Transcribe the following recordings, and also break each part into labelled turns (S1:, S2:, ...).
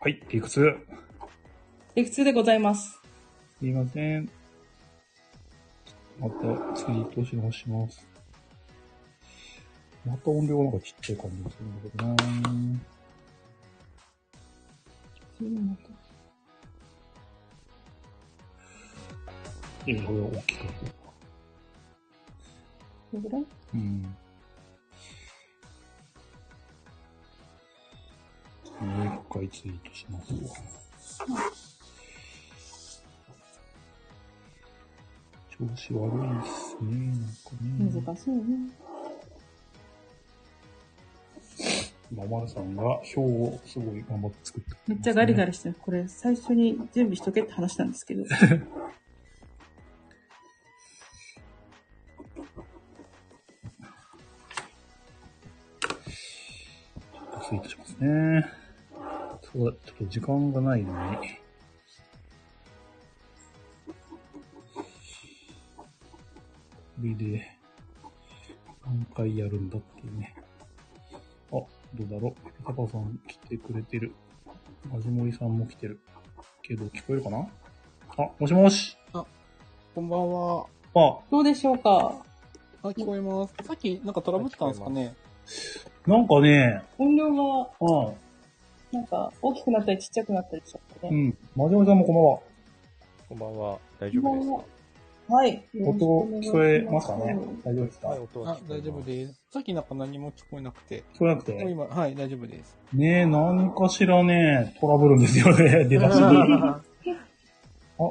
S1: はい、テイク2。
S2: テイク2でございます。
S1: すいません。また、次、投資の方します。また音量なんかちっちゃい感じがするんだけどなぁ。えー、これは大きくなってる。
S2: どれぐらい
S1: うん。もう一回ツイートしますわ。調子悪いっすね、なんかね。
S2: 難しいね。
S1: 今、まるさんが表をすごい頑張って作って、
S2: めっちゃガリガ
S1: リ。
S2: リしてる。これ、最初に準備しとけって話なんですけど。
S1: ツイートしますね。そうだ、ちょっと時間がないのに。これで、何回やるんだっていうね。あ、どうだろう。パパさん来てくれてる。マジモリさんも来てる。けど、聞こえるかなあ、もしもし。
S3: こんばんは。
S1: あ、
S2: どうでしょうか
S3: あ、聞こえます。さっきなんかトラブってたんですかね
S1: なんかね、
S2: 音量が、
S1: あ
S2: なんか、大きくなったりちっちゃくなったりしちゃった
S1: う
S2: ね。
S1: ん。マジモリさんもこんばんは。
S4: こんばんは。大丈夫ですか
S2: はい。
S1: 音聞こえますかね
S2: うん
S1: 大丈夫ですか
S4: はい、
S1: 聞
S4: 音は
S3: あ
S4: 聞こ、えます
S3: 大丈夫です。さっきなんか何も聞こえなくて。
S1: こえなく
S3: もう
S1: て。
S3: 今、はい、大丈夫です。
S1: ねえ、何かしらね、トラブルんですよ ね、出だしに。あ、
S3: あ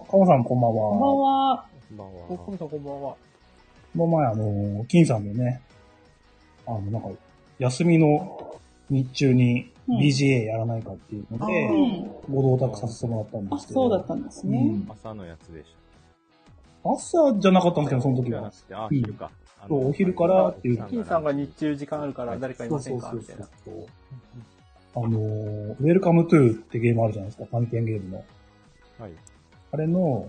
S1: カモさんこんばん
S2: こんばん
S1: は。
S2: は。
S4: こんばん
S3: コム
S4: は。
S3: さんこんばんは。
S1: この前、あの、金さんでね、あの、なんか、休みの日中に
S2: うん
S1: BGA やらないかっていうの
S2: う
S1: で、
S2: ん。
S1: ご同卓させてもらったん
S2: あ、
S1: ですけど。
S2: そうだったんです
S1: う
S2: ね。
S1: ん
S4: 朝のやつでした。
S1: 朝じゃなかったんですけど、その時
S4: じゃな
S1: は
S4: く。て
S1: う
S4: あ、
S1: ん
S4: 昼か。あの
S1: そうお昼からっていう
S3: 金さんが日中時間あるから誰かいませんか
S1: そう
S3: み
S1: そ
S3: た
S1: う
S3: い
S1: そう
S3: な。
S1: そうあの、ウェルカムトゥーってゲームあるじゃないですか、探検ゲームの。
S4: はい。
S1: あれの、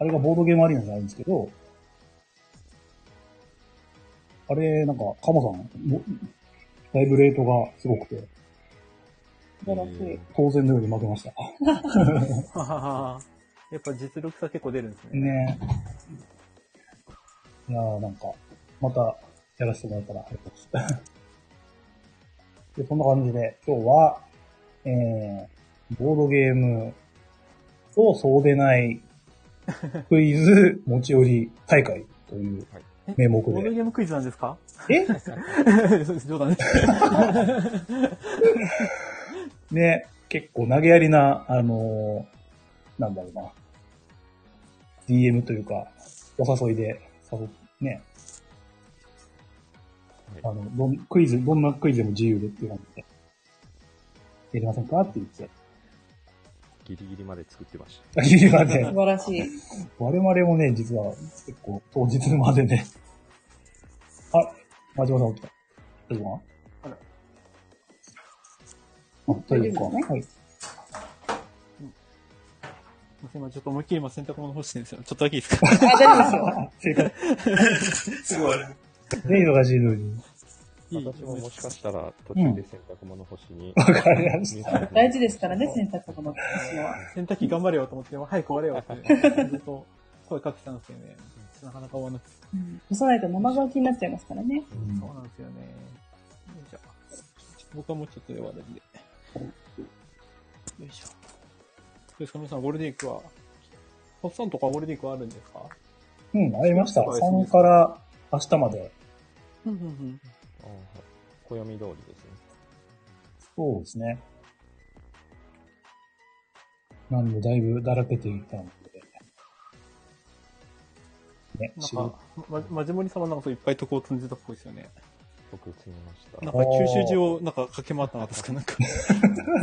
S1: あれがボードゲームアリーナにあるんですけど、あれ、なんか、カモさん、もだいぶレートがすごくて、
S2: 素晴らしい。
S1: 当然のように負けました。
S3: はははやっぱ実力差結構出るんですね。
S1: ねえ。いやーなんか、また、やらせてもらったら、 ありがとうございます。で、そんな感じで、今日は、えー、ボードゲームとそうでないクイズ持ち寄り大会という名目
S3: ボード
S1: で。
S3: ゲームクイズなんですか
S1: え
S3: そうです冗談です。
S1: ね、結構投げやりな、あのーなんだろうな、DM というか、お誘いで、誘っね、あ
S4: はい
S1: の、どん、クイズ、どんなクイズでも自由でっていう感じで、やりませんかって言って、
S4: ギリギリまで作ってました。
S1: 言うまで
S2: 素、晴らしい。
S1: 我々もね、実は結構当日までね、あ、真島さん起きた。大丈夫か
S3: あ
S1: な
S3: ら
S1: あ、大丈夫
S2: 大丈夫ですね
S1: かはい。
S3: 今ちょっと思いっきり今洗濯物干してるんですよ。ちょっとだけいい です
S2: あ、
S3: か
S2: 大丈夫ですよ。
S1: 正解。
S3: すごい。
S1: ね、忙しいのに。
S3: いい
S4: 私ももしかしたら途中で洗濯物干しに。
S1: わかりました。
S2: 大事ですからね、洗濯物って私は。
S3: 洗濯機頑張れよと思って、早く終われよって、ずっと声かけてたんですけどね。なかなか終わらなくて。
S2: うん干さないと生乾きになっちゃいますからね。
S1: うん
S3: そうなんですよね。よいしょ。僕はもうちょっとで終わるんで。よいしょ。どうですか皆さん、ゴールデンウィークは、ホッサンとかゴールデンウィークはあるんですか
S1: うん、ありました。
S3: そうですね
S1: 3から明日まで。
S3: うんうんうん。
S4: あはい暦通りですね。
S1: そうですね。なんで、だいぶだらけていたので。ね、
S3: なん
S1: 仕事
S3: か、ま、まじもりさんはなんかそういっぱい徳を積んでたっぽいですよね。
S4: 僕積みました。
S3: なんか九州中をなんか駆け回ったなですかなん か、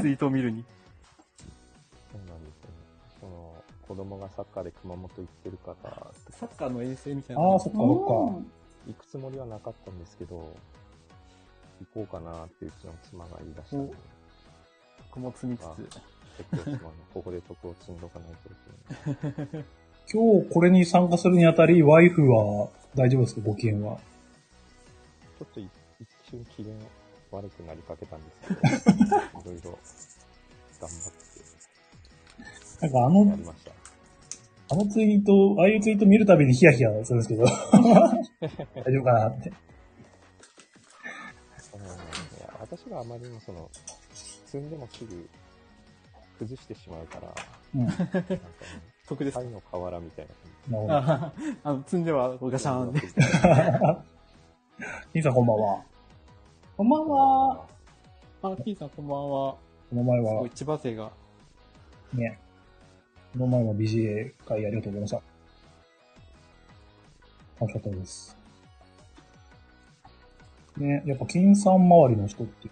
S3: ツイートを見るに。
S4: そうなんですよね。その、子供がサッカーで熊本行ってるから、
S3: サッカーの遠征みたいな。
S1: ああ、そっかそっか。
S4: 行くつもりはなかったんですけど、行こうかなってうちの妻が言い出したので、
S3: 徳も積みつ
S4: 結構妻のここで得を積んどかないといけない。
S1: 今日これに参加するにあたり、ワイフは大丈夫ですかご機嫌は。
S4: ちょっとい一瞬機嫌悪くなりかけたんですけど、いろいろ頑張っ
S1: な
S4: て、
S1: んかあ
S4: や
S1: の
S4: り、ました。
S1: あのツイート、ああいうツイート見るたびにヒヤヒヤするんですけ ど。大丈夫かなって。
S4: うんいや私があまりにもその、積んでもすぐ崩してしまうから、
S1: うん。な
S4: なんか、
S3: 得で
S4: ね、
S3: すか
S4: 貝の瓦みたいな
S1: るほど。
S3: ああの、積んではガシャーン
S4: 感じ
S3: で。
S4: で。
S1: 兄さんこんばんは。
S2: こんばんは。
S3: あ、キーさんこんばんは。
S1: この前
S3: すご、
S1: はい
S3: 千葉勢が。
S1: ね、この前は BGA 会ありがとうございました。楽しかったです。ね、やっぱ金さん周りの人っていう、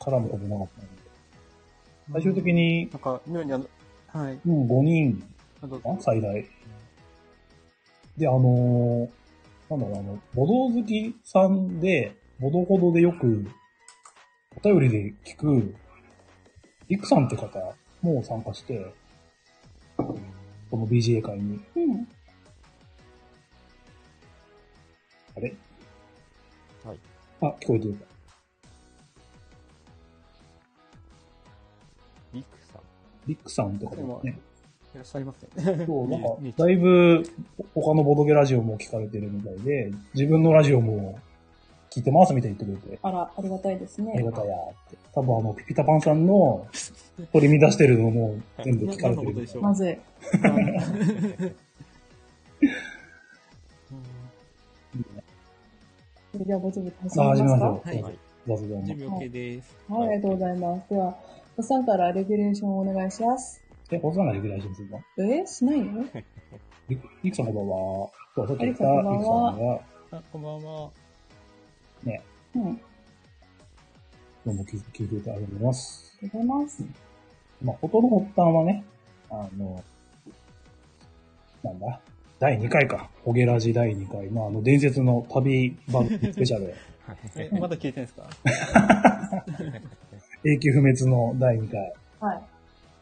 S1: 絡むことなかったので、最終的。に、
S3: なんか、妙にあの、はい。
S1: うん、5人
S3: あと、
S1: か最大。で、あのーなんだろう、あの、ボド好きさんで、ボドほどでよく、お便りで聞く、リクさんって方も参加して、この BGA 会に、
S2: うん。
S1: あれ
S4: はい。
S1: あ、聞こえてる。
S4: リクさん。
S1: リクさんって方
S3: でも、
S1: ね。
S3: いらっしゃいますね。
S1: そう、なんか
S3: 見え、て
S1: だいぶ、他のボドゲラジオも聞かれてるみたいで、自分のラジオも聞いてますみたいに言ってくれて、
S2: あら、ありがたいです
S1: あり
S2: ね
S1: が。たやーって。多分あの、ピピタパンさんの取り乱してるのも全部聞かれてるみたい
S3: な
S1: な。
S2: まずい。それではぼちぼち始
S1: あ始
S2: めます
S1: めまし
S2: か
S1: ょう。
S3: はい
S1: はい。どうぞどうも
S3: 準備 OK です。
S2: はい、ありがとうございます。では、おさんからレギュレーションをお願いします。
S1: え、おさんがレギュレーションするの
S2: えしな いの
S1: リリクさんこんばんは。そう、さっき言った
S2: あ
S1: リ
S2: り
S1: クさん
S2: がとうございます
S1: が、
S3: あ、こんばんは。
S2: うん。あり
S1: どうも聞い聞いていただいております。
S2: がとうございます。
S1: まあ、ことの発端はね、あの、なんだ、第2回か。ホゲラジ第2回のあの伝説の旅番組スペシ ャル、
S3: え、まだ聞いてないですか
S1: 永久不滅の第2回。
S2: は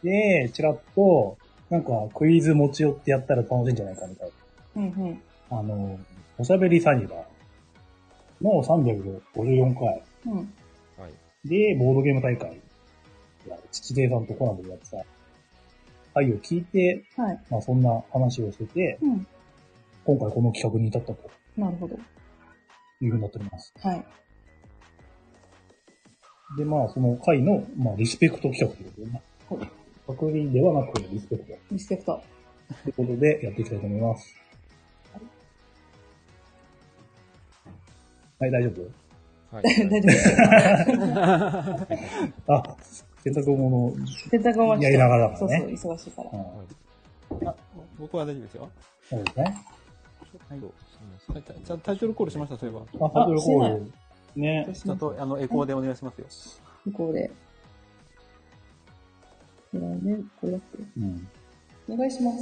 S2: い。
S1: で、ちらっと、なんかクイズ持ち寄ってやったら楽しいんじゃないかみたい
S2: うんうん。
S1: な。あの、おしゃべりサニバの354回
S2: うん。
S4: はい。
S1: で、ボードゲーム大会。いや、父デさんとコラボでやってた回を聞いて、
S2: はい。
S1: まあそんな話をしてて、
S2: うん。
S1: 今回この企画に至ったと
S2: なるほど。
S1: いうふうになっております。
S2: はい。
S1: で、まあ、その回の、まあ、リスペクト企画ということでね。
S2: はい
S1: パクリではなく、リスペクト。
S2: リスペクト。
S1: ということで、やっていきたいと思います。はい、大丈
S4: はい。
S2: 大丈夫ですよ。
S1: 夫あ、洗濯物、う
S2: 洗濯を
S1: やりながらだ
S2: そ
S1: も
S2: うんそ
S1: ね
S2: う、忙しいから。
S1: ん、
S3: あ、僕は大丈夫ですよ。
S1: そうですね。
S3: はい
S4: そうすいません
S3: じゃあタイトルコールしました、そういえば。
S1: あ、タイトルコール。
S2: そ
S1: ね
S2: う。し
S3: ちゃ
S2: ま
S3: ん
S2: す
S3: と、あの、エコーでお願いしますよ。
S2: 向こうで。これはね、これだっ
S1: うん。
S2: けお願いします。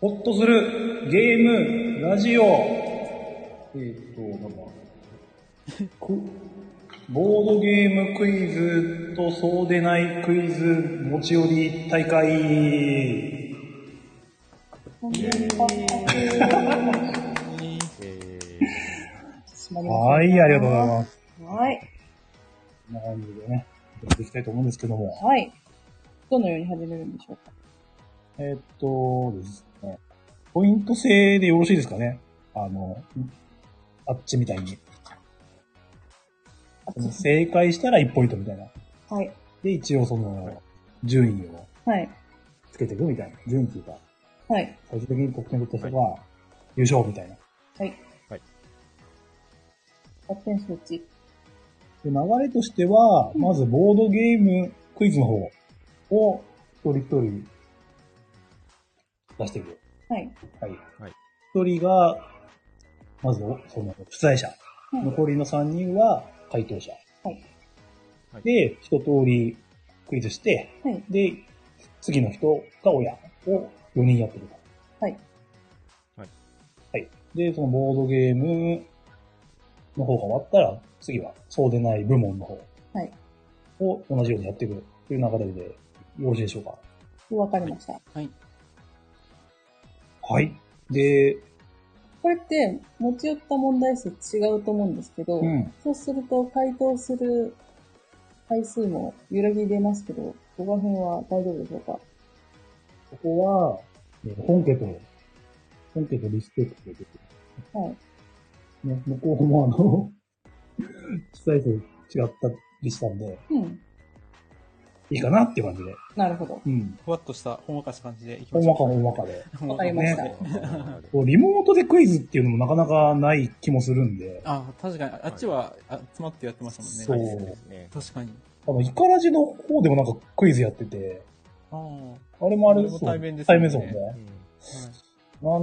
S1: ほっとする、ゲーム、ラジオ。えー、と、なんだ。 くボードゲームクイズとそうでないクイズ持ち寄り大会。
S2: こんばんは
S4: え
S2: 閉まります
S1: はい、ありがとうございます。
S2: はい。
S1: こんな感じでね、やっていきたいと思うんですけども。
S2: はい。どのように始めるんでしょうか。
S1: えーっとですね、ポイント制でよろしいですかねあの、あっちみたいに。
S2: あっ
S1: その
S2: ち
S1: 正解したら1ポイントみたいな。
S2: はい。
S1: で、一応その、順位を
S2: はい。
S1: つけていくみたいな。順位っていうか、
S2: はい。
S1: 最終的に得点取った人が優勝みたいな。
S2: はい。
S4: はい。
S2: 発展数値。
S1: で、流れとしては、まずボードゲームクイズの方を一人一人出していく。
S2: はい。
S1: はい。
S4: はい
S1: 一人が、まず、その、出題者。
S2: はい
S1: 残りの3人は回答者。
S2: はい
S4: はい
S1: で、一通りクイズして、
S2: はい。
S1: で、次の人が親を4人やってる。
S2: はい。
S4: はい。
S1: はい。で、そのボードゲームの方が終わったら、次はそうでない部門の方
S2: はい。
S1: を同じようにやっていくという流れでよろしいでしょうか。
S2: わかりました。
S3: はい。
S1: はい。で、
S2: これって、持ち寄った問題数違うと思うんですけど、
S1: うん。
S2: そうすると、回答する回数も揺らぎ出ますけど、ここら辺は大丈夫でしょうか
S1: ここは、えー本家と、本家とリスペクトでできる。
S2: はい。
S1: ね、向こうもあの、主催と違ったりしたんで、
S2: うん。
S1: いいかなって感じで。
S2: なるほど。
S1: うん。
S3: ふわっとした、ほんわかした感じでいき
S1: ほ
S3: ま
S1: ん
S3: しょ
S1: わ
S3: う。
S1: かほんわかで。
S3: ほんわ
S2: わかりました
S3: ね
S1: こうリモートでクイズっていうのもなかなかない気もするんで、
S3: あ、確かに、あっちは、あ集まってやってましたもんね。
S1: そう
S4: すね。
S3: 確かに。
S1: あの、イカラジの方でもなんかクイズやってて、
S3: ああ。
S1: あれもあれ
S3: あれも対面です
S1: ね。対
S3: よね
S1: 面ですもんね。
S3: は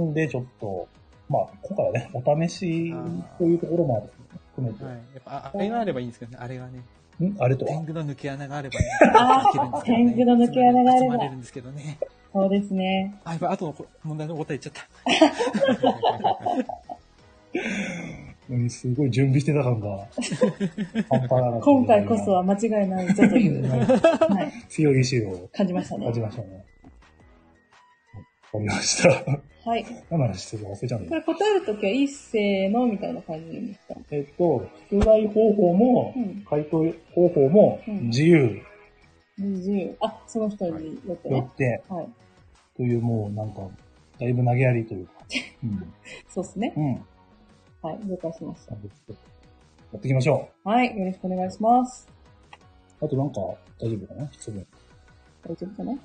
S3: い
S1: なんで、ちょっと、まあ、今回はね、お試しというところも含めて、
S3: はい。やっぱ、ああれがあればいいんですけどね、あれがね。
S1: んあれと
S3: 天
S1: は。
S3: 狗の抜け穴があれば
S2: あ
S3: いけるんですけどね。
S2: 天狗の抜け穴があれば
S3: 集まれるんですけどね。
S2: そうですね。
S3: あ、やっぱ後のこ問題の答え言っちゃっ
S1: うん、すごい準備してた感が、半端なかった
S2: 今回こそは間違いないぞという、はい、
S1: 強い意志を
S2: 感じましたね
S1: 感。じましたね。わかりました。
S2: はい。
S1: 何の話してるか忘れちゃうん
S2: こ
S1: だ
S2: れ答えるときは一斉のみたいな感じにした。
S1: えっと、出題方法も、
S2: うん。
S1: 回答方法も
S2: うん
S1: 自由
S2: 自由。あ、その人によって
S1: よ
S2: ね。
S1: って、
S2: はい。
S1: というもうなんか、だいぶ投げやりというか、
S2: そうですね
S1: う。ん、うん、
S2: はい。了解しました。
S1: やっていきましょ
S2: はい。よろしくお願いします。
S1: う。あとなんか、大丈夫かな質問。
S2: 大丈夫かなも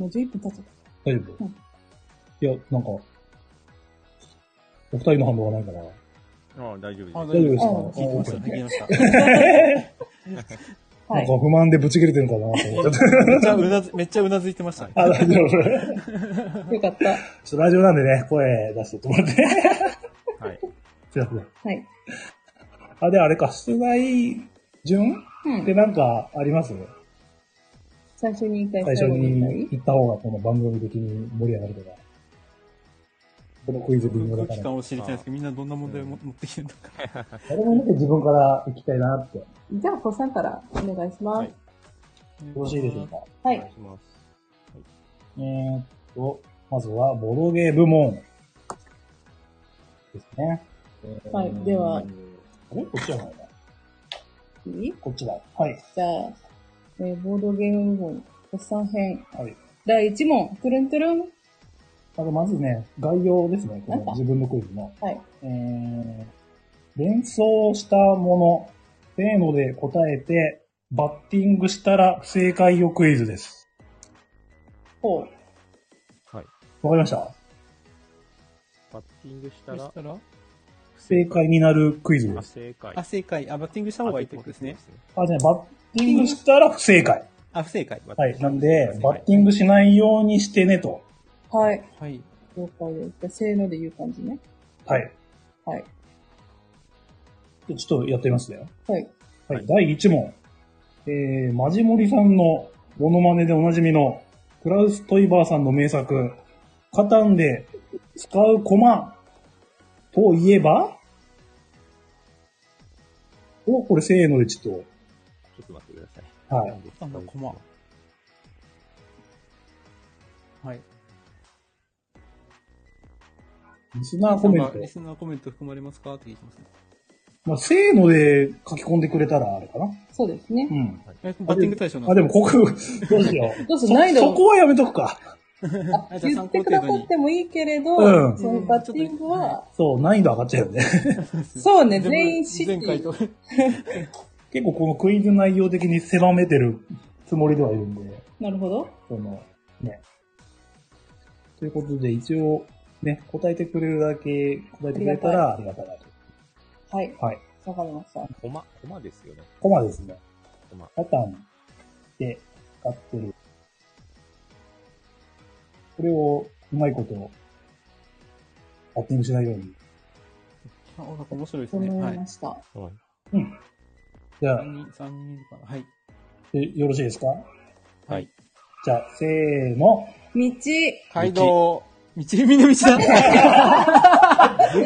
S2: う11分経っちゃっ
S1: 大丈夫、
S2: うん
S1: いや、なんか、お二人の反応がないから、
S4: ああ、大丈夫です。
S3: た。あ、
S1: 大丈夫ですか
S2: あ
S3: 聞いてました、聞いてました。
S2: た。は
S1: ないん。か不満でブチ切れてるのかなと思っ ちゃって。
S3: めっちゃうなず、めっちゃうなずいてましたね。
S1: あ、大丈夫。ちょ
S2: よかった。
S1: っとラジオなんでね、声出してってもらって。
S4: はい。
S1: すいません
S2: はい。
S1: あ、で、あれか、出題順
S2: う
S1: って
S2: ん。
S1: なんかあります
S2: 最初に言いた
S1: 最
S2: い
S1: 初
S2: 最後に言いたい
S1: に言った方がこの番組的に盛り上がるとか。このクイズ微妙だ
S3: 空
S1: か
S3: 気
S1: ら。
S3: 感を知りたいんですけど、みんなどんな問題をも持ってきてるのか。
S1: 誰も見て自分から行きたいなって。よ
S2: じゃあ、子さんからお願いします。
S1: ろしいでしょうか。
S2: は
S4: お願
S2: い。
S4: いします。
S1: えーっと、まずはボロゲー部門。ですね。
S2: はいでは
S1: あれこっちじゃないな。
S2: いい
S1: こっちだ。はい。
S2: じゃあ、えーボードゲーム部門、子さん編、
S1: はい。
S2: 第1問、トゥルントゥルン。
S1: あとまずね、概要ですね。この自分のクイズの。
S2: はい。
S1: えー、連想したもの、せーので答えて、バッティングしたら不正解をクイズです。
S2: ほう。
S4: はい。
S1: わかりました
S4: バッティングした
S3: そ
S4: ら
S3: し、たら、
S1: 不正解になるクイズで
S4: あ、
S1: す。
S4: 正解。
S3: あ、正解。あ、バッティングした方がいいってことですね。。
S1: あ、じゃあ、バッティングしたら不正解。
S3: あ、不正解。
S1: はい。なんで、バッティングしないようにしてねと。
S2: はい。
S3: はい。
S2: 了解です。じゃあ、せーので言う感じね。
S1: はい。
S2: はい。
S1: でちょっとやってみますね。
S2: はい。
S1: はい。
S4: はい
S1: 第1問。えー、マジモリさんのモノマネでおなじみの、クラウス・トイバーさんの名作、カタンで使う駒といえばお、これせーのでちょっ
S4: ちょっと待ってください。
S1: と、はい。
S3: あのコマはい。
S1: リスナーコメント
S3: リ。スナーコメント含まれますかって聞いてますね。
S1: まあ、せーので書き込んでくれたらあれかな。
S2: そうですね
S1: う。ん。
S3: えバッティング対象なん
S1: あ、でもこ こ、どうしよう。
S2: どうする 難易
S1: そ
S2: 度
S1: こはやめとくか。
S2: あ
S3: あじゃあ
S2: 言
S3: 参
S2: って
S3: 考
S2: くださ
S3: 程度に
S2: ってもいいけれど、
S1: うん
S2: そのバッティングは、
S1: そう、難易度上がっちゃうよね。
S2: そうね、全員知っ
S3: 前回
S2: て
S3: と。
S1: 結構このクイズ内容的に狭めてるつもりではいるんで、
S2: なるほど。
S1: その、ね。ということで、一応、ね、答えてくれるだけ答えてくれたらありがたいなと。
S2: はい。
S1: はい。
S2: わかりました。
S4: コマ、コマですよね。
S1: コマですね。
S4: コマ。
S1: パターンで使ってる。これを、うまいこと、バッティングしないように。
S3: あ、なんか面白いですね。
S2: 整
S3: はいい
S2: ま。した。
S4: はい。
S1: じゃあ
S3: 3、人、3人いるかな。はい。
S1: えよろしいですか
S4: はい。
S1: じゃあ、せーの。
S2: 道。
S3: 街道。道、みんな道だ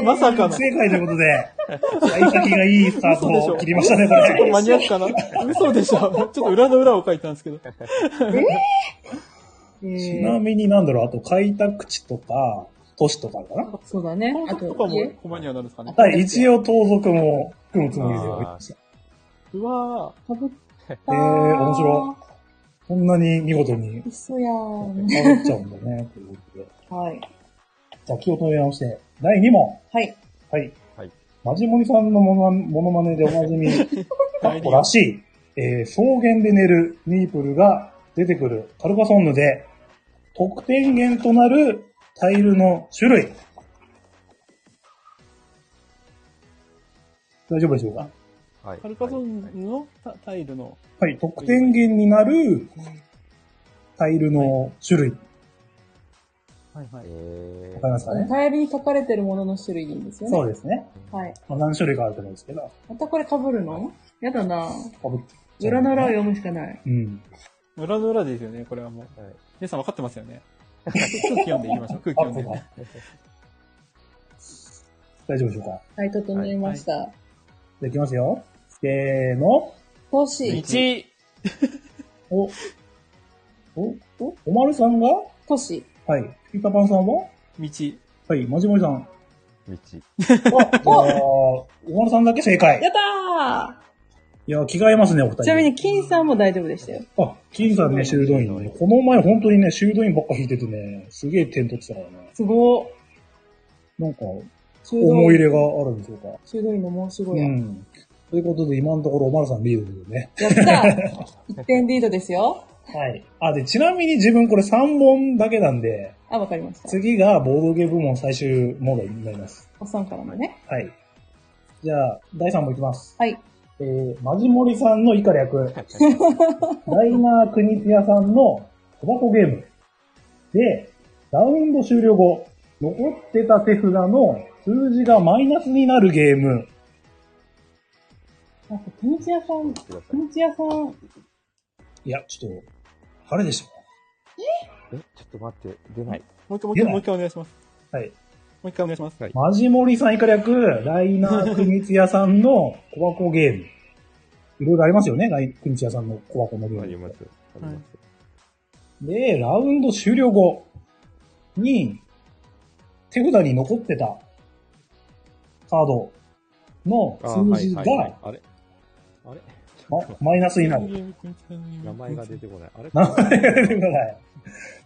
S3: まさかの。
S1: 正解ということ で、幸先がいいスタートを切りましたね、これ。
S3: これ間に合うかな嘘でしょちょっと裏の裏を書いたんですけど。
S2: え
S1: ちな
S2: ー、
S1: みになんだろう、あと開拓地とか、都市とかかな
S2: そうだね。
S3: 盗
S2: あ
S3: 賊とか
S2: と、
S3: も
S2: 家。
S3: コマにはなるんですかね。
S1: はい、一応盗賊も組むつもりではいました。
S3: うわ
S2: かぶった。え
S1: えー面白こんなに見事に
S2: い。嘘やん。
S1: かぶっちゃうんだね、 ということで。
S2: はい。
S1: じゃあ気を取り直して、第2問。
S2: はい。
S1: はい。
S4: はい。
S1: マジモリさんのモノマモノマネでおなじみ、かっこらしい、えー、草原で寝るミープルが出てくるカルカソンヌで、得点源となるタイルの種類。大丈夫でしょうか
S4: はい。
S3: ー、アルカゾ
S4: はい
S3: ンのタタイルの、
S1: はい、得点源になるタイルの種類。
S3: はいは
S4: はい
S3: い。
S4: えー。
S1: わかりますかね
S2: タイルに書かれてるものの種類でいいんですよね。
S1: そうですね。
S2: はい。
S1: まあ、何種類かあると思うんですけど、
S2: またこれ被るのやだな
S1: かぶっちゃう
S2: 裏の裏を読むしかない。
S1: うん。
S3: 裏の裏ですよね、これはもう。
S4: はい
S3: 皆さん分かってますよ ね。空気読んでいきましょう。空気
S1: あ、
S3: 読ん
S1: そう
S3: で。
S1: か。大丈夫でしょうか
S2: はい、整いました。
S1: じゃあいきますよ。せーの。
S2: 投資、
S3: 1、
S1: お、お、お、おまるさんが
S2: 都市、
S1: はい。ピーターパンさんは
S3: 道。
S1: はい。まじもりさん。あ、
S4: 道。
S1: じゃあ、おまるさんだけ正解。
S2: やった
S1: いや、着替えますね、お二人。
S2: ーちなみに、金さんも大丈夫でしたよ。
S1: あ、金さんね、修道院ね。この前本当にね、修道院ばっか引いててね、すげえ点取ってたからね。
S2: すごー
S1: なんか、思
S2: 修
S1: い入
S2: 道院
S1: れがあるんでしょうか。
S2: 修道院の申し子
S1: う
S2: や。
S1: ん。ということで、今のところおまるさんリードでね。
S2: やったー !1 点リードですよ。
S1: はい。あ、で、ちなみに自分これ3本だけなんで、
S2: あ、わかりました。
S1: 次がボードゲーム部門最終問題になります。
S2: おっさんからのね。
S1: はい。じゃあ、第3問いきます。
S2: はい。
S1: えー、マジモリさんのイカ略。ダイナー・クニツヤさんのトバコゲーム。で、ラウンド終了後、残ってた手札の数字がマイナスになるゲーム。
S2: なんか、金地屋さん、
S4: ください。
S2: 金地屋さん、
S1: いや、ちょっと、あれでし
S4: え、ちょっと待って、出ない。
S3: もう一回、もう一回、もう一回お願いします。
S1: た。はい。
S3: もう一回お願いします。
S4: はい
S1: マジモリさんイカ略、ライナー・クニツヤさんのトバコゲーム。いろいろありますよね、ライクニツヤさんのトバコのゲーム。
S4: あります。あります。
S1: で、ラウンド終了後に、手札に残ってたカードの
S4: あー
S1: 数字が
S4: はいはいはいあれあれ
S1: まマイナスに なる。
S3: 名
S4: 名前が出てこない。あれ
S1: 名前が出てこない。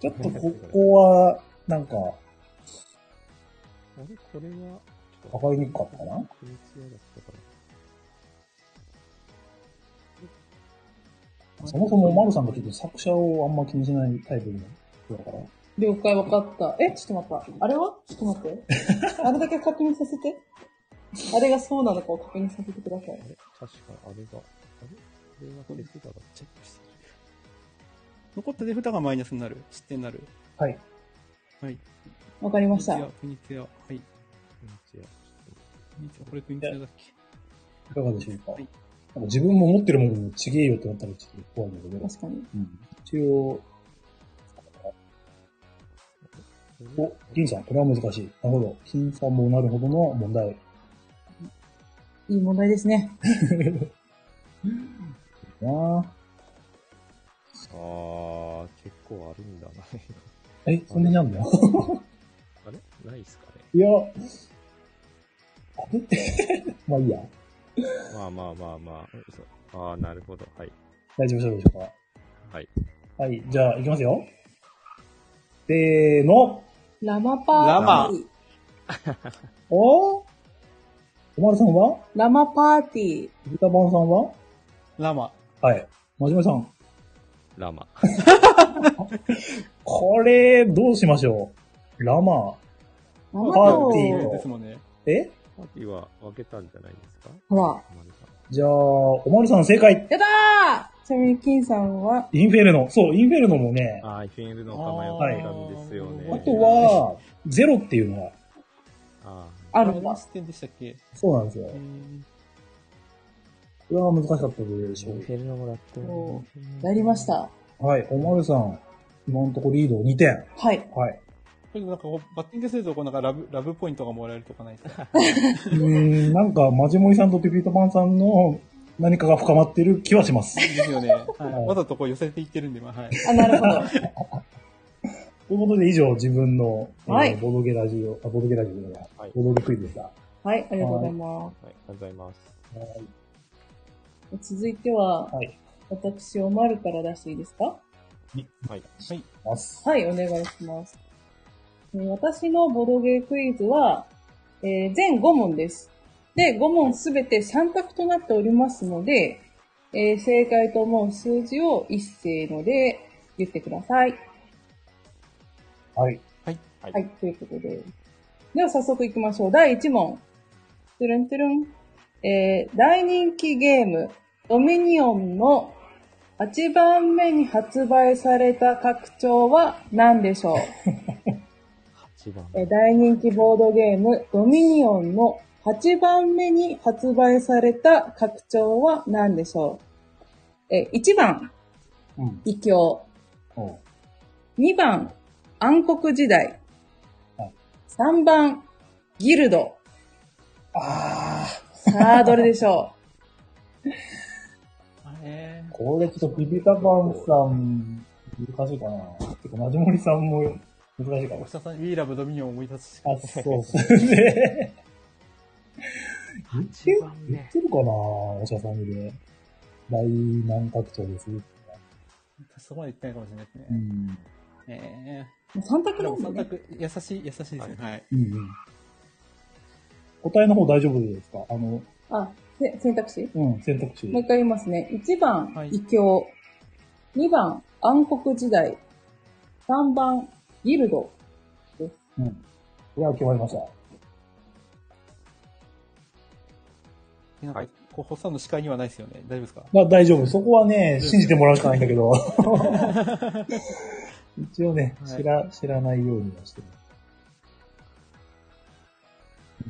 S1: ちょっとここは、なんか、
S4: あれこれは、ちょっ
S1: わかりにくかったかな
S4: 国津屋だったか
S1: そもそもマルさんが結構作者をあんま気にしないタイプの人だから。
S2: 了解わかった。え、ちょっと待った。あれはちょっと 待って。あれだけ確認させて。あれがそうなのかを確認させてください
S4: な。あ。れ確かあれが、あれこれは手札だった。
S3: チェックしてる残った手札がマイナスになる。失点になる。
S1: はい。
S3: はい。
S2: わかりました。
S3: クニツヤ。はい。
S4: 国津屋。ちょっ
S3: クニツヤこれクニツヤだっけ
S1: いかがでしょうか、
S3: はい
S1: なんか自分も持ってるものちげえよってなったらちょっと怖いんだけど。
S2: 確かに。
S1: うん、一応、
S4: とこれ
S1: お、銀さん、これは難しい。なるほど。金さんもなるほどの問 題。
S2: いい問題ですね。
S1: な
S4: あー、結構あるんだな。
S1: あえ、そんなにあん の
S4: あれないっすかね。
S1: いや、あれ まあいいや。
S4: まあまあまあまあ。そうあー、なるほど。はい。
S1: 大丈夫そうでしょう
S4: はい。
S1: か。はい、じゃあ、いきますよ。せーの。
S2: ラマパーティー。
S1: おおまるさんは
S2: ラマパーティー。
S1: ギタバンさんは
S3: ラマ。
S1: はい。まじめさん。
S4: ラマ。
S1: これ、どうしましょうラマ
S2: ラ
S1: パ
S2: マ
S1: ー
S2: と
S1: ティー
S3: ですもんね。
S1: ー。え
S4: パーティーは分けたんじゃないですか
S2: ほら。
S4: マルさん
S1: じゃあ、おまるさん正解。
S2: やったーちなみに、金さんは、
S1: インフェルノ。そう、インフェルノもね、あ
S4: ああ、FNL の名前を
S1: はい
S4: 聞いたんですよね。
S3: あ
S1: とは、ゼロっていうのは、
S4: あ
S2: あるん
S3: 何
S2: だ。
S3: 失点でしたっけ
S1: そうなんですよ
S3: え。ー
S1: これは難しかったでし
S4: ー、
S1: ょう。
S4: ルノもらっ
S2: おやりました。
S1: はい、おまるさん、今のところリード2点。
S2: はい。
S1: はい。
S3: これなんかこうバッティングすると、こうなんかラブ、ラブポイントがもらえるとかないですか
S1: うーん、なんか、マジモリさんとピピートパンさんの何かが深まってる気はします。
S3: ですよね。はい。わざとこう寄せていってるんで、まあ、はい。
S2: あ、なるほど。
S1: ということで、以上、自分の、えー
S2: はい
S1: ボードゲラジオ、あ、ボードゲラジオじゃない
S4: はい
S1: ボードゲクイズでした。は
S2: はい、ありがとうございます。
S4: はい、ありがとうございます。
S1: い
S2: 続いては、
S1: はい
S2: 私、おまるから出していいですか
S3: はい。はい。
S1: ます。
S2: はい、お願いします。えー私のボドゲークイズは、えー全5問です。で、5問すべて3択となっておりますので、えー正解と思う数字を一斉ので言ってください。
S1: はい。
S3: はい。はい。
S2: はい、ということで。では早速行きましょう。第1問。トゥルントゥルン。えー、大人気ゲーム、ドミニオンの8番目に発売された拡張は何でしょう
S4: 8番
S2: えー大人気ボードゲーム、ドミニオンの8番目に発売された拡張は何でしょうえー、1番、
S1: うん。
S2: 異教。
S1: おう
S2: 2番、暗黒時代
S1: はい。
S2: 3番、ギルド。
S1: あー、
S2: さあ、どれでしょ
S3: え
S1: これちょっとビビタパンさん、難しいかな。てか、マジモリさんも難しいか
S3: ー、
S1: も
S3: お。下さん、ウィーラブドミニオンを思い出すしか
S1: あ、そうっすね。
S4: 8番
S1: 言っ。てるかなおしゃさんにね。大難拡張です。
S3: そこまで言ってないかもしれないです
S1: う
S3: ね。
S1: ん。
S3: え
S2: う。3
S3: ー、
S2: 択
S3: で
S2: な
S3: も
S2: んだ
S3: 三
S2: ね。
S3: 択、優しい、優しいですね。はい。
S1: うんうん。答えの方大丈夫ですかあの、
S2: あ、せ選択肢
S1: うん、選択肢。
S2: もう一回言いますね。1番
S3: は、い
S2: 異教。2番、暗黒時代。3番、ギルド。
S1: うん。いや、決まりました。
S3: なん
S4: は
S3: か
S4: い、
S3: こう、ホッサンの視界にはないですよね。大丈夫ですか
S1: まあ大丈夫。そこはね、信じてもらうしかないんだけ ど。一応ね、
S3: はい
S1: 知ら、知らないようにはしてる。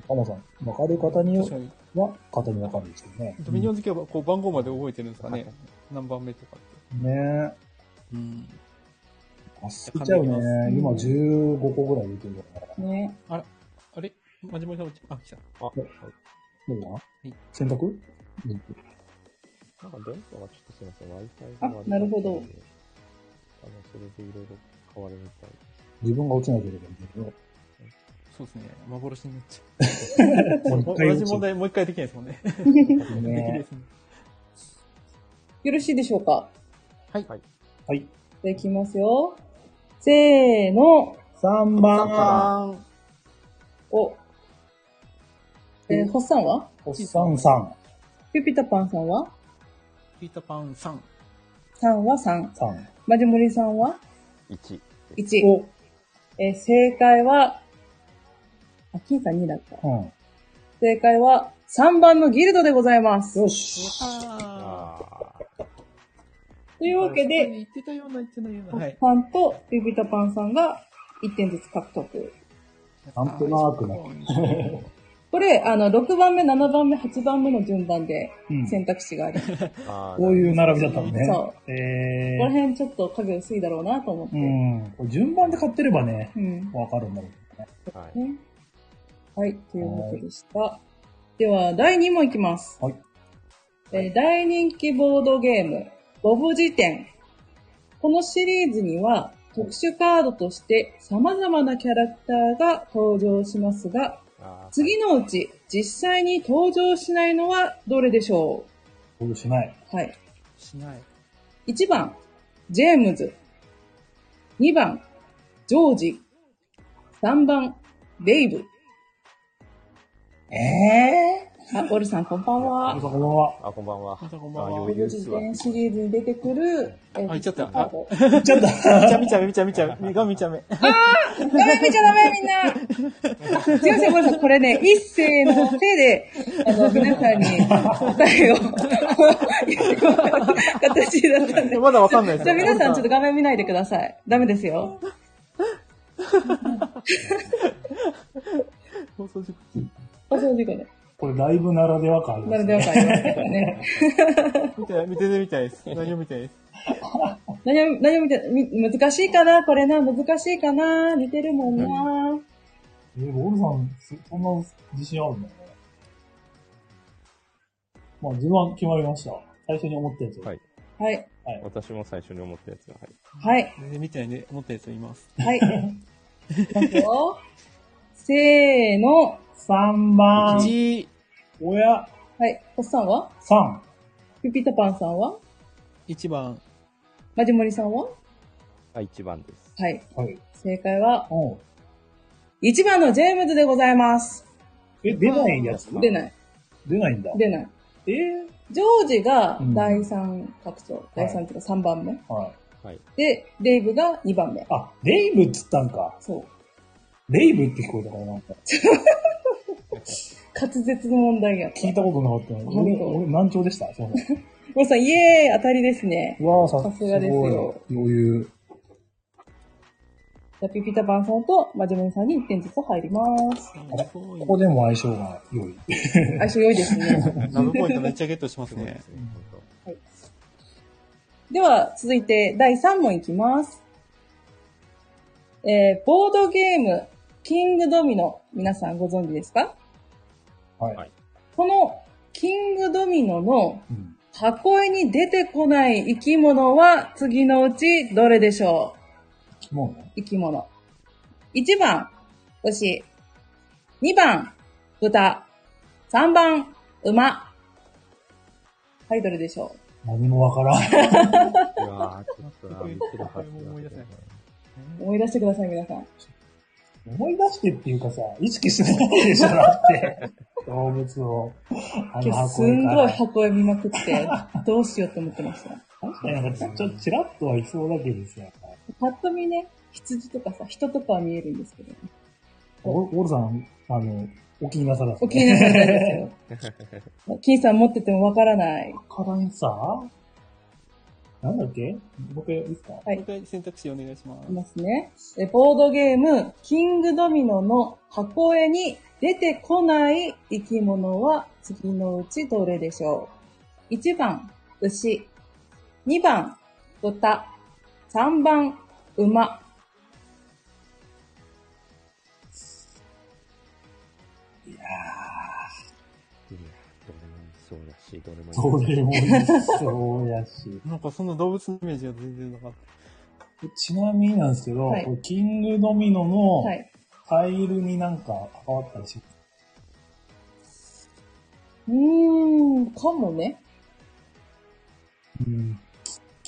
S1: カモさん、わかる方に
S3: 確かに、
S1: は、方にわかるんですけどね。
S3: ドミニオン好きは、こう、番号まで覚えてるんですかね。何番目とかって。
S1: ね
S3: うん。
S1: え。あ、すぎちゃうね
S3: 感じ
S1: 今
S3: ま。
S1: 15個ぐらい出てるから。
S2: ね。
S3: あれマジモリさん落ち、あ、来た。
S4: あ、はい
S1: どうかない選択
S4: なんか電波がちょっとすいません、Wi-Fi が悪い
S2: あなるほど
S4: あの、それでいろいろ変わるみたいで
S1: 自分が落ちなければいいんだ
S3: そうですね。幻になっち
S1: けど。も
S3: ゃう。
S1: う一回
S3: 同
S1: 落
S3: じ問
S1: ち
S3: 題もう一回できないですもんね。
S1: る
S3: できるで
S1: ね。
S3: すね。
S2: よろしいでしょうか
S1: はい。
S2: じゃあいきますよ。せーの。
S1: 3番、
S2: お。えー、ホッサンは
S1: おっさんさん、
S2: ピュピタパンさんは
S3: ピーターパン3。
S2: ?3 は3。
S1: さん。
S2: マジモリさんは
S4: す。1。
S2: ?1。
S1: お、
S2: えー正解は、あ、金さん2だった。
S1: うん。
S2: 正解は、3番のギルドでございます。
S1: よし。
S3: あ
S4: あ
S2: というわけで、
S3: 言ってたような言ってないよう
S2: ホ
S3: な。は
S2: ッ
S3: い。
S2: パンとビビタパンさんが1点ずつ獲得。
S1: なんとなくね
S3: ね。
S2: これ、あの、6番目、7番目、8番目の順番で
S1: うん
S2: 選択肢があり、こ
S4: ーあー。
S1: こういう並びだったのね。
S2: そ
S1: え
S2: の辺ちょっと影薄いだろうなと思って。
S1: ー、うん。これ順番で買ってればね、
S2: うん
S1: わかるんだろうけどね。
S4: はい。
S2: ねはい、というわけでした。では、第2問いきます。
S1: はい
S2: えー大人気ボードゲーム、ボブ辞典。このシリーズには、特殊カードとして様々なキャラクターが登場しますが、
S4: あー
S2: 次のうち実際に登場しないのはどれでしょ
S1: これしない。
S2: うはい。
S3: しない。
S2: 1番、ジェームズ。2番、ジョージ。3番、ベイブ。
S1: ええ
S2: あ、オルさんこんばん
S1: ー。皆
S2: は。
S1: さんこんばんは。
S4: あ、こんばんは。
S3: またこんばん
S4: あ
S3: は
S4: 余
S2: ボ
S4: 裕
S2: ブ辞典シリーズに出てくる、え
S3: あ言っちゃった
S2: カード
S1: 言っちゃった。
S3: 見ちゃめちゃめちゃめちゃめ。がめちゃめ。
S2: ダメ見ちゃダメみんなすいません、ごめんなさい。これね、一斉の手で、あの、皆さんに答えを言ってもらう形だったんで。
S3: まだわかんないです
S2: じゃあ
S3: よ。
S2: 皆さんちょっと画面見ないでください。ダメですよ。
S3: 放送事故
S2: 放送事故で。
S1: これライブならでは感ありま
S2: な
S1: す
S2: ので
S1: ね。
S2: わかりますか らね。
S3: 見てない、見てないみたいです。何を見てないです。
S2: 何を、何を見て、み難しいかなこれな、難しいかな似てるもんな
S1: えー、ボールさん、すそんな自信あるんだね。まあ、自分は決まりました。最初に思ったやつ。
S4: はい
S2: はい。
S4: 私も最初に思ったやつが、は
S2: は
S4: い。
S2: い。
S3: 全然見てないんで、思ったやつを言います。
S2: はい。いきますよ。せーの。
S1: 3番、
S3: 1、
S1: おや、
S2: はい。おっさんは
S1: 3。
S2: ピピタパンさんは
S3: 1番、
S2: マジモリさんは
S4: あ、1番です。
S2: はい。
S1: はい。
S2: 正解は、
S1: うん。
S2: 1番のジェームズでございます。
S1: え、出ないやつ
S2: 出ない。
S1: 出ないんだ。
S2: 出ない。
S1: えー
S2: ジョージが
S1: うん
S2: 第三拡張、第三っていうか3番目。
S1: はい。
S2: で、レイブが2番目。
S1: あ、レイブっつったんか。
S2: そう。
S1: レイブって聞こえたからなんか。
S2: 滑舌の問題やった。
S1: 聞いたことなかったの。俺、
S2: 本当
S1: 俺難聴でした。すいません。
S2: もうさん、イエーイ当たりですね。
S1: うわー
S2: さすがです
S1: ごい
S2: よ
S1: 余裕。
S2: じゃあピピタパンさんとマジモリさんに1点ずつ入り ます。
S1: れ
S3: すごい
S1: ここでも相性が良い。
S2: 相性良いですね。
S3: ラブポイントめっちゃゲットします
S4: そうで
S3: ね
S4: す。ね、本
S2: では、続いて第3問いきます。えー、ボードゲーム、キングドミノ、皆さんご存知ですか
S1: はい
S4: はい
S2: この、キングドミノの
S1: うん。
S2: 箱絵に出てこない生き物は次のうちどれでしょ
S1: も
S2: う生き物。1番、牛。2番、豚。3番、馬。はい、どれでしょ
S1: う、何もわからん。
S4: 当うわー、ちょっとな、見てるはず
S3: これも思い出せない
S2: う思い出してください、皆さん。
S1: 思い出してっていうかさ、意識しないでしょ、だって。動物を。あの
S2: 今日す
S1: 箱に
S2: ん
S1: か
S2: ごい
S1: ら
S2: 箱絵見まくって、どうしようって思ってました。
S1: 確かになんかちょっとちらっとはいそうだけどさ。
S2: ぱっと見ね、羊とかさ、人とかは見えるんですけど、
S1: ゴゴルさん、あの、お気になさらず。
S2: お気になさらないですよ。金さん持っててもわからない。
S1: わからんさ。なんだっけ僕、いいですか
S2: はい
S3: もう一回選択肢お願いしま
S2: い
S3: す。
S2: ますね。えボードゲーム、キングドミノの箱絵に出てこない生き物は次のうちどれでしょう ?1 番、牛。2番、豚。3番、馬。
S4: うんどれもそうだし、どれもい
S1: ど
S4: い
S1: れもそうやし。
S3: なんかそんな動物のイメージが全然なかっ
S1: ちなみになんですけど、
S2: はい
S1: これキングドミノの
S2: はい。
S1: タイルになんか関わったりします
S2: うーん、かもね。
S1: うん。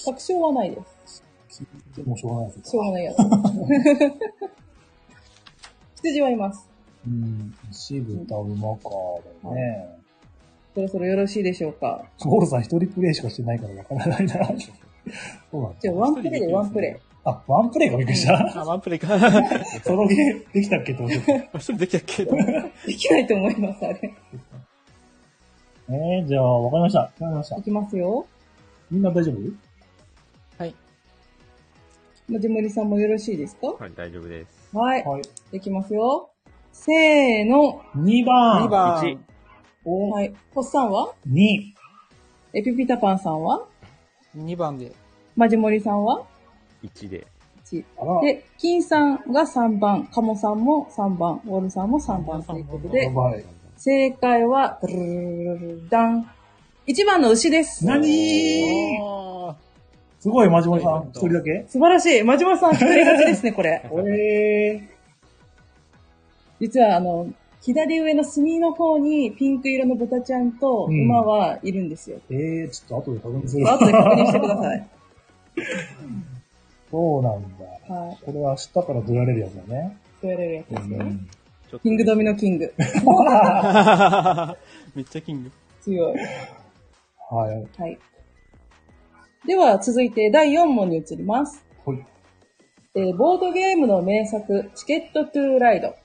S2: 確証はないです。
S1: でもしょうがないです
S2: し
S1: よ
S2: ょうがないやつ。羊はいます。
S1: うん。牛、豚、馬か、だよね。
S2: そろそろよろしいでしょうか。
S1: ゴールさん一人プレイしかしてないからわからないな。そうなん
S2: じゃ
S1: だ
S2: あ、。ワンプレイでワンプレ
S1: あ、ワンプレイかびっくりした。
S3: た。あ、ワンプレイか。あ
S1: ソロゲーできたっけって思ってた。え
S3: 一人できたっけ
S2: イ。できないと思います、あれ。
S1: ー、じゃあ、わかりました。わかりました
S2: い。きますよ。
S1: みんな大丈夫
S2: まじもりさんもよろしいですか
S4: はい、大丈夫です。
S2: はい。
S1: はい。
S2: いきますよ。せーの。
S1: 2番。
S3: 2番。
S4: 一
S1: お、
S2: はい。ホッさんは
S1: 2。
S2: エピピタパンさんは
S3: 2番で。
S2: まじもりさんは
S4: 1で。
S2: 1
S1: あら、
S2: で、金さんが3番、カモさんも3番、ウォルさんも3番ということ
S1: や
S2: で、
S1: ばい。
S2: 正解は、ダン。1番の牛です。
S1: なに
S3: あ
S1: すごい、マジモリさん。一人だけ
S2: 素晴らしい。まじまさん、一人勝ちですね、これ。
S1: えー。
S2: 実は、あの、左上の隅の方にピンク色の豚ちゃんと
S1: うん
S2: 馬はいるんですよ。
S1: えー、ち ょっと後で確認する。
S2: 後で確認してくださ い。
S1: そうなんだ。
S2: はい。
S1: これは明日から出られるやつだね。
S2: そうやれるやつですよ。
S1: うん
S4: ちょっと
S2: キングドミノキング。
S3: ーめっちゃキング。
S2: 強い。
S1: はい。
S2: はい。では、続いて第4問に移ります。
S1: はい。
S2: えーボードゲームの名作、チケットトゥーライド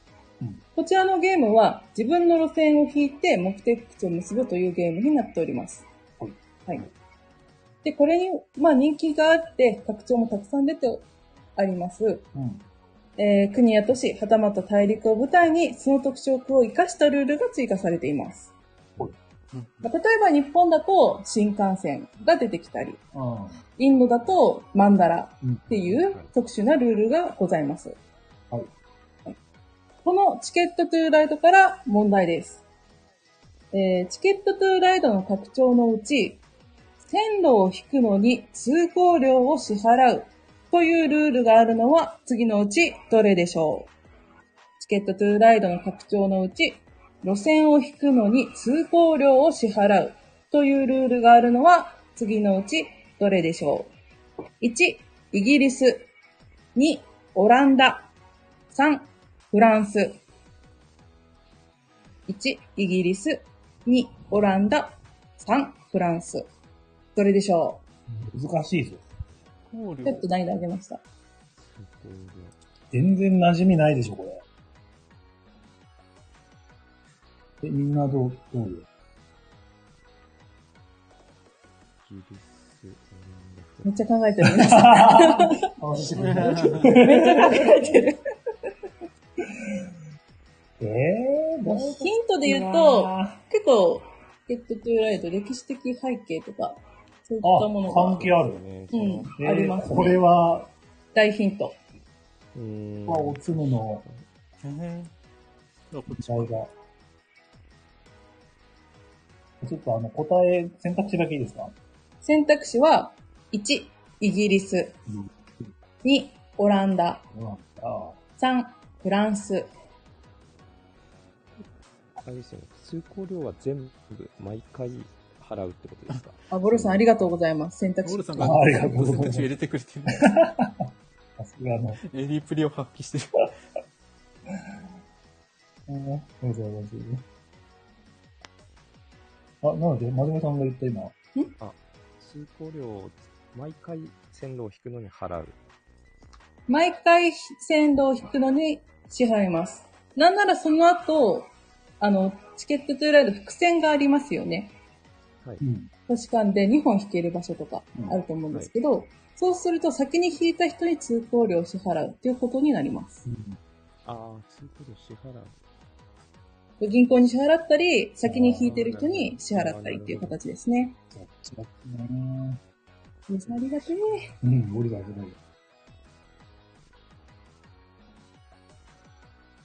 S1: うん。
S2: こちらのゲームは自分の路線を引いて目的地を結ぶというゲームになっております
S1: はい。
S2: はい。で、これに、まあ人気があって、拡張もたくさん出てあります。
S1: うん。
S2: えー国や都市、はたまた大陸を舞台に、その特色を生かしたルールが追加されています。
S1: はい
S3: うん
S2: まあ例えば日本だと新幹線が出てきたり、
S1: うん。
S2: インドだとマンダラ
S1: うん
S2: っていう特殊なルールがございます。
S1: はい
S2: はいこのチケットトゥーライドから問題です。えーチケットトゥーライドの特徴のうち、線路を引くのに通行料を支払うというルールがあるのは次のうちどれでしょうチケットトゥーライドの拡張のうち、路線を引くのに通行料を支払うというルールがあるのは次のうちどれでしょう ?1、イギリス。2、オランダ。3、フランス。1、イギリス。2、オランダ。3、フランス。どれでしょ
S1: 難しいぞ。
S3: 考
S2: う
S3: 慮
S2: ちょっと難易度上げました。
S4: ている。
S1: 全然馴染みないでしょ、これ。え、みんなどう、どう よ。
S4: イギリス、オラ
S2: め
S4: ン
S2: っ
S4: ダ
S2: ちゃ考えてるね。
S1: 楽しみだ。
S2: めっちゃ考えてる。
S1: えぇ、ー、どう
S2: ヒントで言うと、結構、ゲットトゥーライド、歴史的背景とか、そういったもの
S1: あ、
S2: が
S1: 関係ある。
S4: ね、
S2: うん
S1: えー
S2: ありますね
S1: これは、
S2: 大ヒント。
S4: うーん
S1: まあ、おつむの
S3: えーあこっ
S1: 時
S3: ち
S1: 代が。ちょっとあの、答え、選択肢だけいいですか
S2: 選択肢は、1、イギリス。
S1: うん。
S2: 2、オランダ。
S1: あ
S2: 3、フランス。
S4: あれですよね。通行料は全部、毎回払うってことですか
S2: あ、ボルさんありがとうございます。選択
S3: ゴ
S2: 肢
S3: ール。さんが
S1: ありがとうございます
S3: 選択肢を入れてくれ てる。
S1: あ、さすがの。
S3: エリプリを発揮してる。
S1: うんそうそうそうそうあ、なので、まじめさんが言った今、
S4: 通行料を毎回線路を引くのに払う。
S2: 毎回線路を引くのに支払います。なんならその後、あの、チケットトゥーライド伏線がありますよね。
S1: うん。
S2: 図書館で2本引ける場所とか
S1: うん
S2: あると思うんですけど、そうすると先に引いた人に通行料を支払うということになります。
S4: ああ、通行料支払う。
S2: 銀行に支払ったり、先に引いてる人に支払ったりっていう形ですね。
S1: そっちだね。
S2: 皆さんありがてえ。
S1: うん、無理だ、無理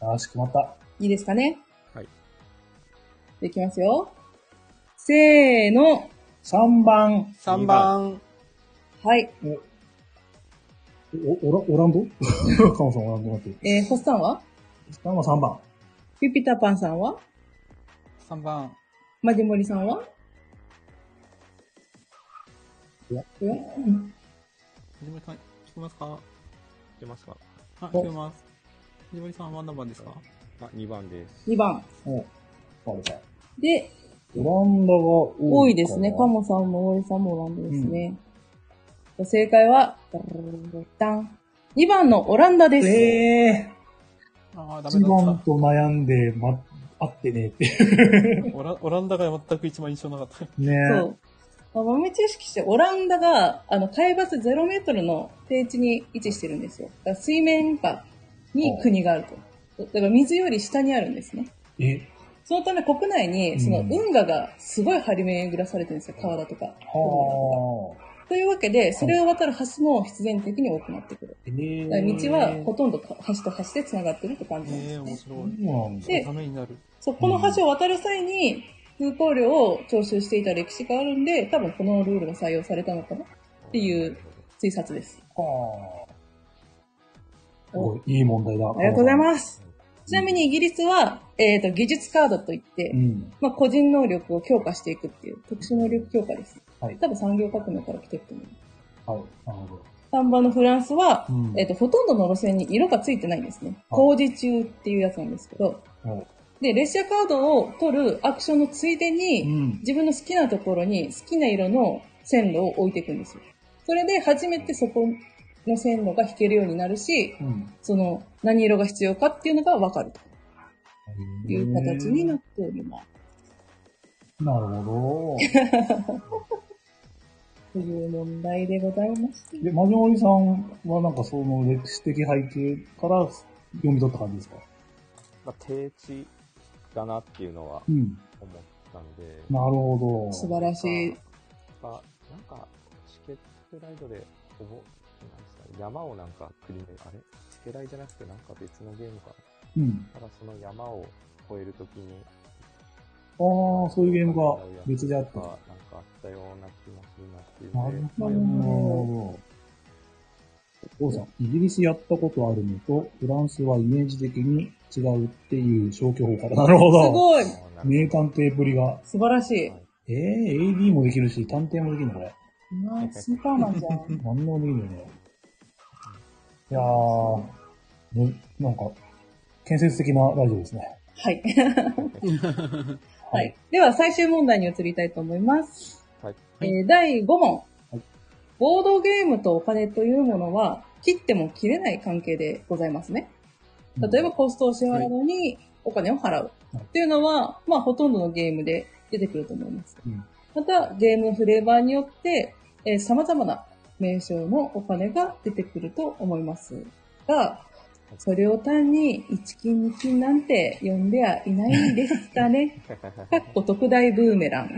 S1: だ。よし、決まった。
S2: いいですかね
S4: はい。
S2: できますよ。せーの。
S1: 3番。
S3: 3番。
S2: はい。
S1: お、オラ、オランド カモさん、オランドになってる。
S2: えー、ホッさんは
S1: 3番、3番。
S2: ピピタパンさんは
S3: 3番。
S2: マジモリさんは
S1: おや
S2: おや
S3: 藤森さん、聞きますか
S4: いけますか
S3: あ、聞きます。藤森さんは何番ですか
S4: あ、2番です。
S2: ?2 番。
S1: お、バレた。
S2: で、
S1: オランダが多いかな
S2: 多いですね。カ。モさんもオリさんもオランダですね。正解は、2番のオランダです。
S1: ええ
S3: ああ、ダ
S1: ー、一
S3: メだ
S1: 番
S3: っ
S1: と悩んで、ま、合ってねえっていう。
S3: た。オラオランダが全く一番印象なかった。
S1: ね
S2: そう。まあ豆知識として、オランダが、あの、海抜0メートルの低地に位置してるんですよ。だから水面下に国があると。だから水より下にあるんですね。
S1: え、
S2: そのため国内に、その
S1: うん
S2: 運河がすごい張り巡らされてるんですよ。川だとか。
S1: はあ。
S2: というわけで、それを渡る橋も必然的に多くなってくる。
S1: え
S2: だから
S1: ー、
S2: 道はほとんどか橋と橋で繋がってるって感じなんです
S3: ええ、
S2: ね。
S3: 面白い。
S1: そうなんだ。
S2: で
S3: ためになる。
S2: そう、この橋を渡る際に、空港料を徴収していた歴史があるんで、多分このルールが採用されたのかなっていう推察です。
S1: はあ。おいいい問題だ。
S2: ありがとうござい
S1: す。
S2: ます。ちなみにイギリスは、えっ、と、技術カードといって、
S1: うん。
S2: まあ、個人能力を強化していくっていう特殊能力強化です。
S1: はい
S2: 多分産業革命から来てると
S1: は
S2: 思う。
S1: い。なるほど。
S2: 3番のフランスは、
S1: うん
S2: えっ、と、ほとんどの路線に色がついてないんですね。
S1: あ
S2: 工事中っていうやつなんですけど、
S1: はい
S2: で、列車カードを取るアクションのついでに、
S1: うん。
S2: 自分の好きなところに好きな色の線路を置いていくんですよ。それで初めてそこの線路が引けるようになるし、
S1: うん。
S2: その何色が必要かっていうのが分かるという形にな
S1: る。
S2: っております。
S1: なるほど。
S2: という問題でございまして。
S1: で、マジモリさんはなんかその歴史的背景から読み取った感じですか
S4: まあ、定地だなっていうのは
S1: うん。
S4: 思ったんで。
S1: なるほど。
S2: 素晴らしい。
S4: まあなんか、チケットライドで、おぼ、なんですかね、山をなんかクリーあれチケライじゃなくてなんか別のゲームか。
S1: うん。
S4: ただその山を越えるときに、
S1: ああ、そういうゲームが別であっ
S4: な
S1: た。
S4: ん
S1: な
S4: かあったような気がするなっていうので
S1: る、ほ
S4: まあ
S1: ど。
S4: やっ
S2: なる
S1: お父さん、イギリスやったことあるのと、フランスはイメージ的に違うっていう消去法から。なるほ
S2: す
S1: ど。
S2: ごい
S4: ぱり
S1: 名探偵ぶりが。
S2: 素晴らしい。
S1: えー、AD もできるし、探偵もできるのこれ。
S2: まあ、スーパーマンじゃ ん。
S1: 何でもできるよね。いやー、むなんか、建設的なラジオですね。
S2: はい。
S3: うん
S2: はい。では、最終問題に移りたいと思います。
S4: はい
S3: はい
S2: えー第5問、
S1: はい
S2: ボードゲームとお金というものは、切っても切れない関係でございますね。例えば、コストを支払うのにお金を払う。っていうのは、まあ、ほとんどのゲームで出てくると思います。
S1: うん
S2: また、ゲームのフレーバーによって、えー様々な名称のお金が出てくると思いますが、それを単に1金2金なんて呼んではいないんですかね。かっこ特大ブー メラン。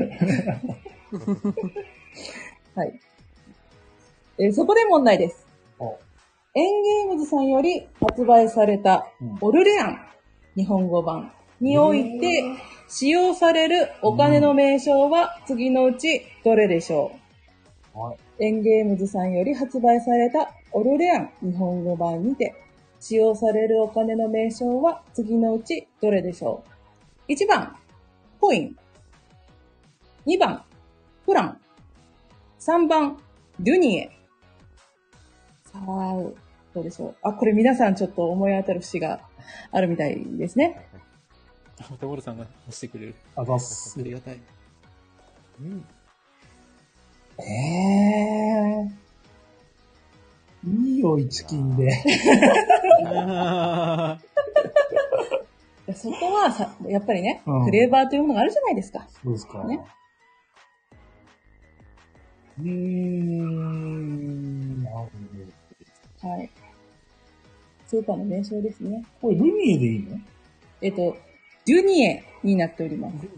S2: はい。えーそこで問題です
S1: お。
S2: エンゲームズさんより発売された
S1: うん
S2: オルレアン日本語版において使用されるお金の名称は次のうちどれでしょう、
S1: はい
S2: エンゲームズさんより発売されたオルレアン日本語版にて使用されるお金の名称は次のうちどれでしょう ?1 番、コイン。2番、フラン。3番、デュニエ。さあ、どうでしょう。あ、これ皆さんちょっと思い当たる節があるみたいですね。
S3: またボルさんが押してくれる。
S1: あざっす
S3: あ。りがたい。
S1: ええー。いいよ、一金で。
S3: あ
S2: いやそこはさ、やっぱりね、
S1: うん
S2: フレーバーというものがあるじゃないですか。
S1: そうですか。
S2: ね
S1: うーん、なるほど。
S2: はい。スーパーの名称ですね。
S1: これ、ルミエでいいの
S2: えっと、デュニエになっております。
S3: ー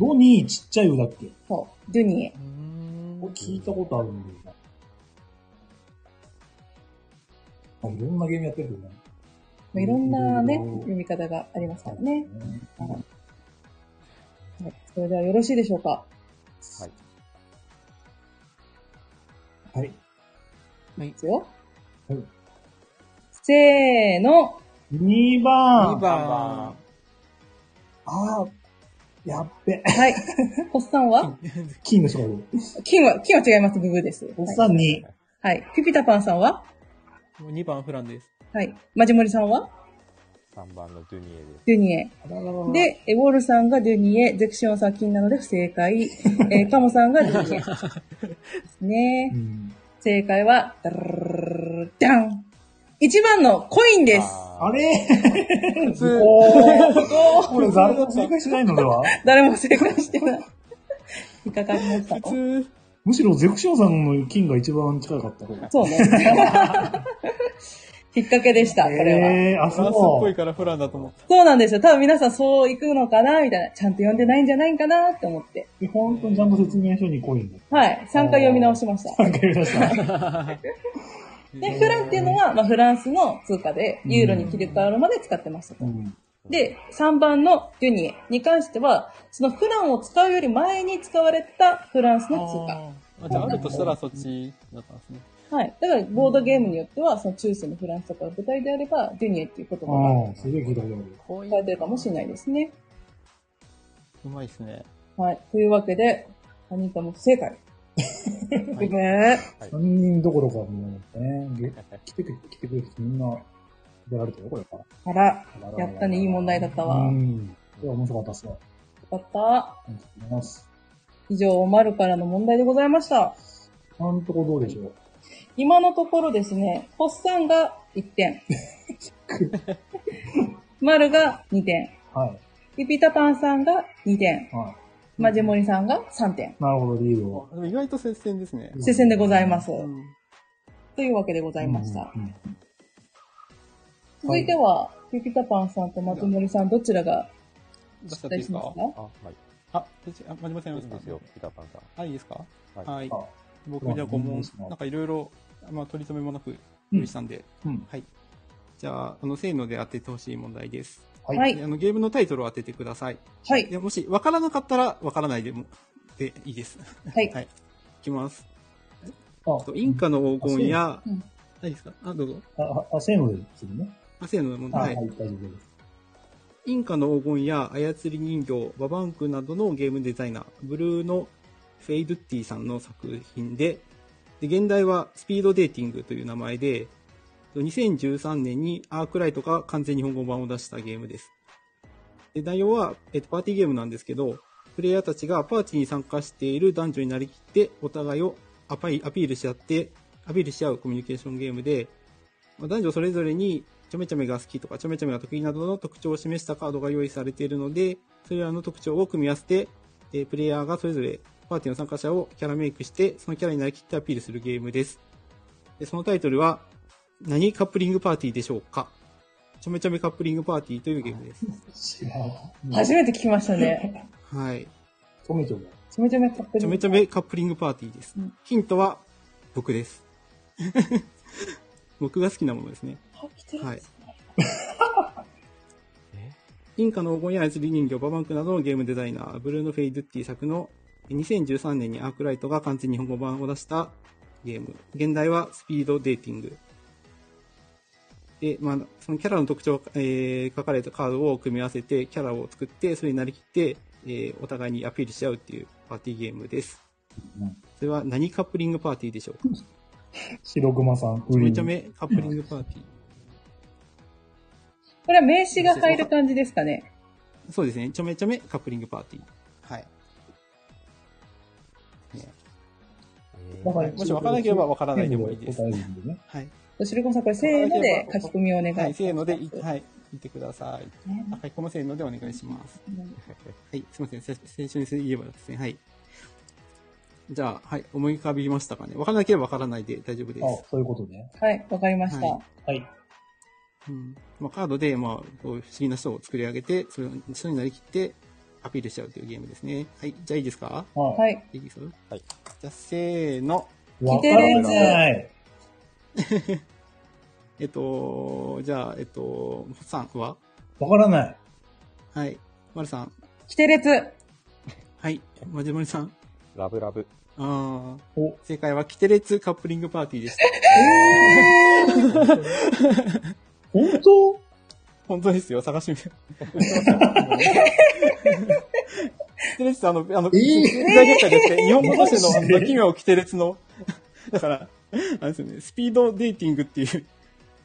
S1: ドニーちっちゃいよだっけ
S2: そう、デュニエ。
S3: うーん
S1: これ聞いたことあるんだよな。あいろんなゲームやってるけどね。
S2: まあいろんなね、
S1: うん
S2: 読み方がありますからね。はい、それではよろしいでしょうか。
S1: はい。
S2: ですよ。
S1: はい
S2: せーの。
S1: 2
S3: 2
S1: 番。
S3: 番。
S1: ああ、やっべ。
S2: はい。おっさんは
S1: 金の人がいる。
S2: 金は、金は違います。ブブーです。
S1: おっさんに、
S2: はい。はいピピタパンさんは
S3: 2番フランです。
S2: はい。マジモリさんは
S4: 3番のドゥニエです。
S2: デュニエ。
S1: あらららら、
S2: で、えウォールさんがデュニエ、ゼクシオンさん金なので不正解。え ーカモさんがデュニエ。です
S1: う
S2: ね。
S1: ん、
S2: 正解は、ダルダン。1番のコインです。
S1: あ
S4: あれ
S1: れ
S3: 普通
S1: おーこれ誰も正解しないのでは
S2: 誰も正解してない。引っかかりました
S3: 普。通
S1: むしろゼクシオンさんの金が一番近かった。こ
S2: そう ね。引っ掛けでした、これは。
S1: えー、あ、
S3: フランスっ
S1: そ。
S3: ぽいうからフランだと思った。
S2: そうなんですよ。多分皆さんそう行くのかなみたいな。ちゃんと読んでないんじゃないかなって思って。
S1: で本当にちゃんと説明書にコイン
S2: はい。3回読み直しました。
S1: が。わかりました。
S2: で、フランっていうのは、まあ、フランスの通貨で、ユーロに切り替わるまで使ってましたと
S1: う。ん。
S2: で、3番のデュニエに関しては、そのフランを使うより前に使われたフランスの通貨。
S3: あーあじゃあ、あるとしたらそっちだったんですね。
S2: はい。だから、ボードゲームによっては、その中世のフランスとかの舞台であれば、デュニエっていう言葉
S1: ああ、すげえ聞いたことある。
S3: こう
S2: が
S3: い
S2: 使われてるかもしれないですね。
S3: うまいですね。
S2: はい。というわけで、アニータも不正解。 ごめ
S1: 3
S2: ん。
S1: 人どころかもうね、げ来てくれ、来てくれる人みんな出られたよ、これから。
S2: あら、やったね、いい問題だったわ。
S1: う
S2: よ
S1: ん。これは面白かったっすわ。
S2: かった。
S1: ありがとうございます。
S2: 以上、おまるからの問題でございました。
S1: 今のとこどうでしょう
S2: 今のところですね、ホッサンが1点。 まるが2点。
S1: はい。
S2: ピピタパンさんが2点。
S1: は
S2: マジモリさんが3点。
S1: い。なるほど、理由
S3: あ
S1: を。
S3: でも意外と接戦ですね。
S2: 接戦でございます。
S3: うん
S2: というわけでございました。
S1: うん。うん
S2: 続いては、ピピタパンさんとマジモリさん、どちらが
S3: 出しちゃ
S2: 出題
S3: っていいで
S2: し
S3: す
S2: ま
S3: か
S2: すか
S4: あ、はい。
S3: あ、どっちあ、まじまさん
S4: い
S3: や
S4: い
S3: り
S4: ん
S3: ま
S4: ですす
S3: か
S4: よ、ピタパンさん。
S3: あ、いいですか
S4: はい
S3: はい。
S1: あ
S3: 僕
S1: まあ
S3: じゃあ5
S1: お願
S3: 問
S1: いしま、す
S3: なんかいろいろ、まあ取り留めもなく、
S1: うん
S3: 用意したんで、
S1: うん
S3: はい。じゃあ、あの、せーので当ててほしい問題です。
S1: はい。
S2: は
S3: であの、ゲームのタイトルを当ててください。
S2: は
S3: で
S2: い。
S3: もし、わからなかったら、わからないでも、で、いいです。
S2: はい。
S3: はい。いきます。
S1: あ
S3: とインカの黄金や
S2: うん、
S3: 何ですかあ、どうぞ。
S1: あ、あ、あせーのでするね。
S3: あ、せーので問
S1: あ、は
S3: 題。
S1: い、
S3: はい
S1: 大丈夫です。
S3: インカの黄金や操り人形、ババンクなどのゲームデザイナー、ブルーのフェイドゥッティさんの作品で、で現代はスピードデーティングという名前で、2013年にアークライトが完全日本語版を出したゲームです。で内容は、えっと、パーティーゲームなんですけど、プレイヤーたちがパーティーに参加している男女になりきって、お互いをアパイアピールし合って、アピールし合うコミュニケーションゲームで、まあ男女それぞれに、ちょめちょめが好きとか、ちょめちょめが得意などの特徴を示したカードが用意されているので、それらの特徴を組み合わせて、えープレイヤーがそれぞれパーティーの参加者をキャラメイクして、そのキャラになりきってアピールするゲームです。でそのタイトルは、何カップリングパーティーでしょうかちょめちょめカップリングパーティーというゲームです。
S1: 知らん。
S2: 初めて聞きました ね。
S3: はい。
S1: 止めてもらう。
S2: ちょめちょめ買ってる。
S3: ちょめちょめカップリングパーティーです。
S2: うん
S3: ヒントは、僕です。僕が好きなものですね。
S2: あ来てる
S3: はい。
S4: え
S3: インカの黄金や操り人形、ババンクなどのゲームデザイナー、ブルーノ・フェイ・ドゥッティ作の2013年にアークライトが完全日本語版を出したゲーム。現代はスピードデーティング。で、まあ、そのキャラの特徴、えー書かれたカードを組み合わせて、キャラを作って、それになりきって、えーお互いにアピールし合うっていうパーティーゲームです。
S1: うん
S3: それは何カップリングパーティーでしょうか
S1: 白熊さん、
S3: ち
S1: プ
S3: ょ
S1: リ
S3: め
S1: ン
S3: ちょ。めカップリングパーティー。
S2: これは名詞が入る感じですかね。
S3: そうですね。ちょめちょめカップリングパーティー。はい。
S4: え
S1: だから
S3: はいもしわからなければわからないでもいいです
S1: 答えるんでね。
S3: はい。
S2: しりこさん、これせーので書き込みをお願いし
S3: は
S2: ま
S3: い、
S2: す。
S3: せーので、い
S2: ね
S3: はい、見てください。あ、書き込ませーのでお願いします。はい、すいません。せ先週に言えばですね。はい。じゃあ、はい、思い浮かびましたかね。わからなければわからないで大丈夫で
S1: あ
S3: す。、
S1: そういうことね。
S2: はい、わかりました。
S3: は
S1: はい。
S3: うん。まあ、カードで、まあ、こういう不思議な人を作り上げて、それの人になりきって、アピールしちゃうというゲームですね。はい、じゃあいいですか
S1: はい。
S2: はい。
S3: いいです
S4: はい。
S3: じゃあ、せーの。
S1: わ
S2: 来
S1: か
S2: て
S1: ら
S2: る
S1: ない。
S3: えっと、じゃあ、えっと、さんは
S1: わからない。
S3: はい。まるさん。
S2: 規定列。
S3: はい。まじまりさん。
S4: ラブラブ。
S3: ああ。
S1: お、
S3: 正解は、キテレツカップリングパーティー でした。
S1: 本当
S3: 本当ですよ、探してみ て。キテレツってあの、あの、
S1: えー
S3: 大学会でやって、日本語としてのあの奇妙キテレツの、 だから、あれですよね、スピードデーティングっていう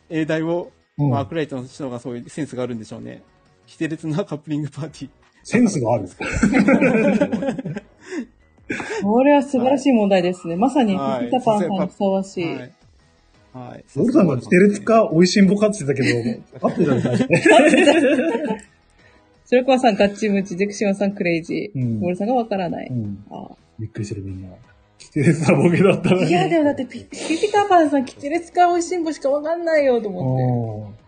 S3: 英題を、
S1: うん
S3: まあ、アークライトの人がそういうセンスがあるんでしょうね。キテレツなカップリングパーティー。
S1: センスがある。
S2: これは素晴らしい問題ですね。まさに、
S3: はい
S2: ピタパンさんにふさわしい。
S3: はい。はい。
S1: ウォルさんがキテレツか、美味しんぼかって言って たけど、合ってたんだね。
S2: それこさん、ガッチムチ、ジェクシオンさん、クレイジ
S1: う
S2: ー。
S1: ん。
S2: 森さんがわからないう
S1: ん。
S2: あ
S1: びっくりしてるみんな。キテレツなボケだったの
S2: ー
S1: に。
S2: いや、でもだってピ、ピピタパンさん、キテレツか美味しんぼしかわかんないよ、と思
S1: う
S2: って。
S1: ん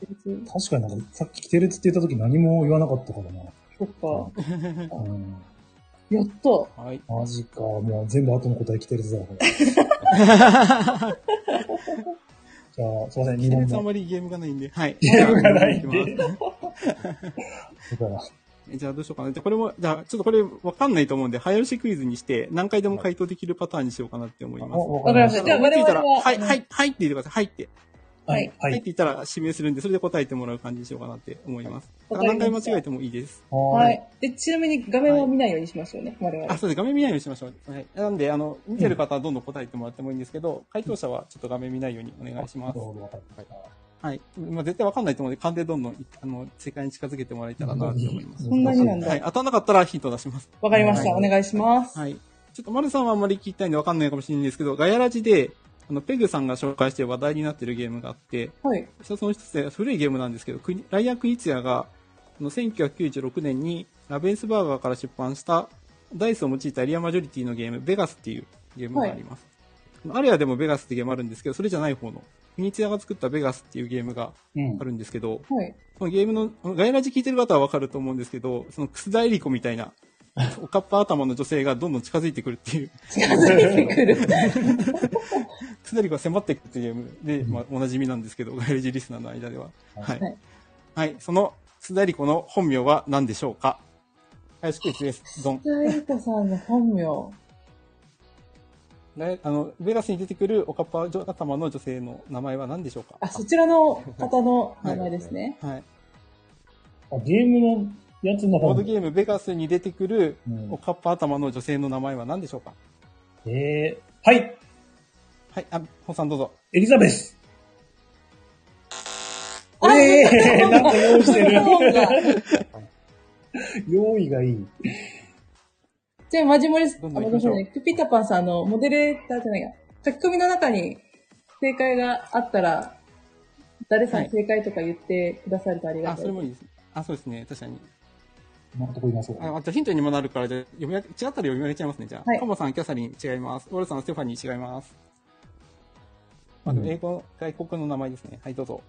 S2: キテレツ
S1: 確かになんか、さっきキテレツって言った時何も言わなかったからな。
S2: そっか。
S1: うん。
S2: やっと。
S3: はい。
S1: マジか。もう全部後の答えキテレツだわ、これ。じゃあ、すいません、
S3: キ
S1: 2
S3: テレ
S1: 問
S3: ツあん
S1: 目。
S3: まりゲームがないんで、はい。
S1: ゲームがないんで
S3: じゃあじゃあどうしようかな。じゃあこれも、じゃあちょっとこれわかんないと思うんで、早押しクイズにして何回でも回答できるパターンにしようかなって思います。
S1: わ
S2: わかりました。じゃあ、
S3: 思い
S2: 我
S3: つい
S2: 々
S3: たら、
S2: は、
S3: はい、はい、はいって言ってください。はいって。
S1: はい。は
S3: はいっ
S1: い。
S3: て言ったら指名するんで、それで答えてもらう感じにしようかなって思います。だ
S2: わ
S3: か
S2: かり
S3: ら
S2: まし
S3: 何
S2: た
S3: 回間違えてもいいです。
S2: は。
S1: はい
S2: で、ちなみに画面は見ないようにしましょうね、我々
S3: あ、。そうです。画面見ないようにしましょう。はい。なんで、あの、見てる方はどんどん答えてもらってもいいんですけど、回答者はちょっと画面見ないようにお願いします。
S1: どうぞわかりました
S3: はい。まあ、絶対わかんないと思うので、勘でどんどん、あの、世界に近づけてもらえたらなって思います。
S2: そんなになんだ
S3: はい。当たんなかったらヒント出します。
S2: わかりました。お
S1: はい
S2: 願いします。
S3: はい。ちょっと丸さんはあんまり聞いたいんでわかんないかもしれないんですけど、ガヤラジで、あの、ペグさんが紹介して話題になってるゲームがあって、
S2: はい。
S3: 一つの一つで古いゲームなんですけど、クニライアン・クニツヤが、あの、1996年にラベンスバーガーから出版した、ダイスを用いたエリアマジョリティのゲーム、ベガスっていうゲームがあります。アレアでもベガスってゲームあるんですけど、それじゃない方の、クニツヤが作ったベガスっていうゲームが
S1: うん
S3: あ。るんですけど、
S2: はい。
S3: そのゲームの、ガイラジ聞いてる方はわかると思うんですけど、その、楠田エリ子みたいな、おかっぱ頭の女性がどんどん近づいてくるっていう、
S2: 近づいてくる。
S3: 楠田エリ子が迫ってくるっていうゲームで、まあ、おなじみなんですけど、ガイラジリスナーの間では。は
S2: はい
S3: い。はい、その、楠田エリ子の本名は何でしょうか林クイズです。ドン。
S2: 北エリカさんの本名。
S3: ガイあの、ベガスに出てくるおかっぱ頭の女性の名前は何でしょうか
S2: あ、そちらの方の名前ですね。
S3: はい。
S1: あ、ゲームのやつの
S3: ボ
S1: 方
S3: ードゲームベガスに出てくる、
S1: うん
S3: おかっぱ頭の女性の名前は何でしょうか
S1: えー、はい、
S3: はい、あ、ホさんどうぞ。
S1: エリザベス。
S2: あ
S1: えー、なんか用意してる。
S2: そ うか
S1: 用意がいい。
S2: じゃあ、マジモリス、あ、
S3: どん
S2: ご
S3: どん
S2: め
S3: 行
S2: んな
S3: きまし
S2: さ
S3: ょ
S2: いうね。ピピタパンさん、あの、モデレーターじゃないや。書き込みの中に正解があったら、誰さ
S3: は
S2: ん
S3: い
S2: 正解とか言ってくださるとありが
S3: あ、
S2: た
S3: そ
S2: い。
S3: れもいいです。あ、そうですね。確かに。
S1: なんとこいなそう。
S3: あ、あじゃあヒントにもなるから、じゃあ読み上げ、違ったら読み上げちゃいますね、じゃあ。
S2: はい
S3: カモさん、キャサリン違います。ウォルさん、ステファニー違います。あの、
S1: うん
S3: 英語、外国の名前ですね。はい、どうぞ。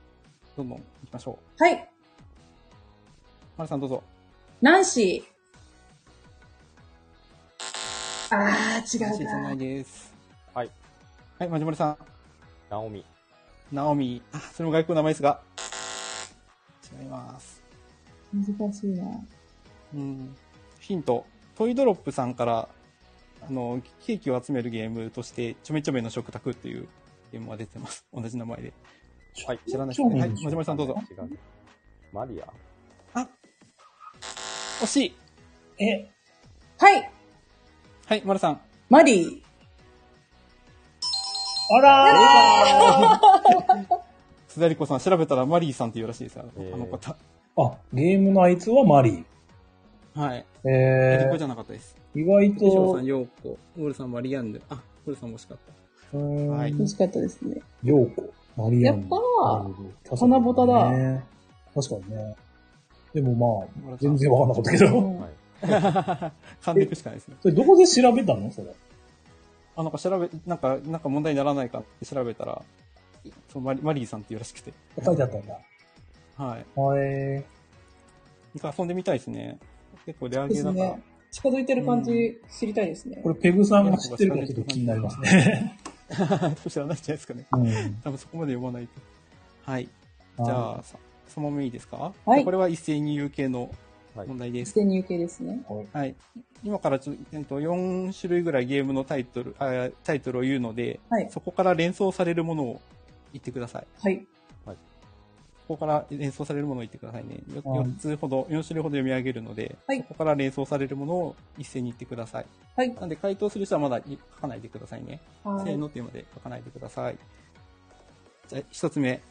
S3: どんどん行きましょう。
S2: はい。
S3: マルさんどうぞ。
S2: ナンシー。あー、違
S3: ナンシー
S2: う
S3: じゃな
S2: か
S3: い。です。
S4: はい。
S3: はい、マジモリさん。
S4: ナオミ。
S3: ナオミ。あ、それも外国の名前ですが。違います。
S2: 難しいな。
S3: うん。ヒント。トイドロップさんから、あの、ケーキを集めるゲームとして、ちょめちょめの食卓っていうゲームが出てます。同じ名前で。
S4: はい
S3: 知らないですね。
S1: ちょめちょめの
S3: はい、
S1: 食卓
S3: マジモリさんどうぞ。
S4: 違う。マリア
S3: あ惜しい
S1: え、
S2: はい。
S3: はい、丸さん。
S2: マリー。
S1: あら
S3: すだりこさん、調べたらマリーさんっていうらしいですよ、あ
S4: えー
S3: のあの方。
S1: ーあ、ゲームのあいつはマリ
S3: はい。
S1: ー。
S3: え
S1: え
S3: りこじゃなかったです。
S1: ー、意外
S3: でしょう
S1: と
S3: さん、、ようこ。ウォルさん、マリアンヌ。あ、ウォルさんも惜しかった。
S1: うーん、
S3: はい
S2: 惜しかったですね。
S1: ようこ、マリアンヌ。
S2: やったー
S1: ー
S2: 花ボタだ
S1: 確かにね。でもま
S3: 村
S1: あ、
S3: 田さ
S1: 全
S3: ん
S1: 然わかんなかったけど。
S4: はい。
S3: 噛んでいくしかないです ね。
S1: それどこで調べたのそれ。
S3: あ、なんか調べ、なんか、なんか問題にならないかって調べたら、そうマリマリーさんっていうらしくて。
S1: 書いてあったんだ。
S3: はい。
S1: はい。
S3: 一回遊んでみたいですね。結構レア
S2: で
S3: ゲー
S2: す
S3: だから。
S2: ね。近づいてる感じ知りたいですね
S1: こ。れペグさんが知ってるかちょっと気になりますね。
S3: 知らないじゃないですかね。
S1: うん。
S3: 多分そこまで読まないと。はい。じゃあ、さそのままいいですか
S2: はい
S3: じゃあこれは一斉に有形の
S4: はい
S3: 問題です
S2: ス。テニュー系ですね。
S3: はい。今からちょ、えっと、4種類ぐらいゲームのタイトル、あタイトルを言うので、
S2: はい
S3: そこから連想されるものを言ってください。
S2: はい。
S3: ここから連想されるものを言ってくださいね。よ
S1: はい
S3: 4つほど、4種類ほど読み上げるので、
S2: はい
S3: そこから連想されるものを一斉に言ってください。
S2: はい。
S3: なんで回答する人はまだい書かないでくださいね。
S2: は
S3: せー
S2: い。
S3: のっていうまで書かないでください。じゃあ、一つ目。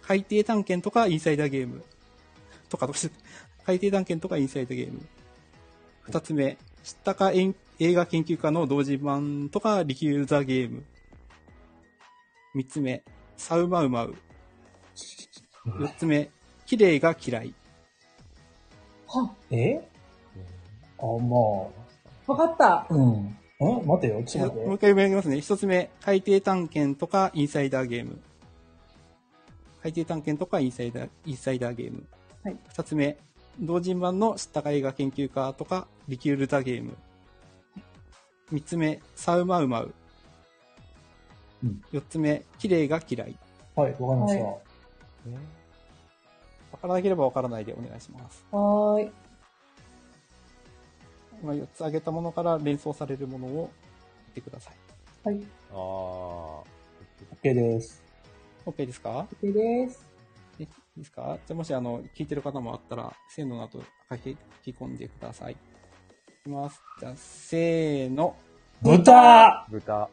S3: 海底探検とかインサイダーゲーム。とかとかして、海底探検とかインサイダーゲーム。二つ目。知ったかえん映画研究家の同時版とかリキューザーゲーム。三つ目。サウマウマウ。四つ目。綺麗が嫌い。
S2: は
S1: えあ、ま
S2: わかった。
S1: あ。うん。ん待てよ、ち
S3: も
S1: ょ
S3: う
S1: っと待っ
S3: 一回
S1: て。
S3: 読み上げますね。一つ目、海底探検とかインサイダーゲーム。海底探検とかインサイダー、インサイダーゲーム。
S2: はい
S3: 二つ目、同人版の知ったか映画研究家とかリキュールザゲーム。三つ目、サウマウマウ
S1: うん。
S3: 四つ目、綺麗が嫌い。
S1: はい、わかりました。
S2: は
S4: ね
S3: わからなければわからないでお願いします。
S2: はーい。
S3: 今四つ挙げたものから連想されるものを言ってください。
S2: はい。
S4: あー。
S1: OK です。
S3: OK ですか
S2: OK です。
S3: いいですかじゃあもし、あの、聞いてる方もあったら、せーのの後、書き、書き込んでください。いきます。じゃあ、せーの。
S1: 豚
S4: 豚。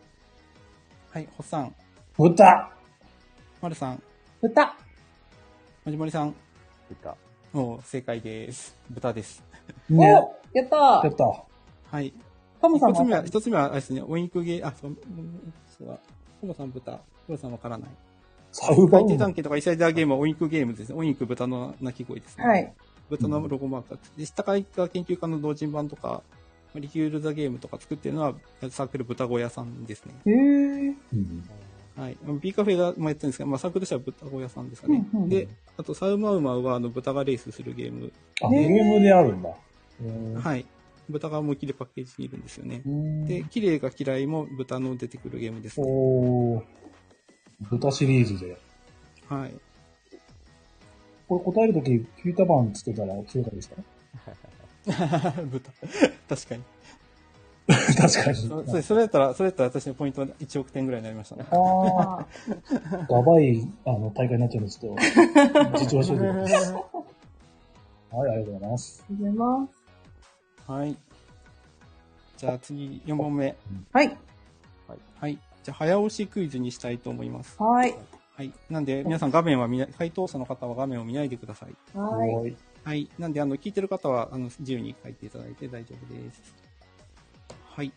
S3: はい、ほっさん、
S1: 豚
S3: まるさん、
S2: 豚。
S3: もじもりさん。
S4: 豚。
S3: もう、正解です。豚です。
S2: お
S1: ね。や
S2: やった
S1: っ
S2: ー
S1: た。
S3: はい。
S2: カモさん
S3: 一つ
S2: も
S3: 目は、一つ目は、あれですね、お肉ゲー、あ、そう、うんそうだ。ほぼさん豚、ほぼさんわからない。
S1: サウバウ
S3: 海底
S1: マ
S3: 探検とかイサイダーゲームはお肉ゲームですね。お肉豚の鳴き声ですね。
S2: はい。
S3: 豚のロゴマークがついてで、下から行った研究家の同人版とか、リキュール・ザ・ゲームとか作ってるのは、サークル豚小屋さんですね。
S2: へー。
S1: うん
S3: はい。B カフェが前やってるんですけど、まあ、サークルとしては豚小屋さんですかね。
S2: うんうん
S3: で、あと、サウマウマウは、あの、豚がレースするゲーム。
S1: あ、
S2: ね
S1: ゲームであるんだ。うん
S3: はい。豚が思いっきりパッケージにいるんですよね。で
S1: で、、
S3: 綺麗が嫌いも豚の出てくるゲームですね。
S1: おー豚シリーズで。
S3: はい。
S1: これ答えるとき、ピーターパンつけたら正解ですか
S3: 豚。 確かに。
S1: 確 か
S3: そそ
S1: に
S3: れ。それだったら、それだったら私のポイントは1億点ぐらいになりましたね。
S1: あ
S2: あ
S1: あ、がばい、あの、大会になっちゃうんですけど、自重してる。はい、ありがとうございます。
S2: りがとうございます。
S3: はい。じゃあ次、4問目。
S2: はい。
S3: はい。じゃあ、早押しクイズにしたいと思います。
S2: はい。
S3: はい。なんで、皆さん画面は見ない、回答者の方は画面を見ないでください。
S2: はい。
S1: い。
S3: はい。なんで、あの、聞いてる方は、あの、自由に書いていただいて大丈夫です。はい。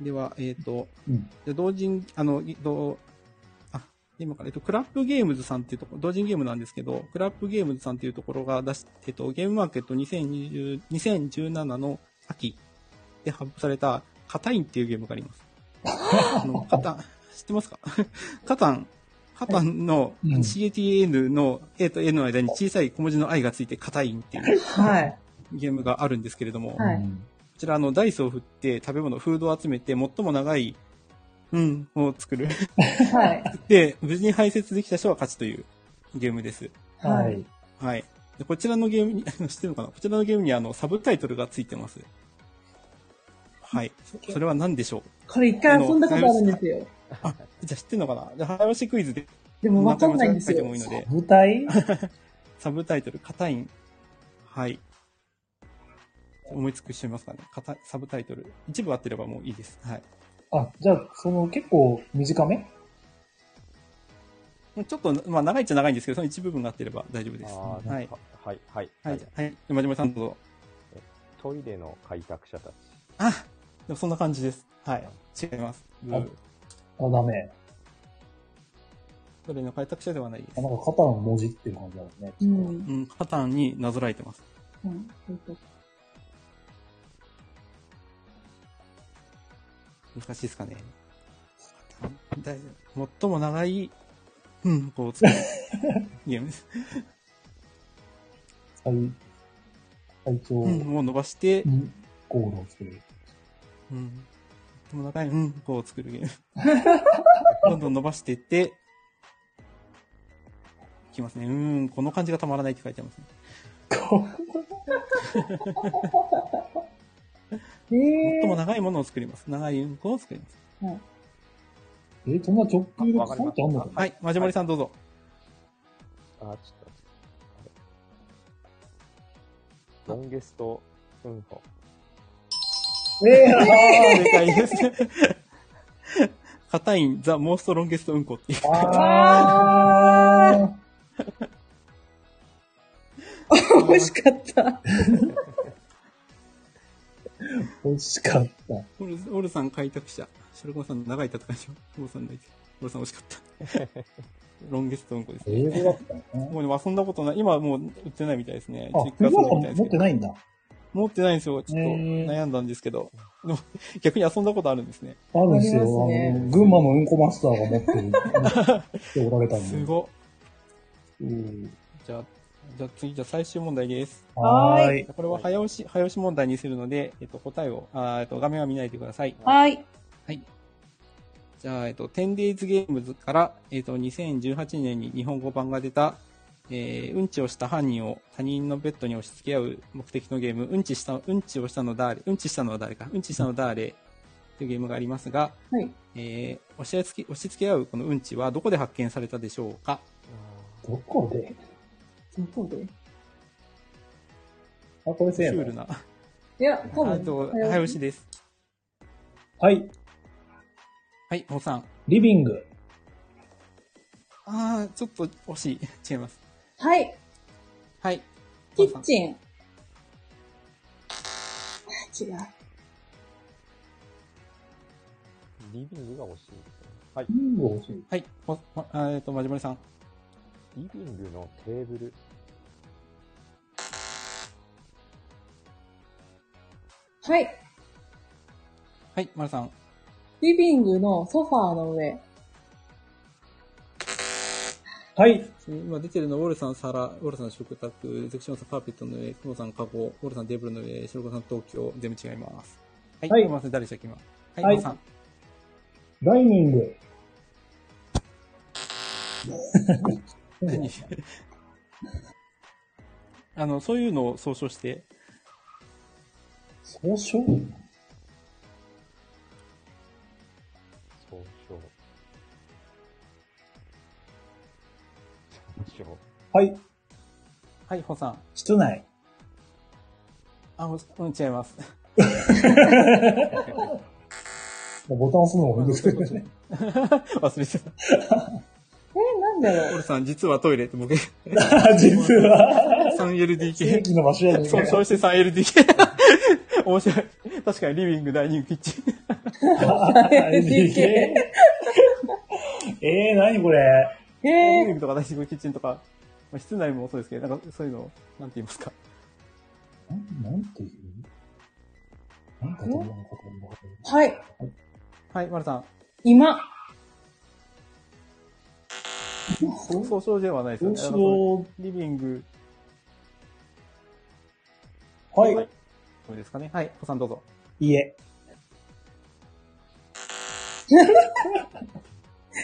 S3: では、えっ、と、
S1: うん。
S3: じゃあ同人、あの、いどう、あ、今から、えっと、クラップゲームズさんっていうところ、同人ゲームなんですけど、クラップゲームズさんっていうところが出し、えっと、ゲームマーケット2020 2017の秋で発布された、カタインっていうゲームがあります。あ の、カタン、知ってますか カタン、カタンの
S1: うん
S3: CATN の A と N の間に小さい小文字の I がついて、カタインっていう
S2: はい。
S3: ゲームがあるんですけれども、
S2: はい
S1: うん
S3: こちら、あの、ダイスを振って、食べ物、フードを集めて、最も長い、うん、を作る。
S2: はい。
S3: で、無事に排泄できた人が勝ちというゲームです。
S2: は
S1: はいい。
S3: はい。でこちらのゲームに、 あの知ってるのかなこちらのゲームに、あの、サブタイトルがついてます。はい。そそれは何でしょう
S2: これ一回遊んだことあるんですよ。
S3: じゃあ知ってるのかなじゃあ、早押しクイズで、
S2: でもわかんないんです
S3: 書いて
S2: よ
S3: もい。いので、
S1: 舞台
S3: サブタイトル、硬いん。はい。思いつくしてみますかね硬いサブタイトル。一部合ってればもういいです。はい。
S1: あ、じゃあ、その結構短め
S3: ちょっと、まあ、長いっちゃ長いんですけど、その一部分が合ってれば大丈夫です。
S4: あー
S3: は
S4: なん
S3: い
S4: か。はい、はい、は
S3: はいい。。はい。で真島さんどうぞ。
S4: トイレの開拓者たち。
S3: あでもそんな感じです。はい。違います。
S1: ああ、ダメ。
S3: それの開拓者ではないです
S1: あ。なんか肩の文字っていう感じだよね。
S2: う
S1: ちょっと
S2: ん。
S3: うん、パターンになぞらえてます。
S2: うんえっと
S3: 難しいですかね。パターン大丈夫。最も長い、うん、こう作るゲーム です。
S1: 最、最長
S3: うん、を伸ばして、
S1: にゴールを作る。
S3: うん。最も長い、うん、こう作るゲー ム。どんどん伸ばしていって、いきますね。うん、この感じがたまらないって書いてありますね。
S2: え
S3: 最も
S2: ー。
S3: 長いものを作ります。長いうんこを作ります。
S1: え、そんな直球で書いてあんのかな
S3: はい、まじもりさんどうぞ。
S4: あー、ちょっと。あれロンゲスト、うんこ。
S1: えー
S3: 正解です。 硬いん、ザ・モースト・ロンゲスト・うんこっていう。
S1: あ
S2: 惜しかった。
S1: ー、惜しかった。
S3: オルオルさん開拓者。シャルコマさん長い戦いでしょ。オルさん大事。オルさん惜しかった。ロンゲスト・うんこですね。
S1: 英語だったよね。
S3: もうでも遊んだことない。今はもう売ってないみたいですね。
S1: あ、
S3: 実
S1: フィギ
S3: 家遊
S1: ュ
S3: ん
S1: ア
S3: だみたいです
S1: 持っ
S3: け
S1: て
S3: ど。
S1: ないんだ。
S3: 持ってないんですよ。ちょっと
S1: へー
S3: 悩んだんですけど。でも逆に遊んだことあるんですね。
S1: あるんですよ。
S2: ありますね
S1: あの群馬のうんこマスターが持ってる。っておられたんで。
S3: すごっ。
S1: うん
S3: じゃあ、じゃあ次、じゃあ最終問題です。
S1: はーい。
S3: これは早押し、早押し問題にするので、えっと、答えを、あーえっと、画面は見ないでください。
S2: はい。
S3: じゃあ、えっと、10days ゲームズから、えっと、2018年に日本語版が出た、えー、うんちをした犯人を他人のベッドに押し付け合う目的のゲーム、うんちした、うんちをしたの誰、うんちしたのは誰か、うんちしたの誰というゲームがありますが、
S2: はい。
S3: えー、押し付け、押し付け合うこのうんちはどこで発見されたでしょうか
S1: どこで
S2: どこで
S1: あ、これ
S3: シ
S1: せー
S3: ュー
S1: の
S3: ルな。
S2: いや、多
S3: あ
S2: 分。
S3: と、早押しです。
S1: はい。
S3: はい、おさん。
S1: リビング。
S3: あー、ちょっと惜しい。 違います。
S2: はい。
S3: はい。
S2: キ
S3: ホウさ
S2: ッ
S3: ん
S2: チン。違う。
S4: リビングが惜しいですね。はい
S1: リ。ビング欲しい。
S3: はい。おまあえっと、まじまりさん。
S4: リビングのテーブル。
S2: はい。
S3: はい、まるさん。
S2: リビングのソファーの上。
S1: はい。
S3: 今出てるの、ウォルさん、皿、ウォルさん、食卓、ゼクションさん、カーペットの上、クモさん、カゴ、ウォルさん、テーブルの上、シロコさん、東京、全部違います。はい、
S1: はい
S3: すいません、誰でしたっけ、今。は
S1: は
S3: い、
S1: い
S3: ウォルさん。
S1: ダイニング。
S3: 何 あの、そういうのを総称して、
S1: 総称
S4: 総称。総称。
S1: はい。
S3: ははい、ホさん。
S1: 室内。
S3: あ、ほうん、違います。
S1: もうボタン押すのもめんどくさいですね。
S3: 忘れてた。
S2: え、なんだろ
S3: オ
S2: う。
S3: ルさん、実はトイレって 僕、
S1: 実は。 正
S3: 3LDK。
S1: 規の場所やねん
S3: そう、そうして 3LDK。面白い。確かに、リビング、ダイニング、キッチン。
S1: LDK えー、何これ。
S3: リ
S2: え
S3: ビングとかダイニング、キッチンとか、まあ室内もそうですけど、なんかそういうのを、なんて言いますか。
S1: なんなんていうなんかどんなこと言うのかと思
S2: ー、はい。
S3: はい、丸さん。
S2: 今。
S3: 総称ではないですよ
S1: う
S3: ね。
S1: 総
S3: あの
S1: 称、
S3: リビング、
S1: はい、
S3: これですかね。はい、ホさんどうぞ。
S1: 家。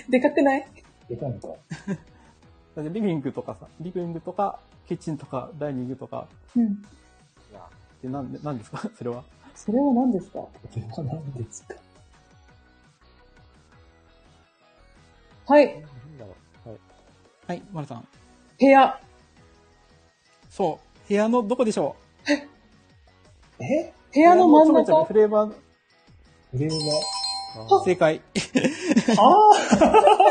S2: でかくない
S1: 出たのか。
S3: だってリビングとかさ、リビングとか、キッチンとか、ダイニングとか、
S2: うん。
S4: いや、
S3: で、なんで、なんですか それは。
S2: それは何ですか
S1: 出たなんですか。
S2: はい。
S4: なんだろう。はい。
S3: はい、丸さん。
S2: 部屋。
S3: そう。部屋のどこでしょ
S1: え
S2: 部
S3: う
S2: 屋の真ん
S3: ちょこちょこ
S2: 中
S3: フ。レーバー、
S1: フレー
S4: あー
S3: 正解。
S1: バー。あ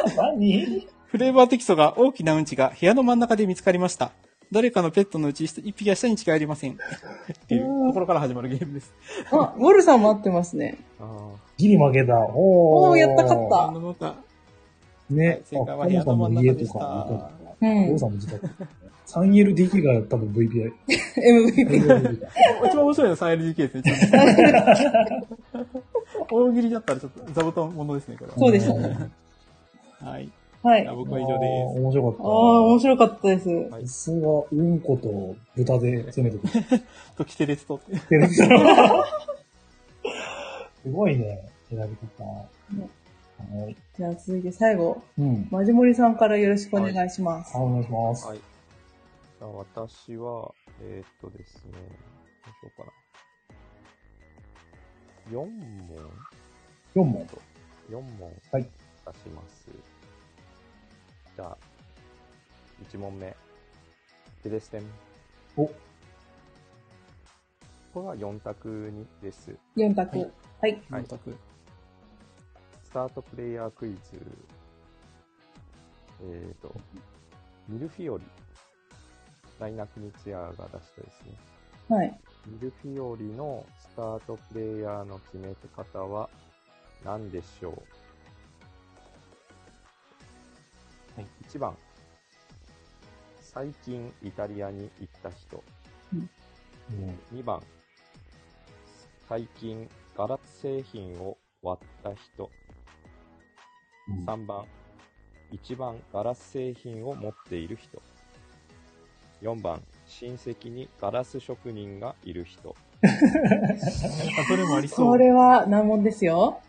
S1: ー 何
S3: フレーバーテキストが大きなうんちが部屋の真ん中で見つかりました。誰かのペットのうち一匹は下に違いありません。っていうところから始まるゲームです。
S2: あ、ウォルさんも合ってますね。
S4: あー。
S1: ギリ負けた。おー。
S2: おーやった勝った
S3: 部屋の中。
S1: ね。
S3: 正解は
S1: あ
S3: 部屋の真ん中でし
S1: トモさんの家とか見
S2: う
S3: た。
S1: たり。
S2: ん
S1: お。さんも自宅。3LDK が多分 VPI。
S2: MVP。
S3: 一番面白いのは 3LDK ですね。ちょっと大喜利だったらちょっと座布団ものですね、これは。
S2: そうでした
S1: ね。
S3: はい。
S2: はい。
S3: じゃあ
S2: あ
S3: 僕は以上
S1: あー
S3: で
S1: 面白かっ
S2: あー、
S1: た。
S2: 面白かったです。
S1: さすが、うんこと豚で攻めてくる。
S3: す。と、キテレストって。
S1: ってるんだろうすごいね、選び方。はい。
S2: じゃあ続いて最後、
S1: うん。
S2: マジモリさんからよろしくお願いします。
S1: はい、お願いします。
S4: はい。じゃあ私は、えー、っとですね、どうしようかな。4問
S1: 4問。
S4: ?4 問
S1: は
S4: 出
S1: い
S4: します。じゃあ、1問目。でですね。
S1: お
S4: ここが4択にです。
S2: 4択。はい。
S4: は
S3: 四
S4: い
S3: 択
S4: スタートプレイヤークイズ。えー、と、ミルフィオリ。ライナクニチアが出したですね。
S2: はい。
S4: ミルフィオリのスタートプレイヤーの決め方は何でしょう、
S3: はい
S4: 1番、最近イタリアに行った人。
S1: うん
S4: 2番、最近ガラス製品を割った人。
S1: うん
S4: 3番、一番ガラス製品を持っている人。4番、親戚にガラス職人がいる人。
S3: あ、それもありそ
S2: こ
S3: う。
S2: れは難問ですよ。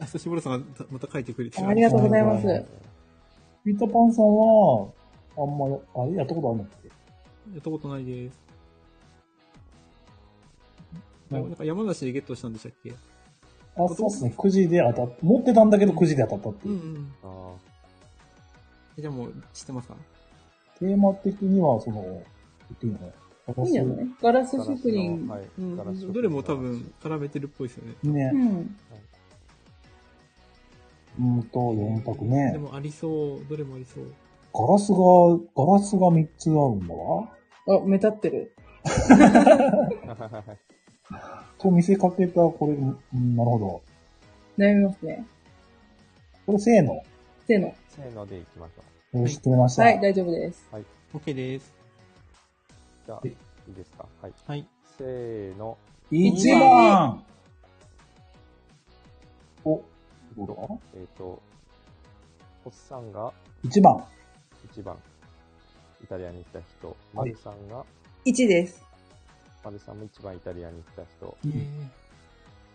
S3: あ、そして、ボルさんがまた書いてくれてる
S2: ありがとうございま
S1: う
S2: す
S1: ん。ピーターパンさんは、あんまり、あれやったことあるんだっけ
S3: やったことないです。
S1: う
S3: なんんか山梨でゲットしたんでしたっけ
S1: あ、そうですね。くじで当たっ持ってたんだけどくじで当たったって
S3: う
S1: い
S3: んう
S1: う。
S3: ん。
S4: あー
S3: えじゃあもう知ってますか
S1: テーマ的には、その、言っていいのかない
S2: いんじゃないガラス
S4: ガラスの
S2: 職人。
S4: はい
S3: うん
S4: ガラス職人
S3: どれも多分絡めてるっぽいですよね。
S1: ね
S2: う。ん。
S1: うんと、4択
S3: で
S1: ね。
S3: もありそう。どれもありそう。
S1: ガラスが、ガラスが3つあるんだわ。
S2: あ、目立ってる。
S1: と見せかけた、これ、うんなるほど。
S2: 悩みますね。
S1: これ、せーの。
S2: せーの。
S4: せーのでいきましょう。
S1: よし、決めました。
S2: はい、大丈夫です。
S3: OK です。
S4: じゃあ、
S1: え
S4: いいですかはい。
S3: はい。
S4: せーの。
S1: 一
S2: 一番
S1: お、どうだ
S4: えっ、と、おっさんが
S1: 一番。
S4: 1番、イタリアに行った人。
S1: はい
S4: 丸さんが、
S2: 1です。
S4: 丸さんも1番イタリアに行った人。
S1: うん
S3: え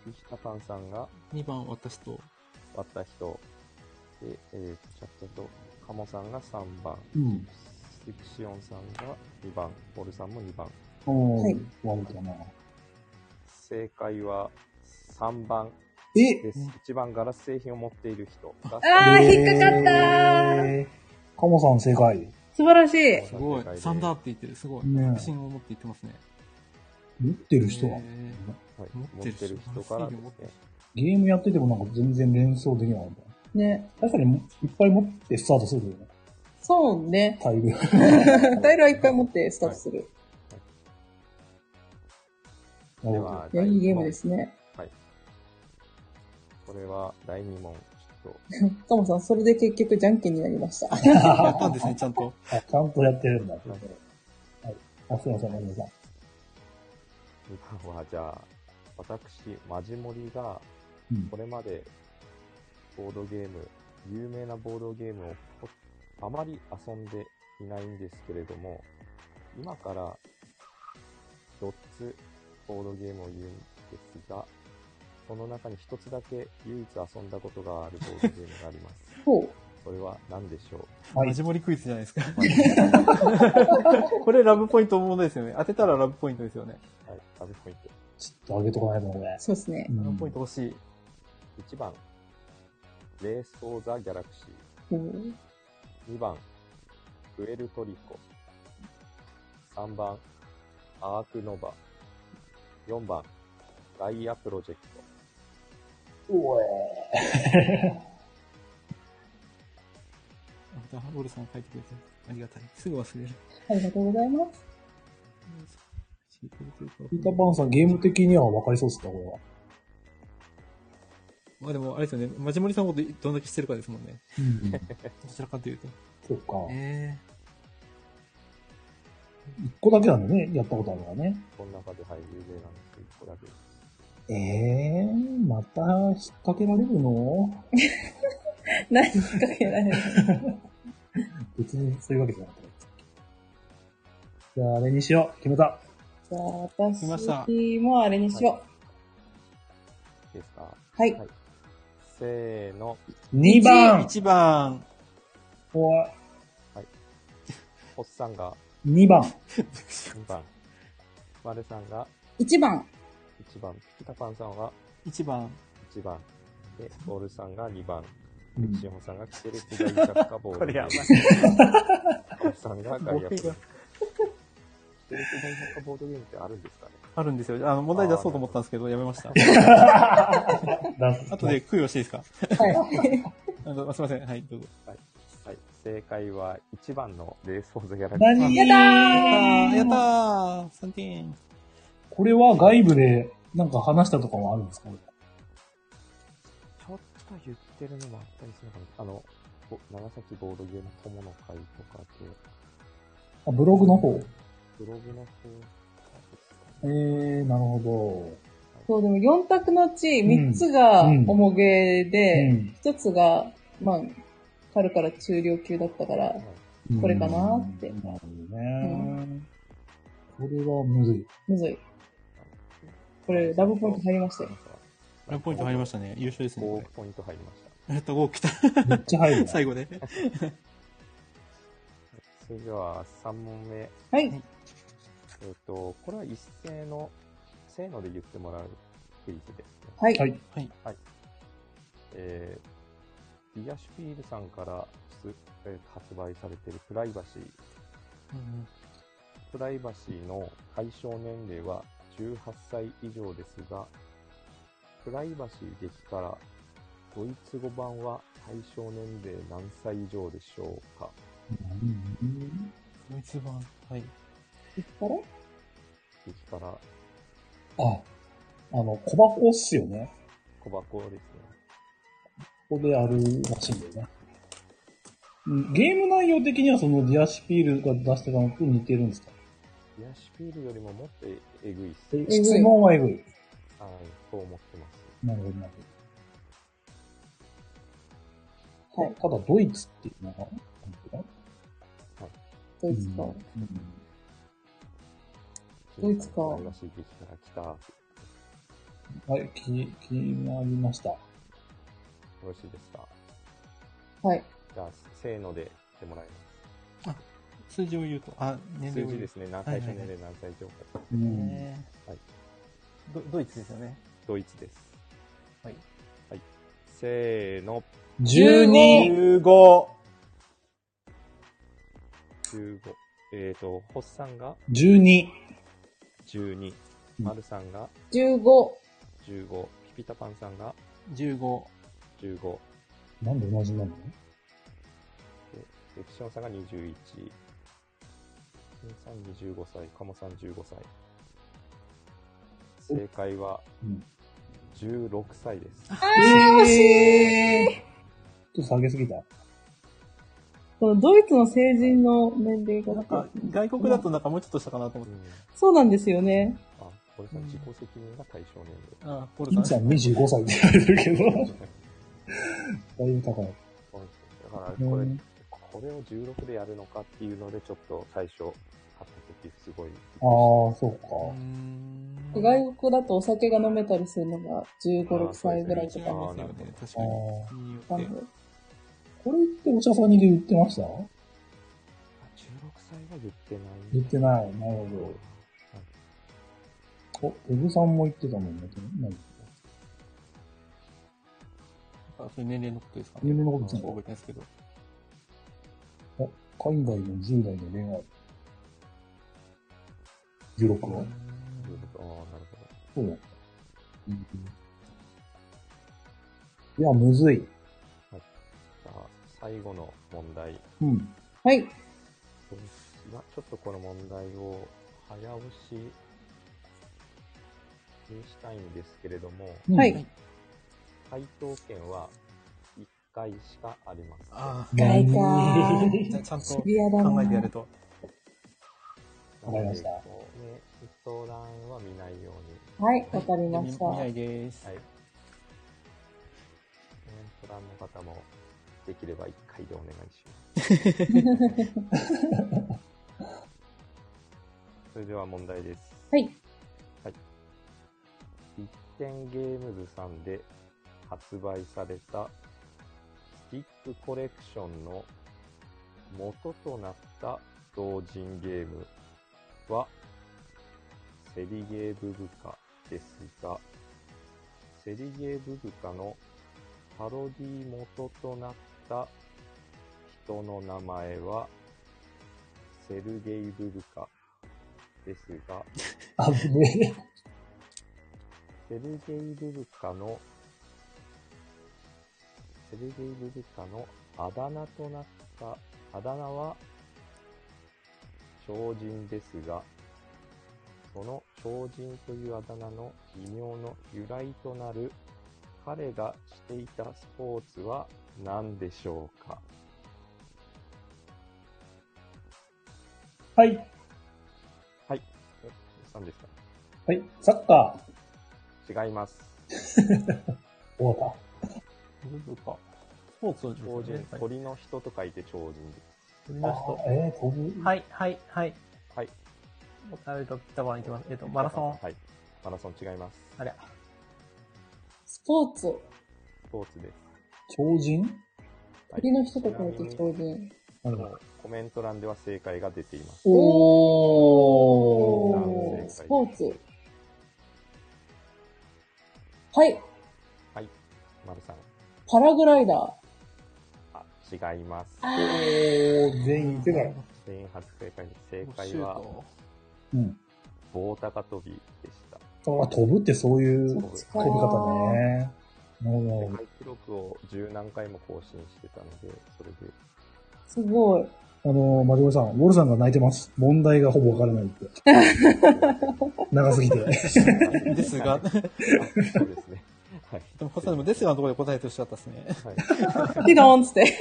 S4: ピヒタパンさんが
S3: ー、2番私と。
S4: 割った人。で、えー、チャットと、カモさんが3番。
S1: うん。
S4: シクシオンさんが2番。ボルさんも2番。
S1: おー、
S2: はい
S1: 悪くな。
S4: 正解は3番
S1: え
S4: です。一番ガラス製品を持っている人が。
S2: あー、引っかかったー。
S1: ー。カモさん正解。
S2: 素晴らしい。
S3: すごい。サンダーって言ってる。すごい。
S1: ねえ
S3: 自信を持って言ってますね。
S1: 持ってる人は、
S3: え
S4: はい、
S3: 持
S4: 持
S3: っ
S4: ってて
S3: る
S4: る人からですね。
S1: ゲームやっててもなんか全然連想できなかった。
S2: ね。
S1: 確かにいっぱい持ってスタートするよね。
S2: そうね。
S1: タイル。
S2: タイルはいっぱい持ってスタートする。
S4: で
S1: なるほ
S4: はい
S2: や、
S4: 第
S2: い
S4: 二
S2: いゲーム
S4: 問
S2: ですね。
S4: これは第2問、ちょっと、
S2: トモさん、それで結局じゃんけんになりました。
S3: ーやったんですね、ちゃん と。
S1: どあちゃんとやってるんだ。
S4: はい
S1: あ、すいません、ごめんなさい。
S4: 2番はじゃあ、私、マジモリが、
S1: うん
S4: こ。れまで、ボードゲーム、有名なボードゲームをほあまり遊んでいないんですけれども、今から4つボードゲームを言うんですが、その中に1つだけ唯一遊んだことがあるボードゲームがあり ます。
S2: ほう。
S4: それは何でしょう
S1: はい
S3: マジモリクイズじゃないですか。 これラブポイントものですよね。当てたらラブポイントですよね。
S4: はい、ラブポイント。
S1: ちょっと上げとかないとね。
S2: そうですね
S1: う。
S3: ラブポイン
S1: ん。
S3: ト欲しい。
S4: 1番、レース・オー・ザ・ギャラクシ
S2: うん
S4: ー。2番、プエルトリコ。3番、アーク・ノバ。4番、ガイア・プロジェクト。
S1: おえ
S3: あダーボールさん書いてくれてありがたい。すぐ忘れる。
S2: ありがとうございます。
S1: ピーターパンさん、ゲーム的には分かりそうですかこれは。
S3: まあでも、あれですよね。マジモリさんのことどんだけしてるかですもんね。
S1: うん。
S3: どちらかというと。
S1: そうか。
S3: え
S1: 一個だけなんだね、やったことあるからね。
S4: この中で、はい、有名なんですけど、これだけ。
S1: ええー、また引っ掛けられるの
S2: 何引っ掛けられる
S1: 別にそういうわけじゃなかったじゃあ、あれにしよう。決めた。
S2: じゃあ、
S3: 来ました
S2: 私もあれにしよ
S4: いいですか
S2: う。はい。
S4: はいせーの。
S1: 2番
S3: 1番。
S1: おい
S4: おっさんが
S1: !2 番。
S4: 2番、丸さんが
S2: 1番。
S4: 1番、ピタパンさんは
S3: 1番。
S4: 1番、で、ボールさんが2番、
S1: うん
S4: シオンさんがキテレツガイ雑貨ボール。
S3: これやばい。
S4: おっさんがガイアプロジ
S3: ボールが
S4: ェクト。キテレツガイ雑貨ボードゲームってあるんですかね
S3: あるんですよ。あの、問題出そうと思ったんですけど、やめました。
S1: ダンス。
S3: 後で、供養していいですか
S2: はい。
S3: あのすいません。はい、どうぞ。
S4: はい。正解は1番のレースフォーズギャラクシー。
S1: 何
S2: やったー
S3: やったー !3 点。
S1: これは外部でなんか話したとかはあるんですか
S4: ちょっと言ってるのもあったりするのかなあの、ぼ長崎ボードゲーム友の会とかで、
S1: あブログの方。
S4: ブログの方ですかね
S1: えー、なるほ
S2: そう、でも4択のうち3つが
S1: うん
S2: 重げ
S1: ど。
S2: で、
S1: ん。
S2: 1つが、まあ、軽から中量級だったから、これかなって
S1: うんなるほどね。これはむずい。
S2: むずい。これ、ラブポイント入りましたよ。
S3: ラブポイント入りましたね。優勝ですね。こ
S4: 5ポイント入りました。
S3: れやった、5来た。
S1: めっちゃ入るな。
S3: 最後で。
S4: それでは3問目。え
S2: はい。
S4: っ、と、これは一斉の、せーので言ってもらうクイズですね。
S2: はい。
S1: はい
S3: はい。
S4: えー、ディアシュピールさんから出、えー発売されているプライバシ
S3: う
S4: ー。
S3: ん
S4: プライバシーの対象年齢は18歳以上ですが、プライバシー激辛、ドイツ語版は対象年齢何歳以上でしょうか
S1: うん
S3: ドイツ版。はい。
S2: あれ
S4: 激辛、
S1: あ、あの、小箱っすよね。
S4: 小箱ですね。
S1: ここであるらしいんだよね。うんゲーム内容的にはそのディアシュピールが出してたのと似てるんですか
S4: ディアシュピールよりももっとえぐいっす。
S1: え
S2: ぐい
S1: 質問はえぐい。
S4: はい、と思ってます。
S1: なるほど、なるほど。
S2: はい。
S1: ただ、ドイツっていうのが、なんていうの
S2: ドイツか。ドイツか
S4: プライバシー激辛来た。よ
S1: うんはい、気、気になりました。
S4: ろしいですか
S2: はい。
S4: じゃあ、せーので言ってもらいます。
S3: 数字を言うと、あ、年
S4: 数
S3: 齢。
S4: 字ですすね。何
S3: はい
S4: 歳
S3: はいは
S4: 以
S3: い
S4: 上年齢何歳以上か。
S1: うん。
S3: ね
S4: はい
S3: ドドイツですよね。
S4: ドイツです。
S3: はい。
S4: はい。せーの。
S1: 12!
S3: 15!
S4: 15。えっ、と、ホッさんが
S1: 12。
S4: 12、
S1: うん
S4: マルさんが
S2: 15。
S4: 15、ピピタパンさんが
S3: 15。
S4: 15、
S1: なんで同じなの
S4: エクションさんが21、金さん25歳、カモさん15歳。正解は
S1: うん
S4: 16歳です。
S2: あー、惜しい
S1: ちょっと下げすぎた。
S2: このドイツの成人の年齢が
S3: なんか、外国だとなんかもうちょっとしたかなと思
S4: う
S3: って。
S4: ん、
S2: そうなんですよね。
S4: あ、これさん自己責任が対象年
S3: あ、ポ
S1: い
S3: ル
S1: ち
S3: さ
S1: ゃ
S3: ん。
S1: ん25歳って言われるけど、
S4: 齢。
S1: だいぶ高い。
S4: そうですねだから
S1: う
S4: これ、
S1: ん
S4: これを16でやるのかっていうので、ちょっと最初、買った時すごい。
S1: ああ、そう
S3: う
S1: か。
S3: ーん
S2: 外国だとお酒が飲めたりするのが15、6歳ぐらいと
S3: 違い
S2: か。
S3: ますよね、確か
S1: ああ
S3: に。国によって。あ16
S1: これってお茶さんにで売ってました
S4: あ16歳は言ってない。
S1: 言ってない。なるほど。お、ペグさんも言ってたもんね。何
S3: そういう年齢のことですかね。
S1: 年齢のことですね
S3: 覚えてないですけど。
S1: 海外の10代の恋愛。16は
S4: 16ああ、なる
S1: そ
S4: ほど。
S1: うだ。いや、むずい。
S4: じゃあ、最後の問題。
S1: うん。
S2: はい。
S4: そうですまあちょっとこの問題を早押しにしたいんですけれども、
S1: うん
S2: はい
S4: 回答権は1回しかありません。
S3: ああ。
S2: 外か
S3: じゃあちゃんと
S2: シ
S3: 考
S2: ビアだな。
S3: えてやると。
S4: な
S1: わかり
S4: の
S1: ま
S4: で
S1: した
S4: こうね、一覧は見ないように。
S2: はい、わかりました。
S3: 見ないです
S4: は。い。コメント欄の方も、できれば1回でお願いします。 それでは問題です。
S2: はい。
S4: 立天ゲームズさんで発売されたスティックコレクションの元となった同人ゲームはセリゲーブブカですが、セリゲーブブカのパロディ元となった人の名前はセルゲイブブカですが、
S1: あぶね
S4: セルゲイ・ルブカの、セルゲイ・ルブカのあだ名となった、あだ名は、超人ですが、その超人というあだ名の異名の由来となる、彼がしていたスポーツは何でしょうか
S1: はい。
S4: はい。え何です
S1: はい。サッカ
S4: か違います。
S1: ー。終わっ
S3: ルブか。スポーツの
S4: 超人、
S3: はい
S4: 鳥の人と書いて超人です。
S3: 鳥
S1: た。あ
S3: の人。
S1: ーえー、飛ぶ。
S3: はい、はい、はい。
S4: はい。
S3: おたるとピタバン行きます。えっと、マラソン。
S4: はい。マラソン違います。
S3: あれ。
S2: スポーツ。
S4: スポーツです。
S1: 超人
S4: はい
S2: 鳥の人と書いて超人。
S1: なるほ
S4: もうコメント欄では正解が出ています。
S1: どおー。
S2: おースポーツ。はい。
S4: 丸さん。
S2: パラグライダー。
S4: あ、違います。
S1: おー、全員いてたよ。
S4: 全員初正解です。正
S3: シ
S4: 解
S3: ュ
S4: は
S3: ー、ト。
S1: うん。
S4: 棒高跳びでした。
S1: あ、飛ぶってそういう
S4: そう
S1: 飛び方ね。なるほどなる
S4: 世
S1: ほ
S4: 界記録を十何回も更新してたので、それです
S2: ごい。
S1: ど。あのー、マリオさん、ウォルさんが泣いてます。問題がほぼわからない って。長すぎて。
S4: はい。
S3: ですが
S4: はいあそうですね。はい。
S3: でも、ホッサンでも、ですがのところで答えてほしかったですね。
S4: はい。
S2: ティドンっつって。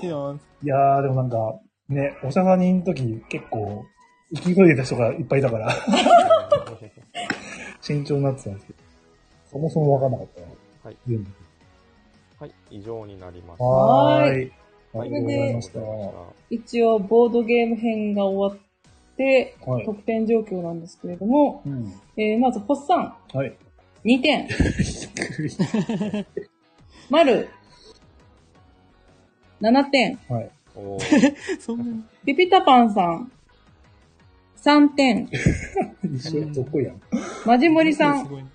S3: ティノン。
S1: いやー、でもなんか、ね、おしゃさんにの時結構、勢いでた人がいっぱいいたから、 慎重になってたんですけど、そもそもわかんなかったな
S4: はい。
S1: 全部。
S4: はい。以上になります。
S1: はーい。あ
S4: は
S1: りがとうございまし
S4: あ
S1: た。
S4: りがとうござい
S1: は
S4: まし
S2: 一応、ボードゲーム編が終わって、
S1: い。
S2: 得点状況なんですけれども、
S1: うん。
S2: えー、まず、ホッサン、
S1: はい。
S2: 2点。丸、7点。
S1: はい。
S4: たおー
S3: そんなに。
S2: ピピタパンさん、3点。
S1: 一緒にどこやん。
S2: マジモリさ
S3: す
S2: ん、
S3: ごいね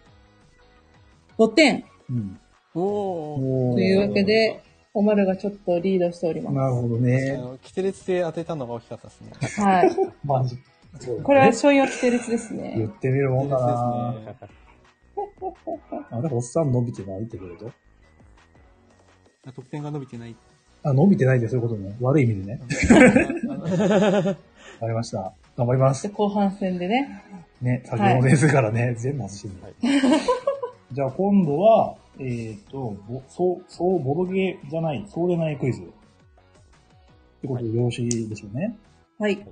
S2: 5点。
S1: うん。
S3: おー。
S1: おー
S2: というわけで、おまるがちょっとリードしておりま
S1: なるほどね。
S5: キテレツで当てたのが大きかったですね。
S2: す。はい。
S1: マジ。
S2: これは商用規定列です
S1: 言
S2: ね。
S1: ってみるもんだな、
S5: キテレツですね
S1: あれ、おっさん伸びてないってこと
S3: あ得点が伸びてない。
S1: あ、伸びてないってそういうことね。悪い意味でね。
S5: あの
S1: わかりました。頑張ります。
S2: 後半戦でね。
S1: ね、先ほどですからね、全部外してる、
S4: はい
S1: じゃあ今度は、えっ、と、ぼそう、そう、ボロゲーじゃない、そうでないクイズ。ってことでよろしいでしょうね。
S2: はい。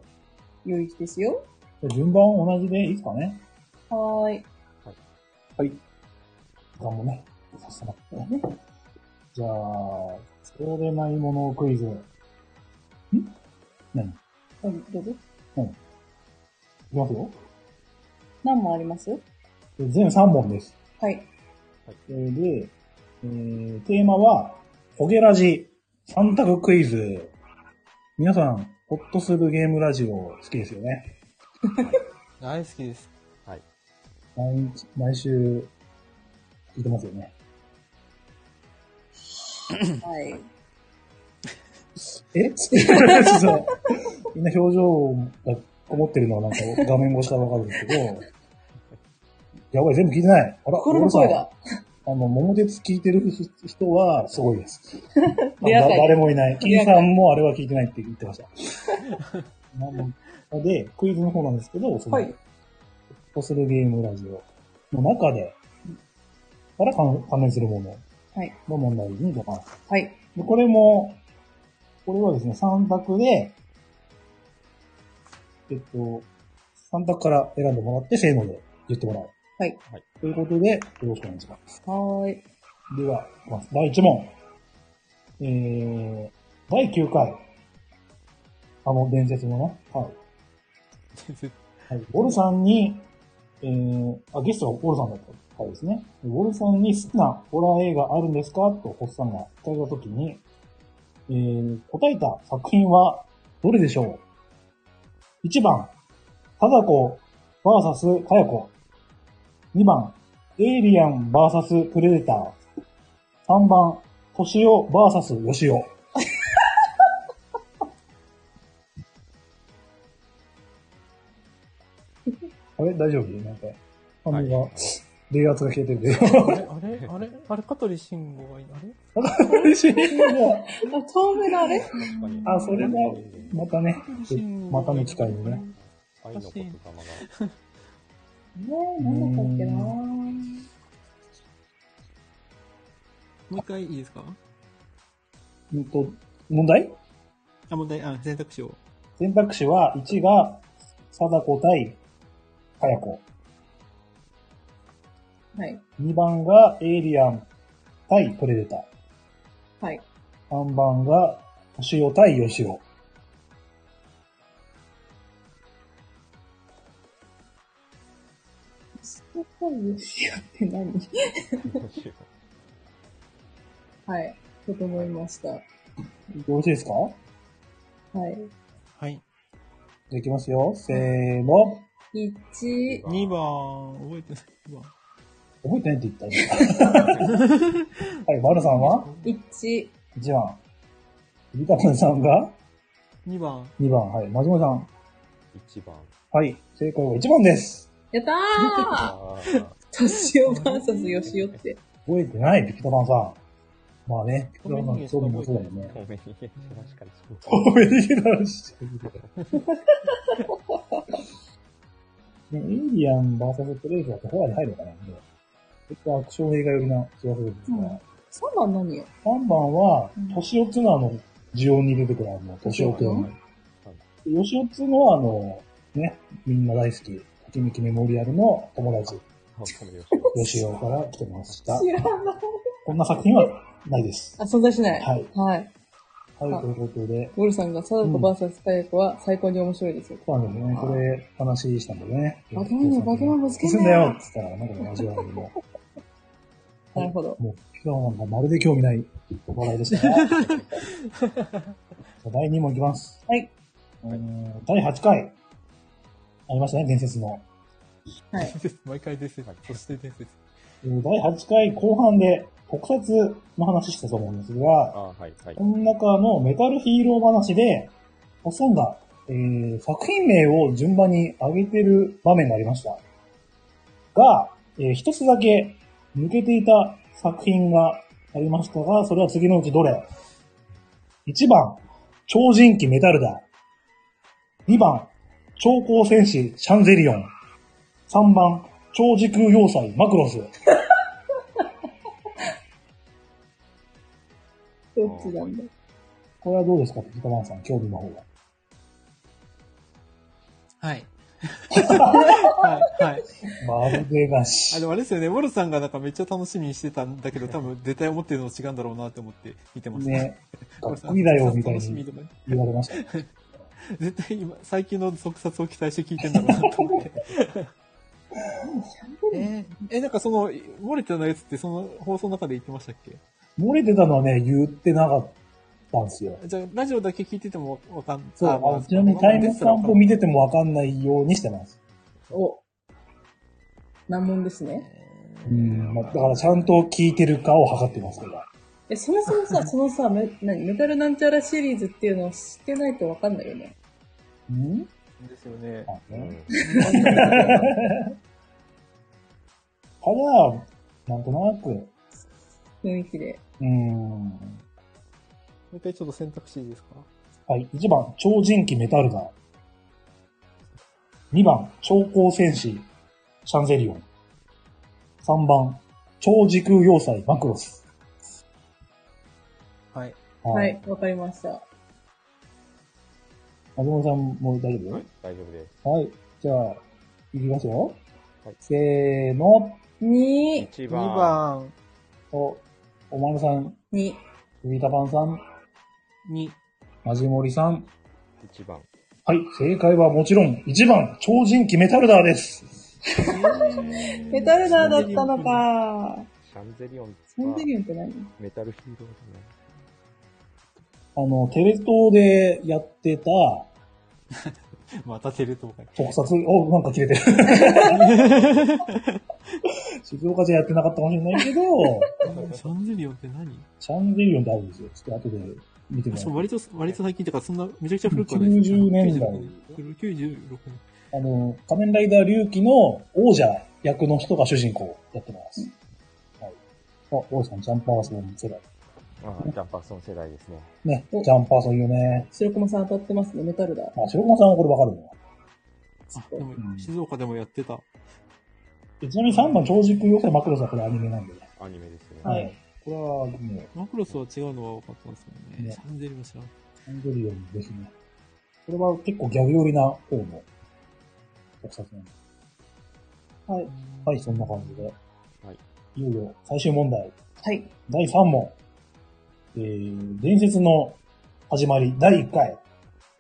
S2: 良い日ですよ。
S1: じゃあ順番同じでいいですかね。
S2: はーい。
S1: 時間もね、させてもらってね。じゃあ、そうでないものクイズ。んい
S2: うんどうぞ。
S1: きますよ。
S2: 何もあります
S1: で全3問です。
S2: はい。
S1: えーで、えーテーマは、ホゲラジ、三択クイズ。皆さん、ホッとするゲームラジオ好きですよね。
S5: 大好きです。
S1: 毎日毎週、聞いてますよね。
S2: はい。
S1: え ちょっとみんな表情がこもってるのはなんか画面越しからわかるんですけど、やばい、全部聞いてない。あら、
S2: 心の声
S1: 皆さん。
S2: が。
S1: あの、桃鉄聞いてる人はすごい です。
S2: レア
S1: だ
S2: 回
S1: 誰もいない。
S2: レ
S1: 金
S2: ア
S1: さ
S2: 回
S1: んもあれは聞いてないって言ってま した。なので、クイズの方なんですけど、その、
S2: は
S1: ホッ
S2: い。
S1: とするゲームラジオの中で、から関関連するもの
S2: はい。
S1: の問題に出ます。
S2: はい。
S1: で、これも、これはですね、3択で、えっと、3択から選んでもらって、せーので言ってもらう。
S2: はい。
S1: ということで、よろしくお願いします。
S2: はーい。
S1: では、いきます第1問。えー、第9回。あの、伝説のね。はい。はい、ウォルさんに、えー、あ、ゲストがウォルさんだった回ですね。ウォルさんに好きなホラー映画あるんですかと、ホッさんが聞かれたときに、えー、答えた作品はどれでしょう ?1 番、貞子 VS かや子。2番、エイリアン VS プレデター。3番、トシオ VS ヨシ オ。あれ大丈夫なんか、反
S4: はい
S1: 応が、冷圧が消えてる けど。
S5: あれあれあれあれ香取慎吾がいいあれ
S1: 嬉しいな
S2: あ、透明なあれ
S4: 確かに
S1: あそれだまたね、またの機会にね。
S4: 愛の言霊が。
S2: ねえ、なんだったっけな
S1: う
S3: もう一回いいですか
S1: うんと、問題
S3: あ、問題、あ、選択肢を。
S1: 選択肢は、1が、貞子対、かや子。
S2: はい。
S1: 2番が、エイリアン対、プレデター。
S2: はい。
S1: 3番が、星尾対吉尾。
S2: ストコンシアって何 はい。整いました。は
S1: よろしいですか
S2: い。
S5: はい。
S1: じゃあいきますよ。せーの。
S2: 1、
S5: 2番、覚えてない。二番
S1: 覚えてないって言った今はい、丸さんは
S2: 1、
S1: ?1 番。ビタミンさんが
S5: 2番。
S1: ?2 番。はい、まじもさん。
S4: 1番。
S1: はい、正解は1番です。
S2: やったー
S4: あー
S2: 年をバーサスよしよって。
S1: 覚えてない、ピクタパンさん。まあね、ピクタパンさ
S5: ごめん
S1: ん、
S5: ね
S1: そうもそうだよね。
S4: おめでとう確かにそう
S1: おめでとうしね、エイリアン VS プレイザーってホラーに入るのかな結構アクション映画寄りな気がするんですが、
S2: うん3番何よ
S1: 3番は
S2: うん、
S1: トシオツのあの、需要に出てくるあの、トシオくん。ヨシオツのはあの、ね、みんな大好き、ときめきメモリアルの友達、ヨシオから来てました。
S2: 知らない。
S1: こんな作品はないです。
S2: あ、存在しない。
S1: はい。
S2: はい。
S1: はい、ということで、
S2: ウォルさんが貞子
S1: うん
S2: バーサス太子は最高に面白いですよ。
S1: そうなんですね。これ、話したんだよね。
S2: バケモンバケモンぶつけん
S1: 進
S2: なよ
S1: んだよって言ったら、なんか同じようにもう。
S2: なるほど。
S1: もう、ピカなんかまるで興味ないお笑いでした ね。じゃあ第2問いきます。
S2: はい。
S1: えー第8回。ありましたね、伝説の。
S2: はい。
S5: 毎回伝説。そして伝説。
S1: えー第8回後半で特撮の話したと思うんですが、
S4: あはい、はい。
S1: この中のメタルヒーロー話で、おっさんが、えー作品名を順番に上げてる場面がありました。が、えー一つだけ抜けていた作品がありましたが、それは次のうちどれ ?1 番、超人気メタルだ。2番、超高戦士シャンゼリオン。3番、超時空要塞マクロス。
S2: どっちなんだ。
S1: これはどうですかピピタマンさん、興味の方は。
S3: はい。はい、はい。
S1: マルデガシ。
S3: あ、でもあれですよね、ウォルさんがなんかめっちゃ楽しみにしてたんだけど、多分絶対思ってるの違うんだろうなって思って見てます。
S1: ね、
S3: ウ
S1: か
S3: ォル
S1: っ
S3: さん。
S1: こいいだよ、みたい
S3: 楽しみ
S1: に
S3: とか
S1: 言われました。
S3: 絶対今、最近の特撮を期待して聞いてんだろうなと思 って。えーえ、なんかその、漏れてたやつってその放送の中で言ってましたっけ
S1: 漏れてたのはね、言ってなかったんですよ。
S3: じゃあ、ラジオだけ聞いててもわかんない。
S1: そう、
S3: あま
S1: あ
S3: あ
S1: ちなみに
S3: まあ
S1: タイムスタンプ見ててもわかんないようにしてます。
S2: お。難問ですね。
S1: うん、まあだからちゃんと聞いてるかを測ってますから。
S2: え、そもそもさ、そのさ、メ何メタルなんちゃらシリーズっていうのを知ってないとわかんないよね。
S1: うん
S3: ですよね。
S1: あ
S4: う
S1: ね
S4: ん
S1: ただ、なんとなく、
S2: 雰囲気で。
S1: うん、
S3: もう一回ちょっと選択肢いいですか
S1: はい、1番、超人気メタルガー。2番、超高戦士、シャンゼリオン。3番、超時空要塞、マクロス。
S3: はい。
S2: はい、わかりました。
S1: 松本さんも大丈夫
S4: はい大丈夫です。
S1: はい。じゃあ、いきますよ。
S4: はい
S1: せーの。
S2: に、
S4: 1
S3: 2
S4: 番。
S3: 番、
S1: お、おまるさん、
S2: に、
S1: ゆいたばんさん、
S3: 2。
S1: まじもりさん。
S4: 1番。
S1: はい。正解はもちろん、1番、超人気メタルダーです。
S2: メタルダーだったのか。
S4: シャンゼリオン
S2: シャンデ
S4: は
S2: リオンって何
S4: メタルヒーローだね。
S1: あの、テレ東でやってた、
S3: またテレ東かい。
S1: 特撮、お、なんか切れてる。 静岡じゃやってなかったかもしれない けど、
S3: シャンゼリオンって何
S1: シャンゼリオンってあるんですよ。ちょっと後で見てみ
S3: あ
S1: ま
S3: し
S1: す
S3: か。も割と、割と最近とか、そんな、めちゃくちゃ古くはないです。
S1: 90年代。
S3: 96年。
S1: あの、仮面ライダー龍騎の王者役の人が主人公をやってます。はい。あ、王さん、ジャンパーソン世代。
S4: ああ、ジャンパーソン世代ですね。
S1: ね、
S2: お
S1: ジャンパーソンいいよね。
S2: 白駒さん当たってますね、メタルダー。
S1: あ、白駒さんはこれわかるの
S3: あ、でも、静岡でもやってた。
S1: でちなみに3番、超軸要塞マクロスはこれアニメなんでね。
S4: アニメですね。
S2: はい
S1: はい。これはもう、
S3: マクロスは違うのは分かったんですもん
S1: ね
S3: ね。シャンゼリオン知らん。
S1: アンドリオンですね。これは結構ギャグ寄りな方の特撮なんです。はい。はい、そんな感じで。
S4: はい。
S1: いよいよ最終問題。
S2: はい。
S1: 第3問、えー、伝説の始まり第1回、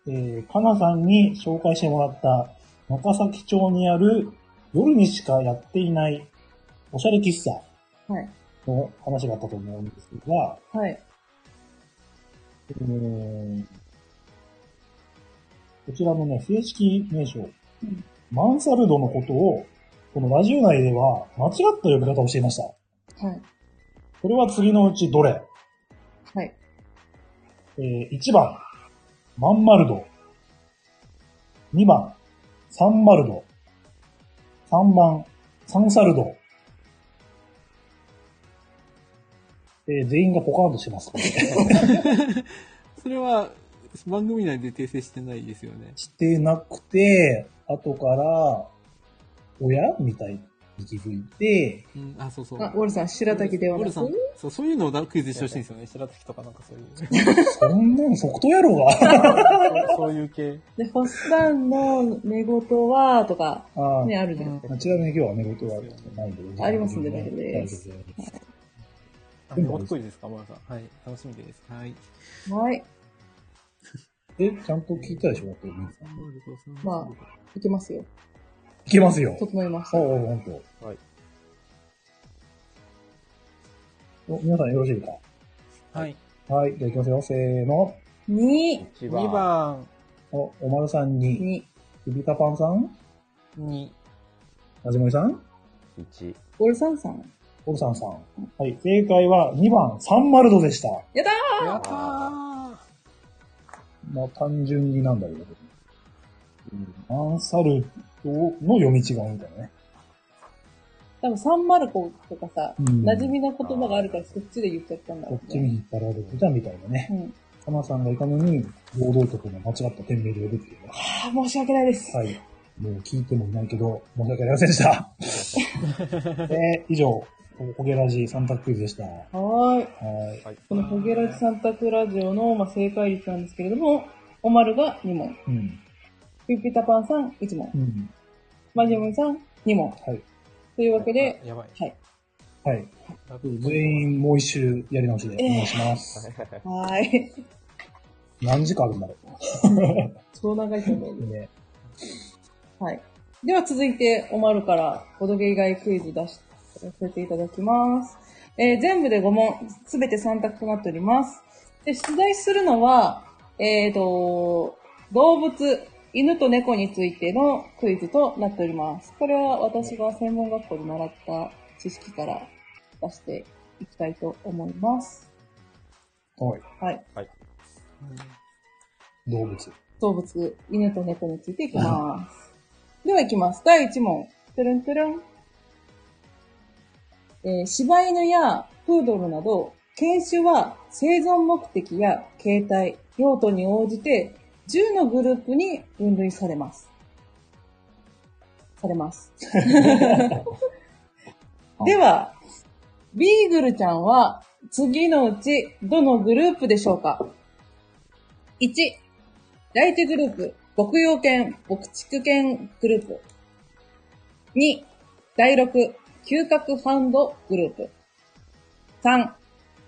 S1: えー、かなさんに紹介してもらった中崎町にある夜にしかやっていないおしゃれ喫茶
S2: はい。
S1: の話があったと思うんですが、
S2: はい。
S1: えー、こちらのね、正式名称、
S2: うん
S1: マンサルドのことを、このラジオ内では間違った呼び方をしていました。
S2: はい。
S1: これは次のうちどれ
S2: はい。
S1: えー1番、マンマルド。2番、サンマルド。3番、サンサルド。えー全員がポカーンとしてます。 これ
S3: それは、番組内で訂正してないですよね。
S1: してなくて、後から、親みたいに気づいて、
S3: うん、あ、そうそう。
S2: あ、ウォルさん、白滝では
S3: ウォ
S2: な
S3: ルさん
S2: く、
S3: そう、そういうのをクイズにしてほしいんですよね。白滝とかなんかそういう。
S1: そんなの即答やろうが。
S3: そういう系。
S2: で、ホスさんの寝言は、とか、
S1: あー
S2: ね、あるじゃん。
S1: まあちなみに今日は寝言はないんで。
S2: ありますんで大丈夫です
S1: 大丈夫です。
S3: あ、でもっこいですか、モラさん。はい。楽しみです。はい。
S2: はい。
S1: え、ちゃんと聞いたでしょだって皆さん
S2: まいきますよ。
S1: いけますよ。
S2: 整いました
S1: お。お、ほんと。
S4: はい。
S1: お、皆さんよろしいです
S3: あ。はい。
S1: かはい。じゃあ行きますよ。せーの。
S2: に、
S4: 1
S3: 2
S4: 番。
S3: 番、
S1: お、おまるさんに、
S2: に、
S1: ゆびたぱんさん、
S3: に、
S1: なじもりさん、
S4: 1。
S2: ウォルさんさん。
S1: オルさんさん。はい、正解は2番、サンマルドでした。
S2: やだ
S5: やったー
S1: まあ、単純になんだろうけど。うん、アンサルトの読み違いみたいなね。
S2: 多分サンマルコとかさ、
S1: うん
S2: 馴染みの言葉があるからそっちで言っちゃったんだ
S1: こ
S2: ろ
S1: っ
S2: う
S1: ちに
S2: ね。
S1: 引っ張られてたみたいなね。
S2: うん。
S1: かなさんがいたのに、堂々とこの間違った店名で呼ぶっていうね。
S2: ああ、申し訳ないです。
S1: はい。もう聞いてもいないけど、申し訳ありませんでした。 えー、以上、ホゲラジ3択クイズでした。は
S2: はーい。
S1: い。
S4: はい。
S2: このホゲラジ三択ラジオの、まあ、正解率なんですけれども、おまるが2問、
S1: うん。
S2: ピピタパンさん1問
S1: う、ん。
S2: マジモンさん2問。
S1: はい。
S2: というわけで、
S5: あやばい。
S2: はい。
S1: はい。全員もう一周やり直しでお願いします。
S2: はーい。
S1: 何時間あるんだろ
S2: そう長いと思
S1: う
S2: う。
S1: ね。
S2: はい。では続いて、おまるから、ボドゲ以外クイズ出し、させていただきます。えー全部で5問、すべて3択となっております。で、出題するのは、えっ、と、動物、犬と猫についてのクイズとなっております。これは私が専門学校で習った知識から出していきたいと思います。
S1: はい。
S2: はい。
S1: 動物。
S2: 動物、犬と猫についていきます。では行きます。第1問。トゥルントゥルン。えー柴犬やプードルなど、犬種は生存目的や形態、用途に応じて10のグループに分類されます。されます。では、ビーグルちゃんは次のうちどのグループでしょうか ?1、第一グループ、牧羊犬、牧畜犬グループ。2、第6、嗅覚ハンドグループ。3、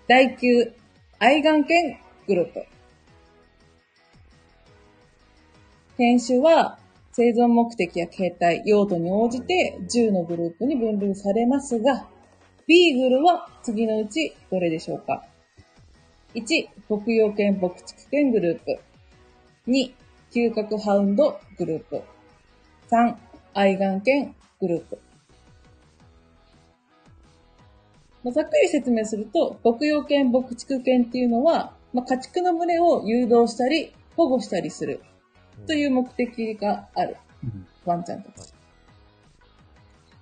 S2: 第9、愛眼犬グループ。犬種は生存目的や形態、用途に応じて10のグループに分類されますが、ビーグルは次のうちどれでしょうか ?1、牧羊犬、牧畜犬グループ。2、嗅覚ハウンドグループ。3、愛眼犬グループ。まあざっくり説明すると、牧羊犬、牧畜犬っていうのは、まあ、家畜の群れを誘導したり、保護したりするという目的がある。
S1: うん
S2: ワンちゃんたち。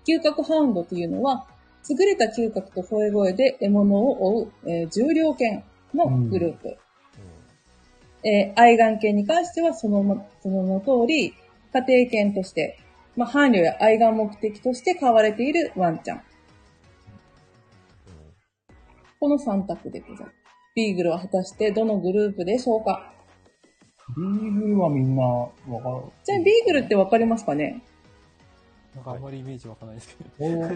S2: 嗅覚ハウンドというのは、優れた嗅覚と吠え声で獲物を追う、えー重量犬のグループ。えー愛眼犬に関してはそのま、その名の通り、家庭犬として、まあ、伴侶や愛眼目的として飼われているワンちゃん。この3択でございます。ビーグルは果たしてどのグループでしょうか
S1: ビーグルはみんなわかる。
S2: じゃあ、ビーグルってわかりますかね、
S5: なんかあんまりイメージわかんないですけど。
S2: ま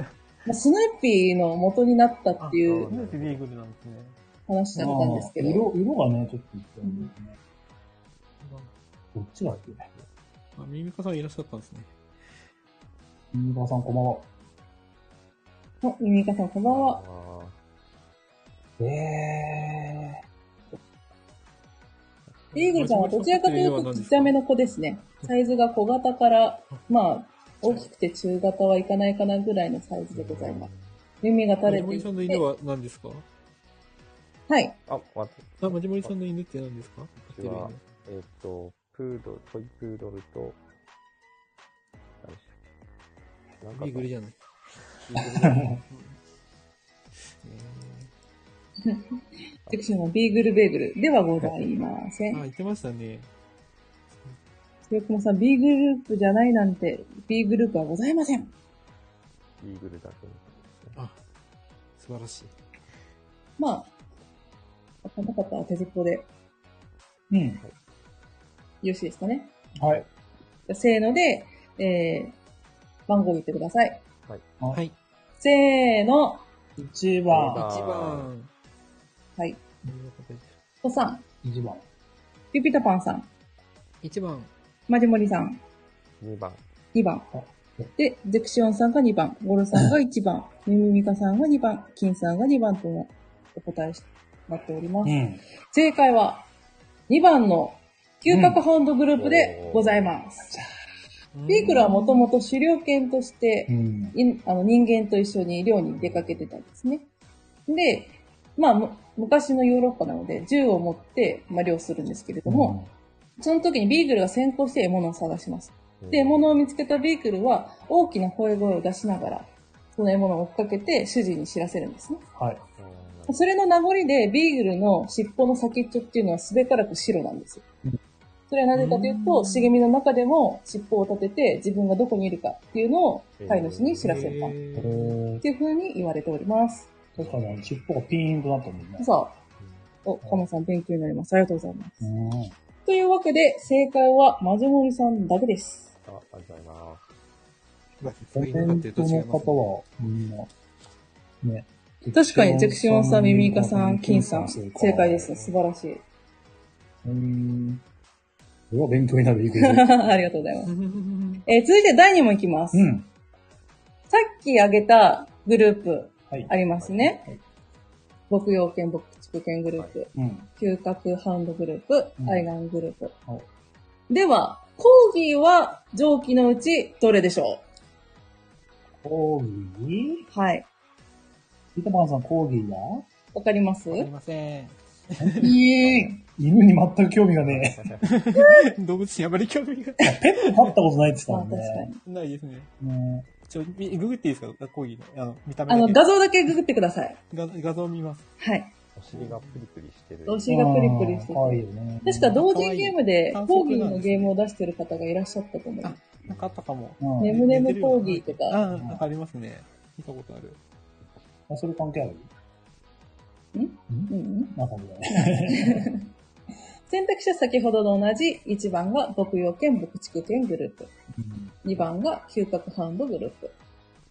S2: あ、スヌーピーの元になったってい
S4: あ
S2: う
S4: そう
S5: なんでビーグルなんですね。
S2: 話だったんですけど。
S1: 色、色がね、ちょっと、ね、どっちだっけ
S5: あ、ミミカさんいらっしゃったんですね。
S1: ミーバーさんこんばんは。
S2: お、ミミカさんこんばんは。
S4: は。
S1: ええ
S2: ビーグルちゃんはどちらかというとちっちゃめの子ですね。サイズが小型から、まあ、大きくて中型はいかないかなぐらいのサイズでございます。耳が垂れ
S5: マジモリ
S2: てい
S5: さんの犬
S2: て。
S5: は何ですか
S2: はい。
S4: あ、待って。
S5: あ、マジモリさんの犬って何ですか飼ってる犬
S4: はえっと、プードル、トイプードルと、何でしたっけなんか
S5: ビーグルじゃない。
S2: セクションはビーグルベーグルではございませ
S5: あ、
S2: ん。
S5: 言ってましたね。
S2: よくもさん、B グループじゃないなんて、B グループはございません。
S4: ビーグルだけみたいですね。
S5: あ、素晴らしい。
S2: まあ、わかんなかったら手ずっぽでよ
S1: うん。
S2: ろしいですかね。
S1: はい。
S2: じゃあせーので、えー、番号言ってください。
S5: はい。
S2: せーの。
S1: 1
S4: あ
S1: 番、
S5: 1番。
S2: はい。
S5: と
S2: とさん、
S1: 1番。
S2: ピピタパンさん、
S5: 1番。
S2: マジモリさん、
S4: 2番。
S2: 2番
S1: あ。
S2: で、ゼクシオンさんが2番、ゴルさんが1番、ミミミカさんが2番、キンさんが2番とお答えしなっております。
S1: ん。
S2: 正解は、2番の嗅覚ハウンドグループでございます。ピークルはもともと狩猟犬として
S1: う、ん。
S2: いあの人間と一緒に漁に出かけてたんですね。で、まあ、む昔のヨーロッパなので、銃を持って、まあ、漁するんですけれども、その時にビーグルが先行して獲物を探します。で、獲物を見つけたビーグルは、大きな声声を出しながら、その獲物を追っかけて、主人に知らせるんですね。
S1: はい。
S2: それの名残で、ビーグルの尻尾の先っちょっていうのはすべからく白なんですよ
S1: うん。
S2: それはなぜかという
S5: う
S2: と、
S5: ん
S2: 茂みの中でも尻尾を立てて、自分がどこにいるかっていうのを飼い主に知らせるためっ
S1: え
S3: えー
S1: ー、
S2: ていう風に言われております。
S1: 確かにあの尻尾がピーンとなったもんね。
S2: そう。お、コマさん勉強になります。ありがとうございます。
S1: うん。
S2: というわけで、正解はマジモリさんだけです。
S4: あ、ありがとうございます。
S1: コメントの方は、みんな、ね。
S2: 確かに、ジェクシオンさん、ミミイカさん、金さん。正解です。素晴らしい。
S1: うーん。これは勉強になる、いくら。
S2: ありがとうございます。えー続いて第2問いきます。
S1: うん。
S2: さっき挙げたグループ
S1: はい
S2: あ。りますね。
S1: はい
S2: 牧羊犬、牧畜犬グループ、
S1: うん。
S2: 嗅覚ハウンドグループ
S1: う、ん
S2: 愛玩グループ。
S1: は
S2: では、コーギーは上記のうちどれでしょ
S1: コーギー
S2: うはい。
S1: ピーターパンさん、コーギーは
S2: わかります
S5: わかりません。
S2: いい。
S1: 犬に全く興味がね
S5: 動物にあまり興味が
S1: え。飼ったことないって
S2: ま
S1: 言ってたも
S2: あ確か
S1: んね。
S2: に。
S5: ないですね。
S1: ね
S5: ちょ、みググっていいですかコーギーの。あの、見た目
S2: あ
S5: だ
S2: の、
S5: け
S2: 画像だけググってください。
S5: 画画像見ます。
S2: はい。
S4: お尻がプリプリしてる。
S2: お尻がプリプリして
S1: 可愛い
S2: て。
S1: よね。
S2: 確か同人ゲームで
S5: 可愛い
S2: コーギーのゲームを出してる方がいらっしゃったと思います。
S5: なんかあったかも。
S1: うん。
S2: ね
S1: ね、
S2: むねむコーギーとか
S5: あ、なんかありますね。見たことある。
S1: それ関係ある
S2: うんうん
S1: なんかみたい な。
S2: 選択肢は先ほどと同じ、1番が牧羊犬、牧畜犬グループ。2番が嗅覚ハウンドグループ。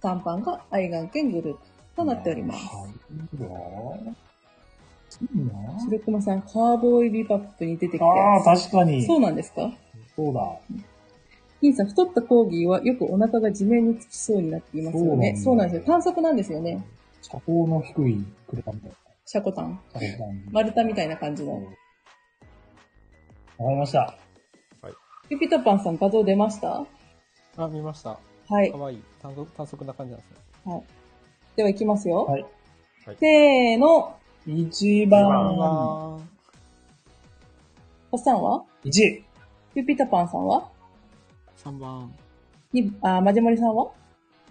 S2: 3番が愛眼犬グループとなっております。
S1: はい。いいよ。いいな
S2: 白熊さん、カーボーイビバップに出てきた
S1: あ
S2: や
S1: あ、確かに。
S2: つ。そううなんですか
S1: だ。
S2: 金さん、太ったコーギーはよくお腹が地面につきそうになっていますよね。そ
S1: そうう
S2: な
S1: なんんだ
S2: ですよ。短足なんですよね。
S1: 車高の低い車みたいな。
S2: シャコタン。
S1: 多分感じ
S2: 丸太みたいな感じの。
S1: わかりました。
S2: ピピタパンさん、画像出ました
S5: あ、見ました。
S2: はい
S5: か。わいい。短足、短足な感じなんですね。
S2: では、いきますよ。
S1: はい
S4: はい
S2: せーの。
S1: 一
S5: う
S1: 番。
S5: わ
S2: おっさんは
S1: 一。
S2: ピピタパンさんは
S5: ー3番。
S2: にあー、マジモリさんは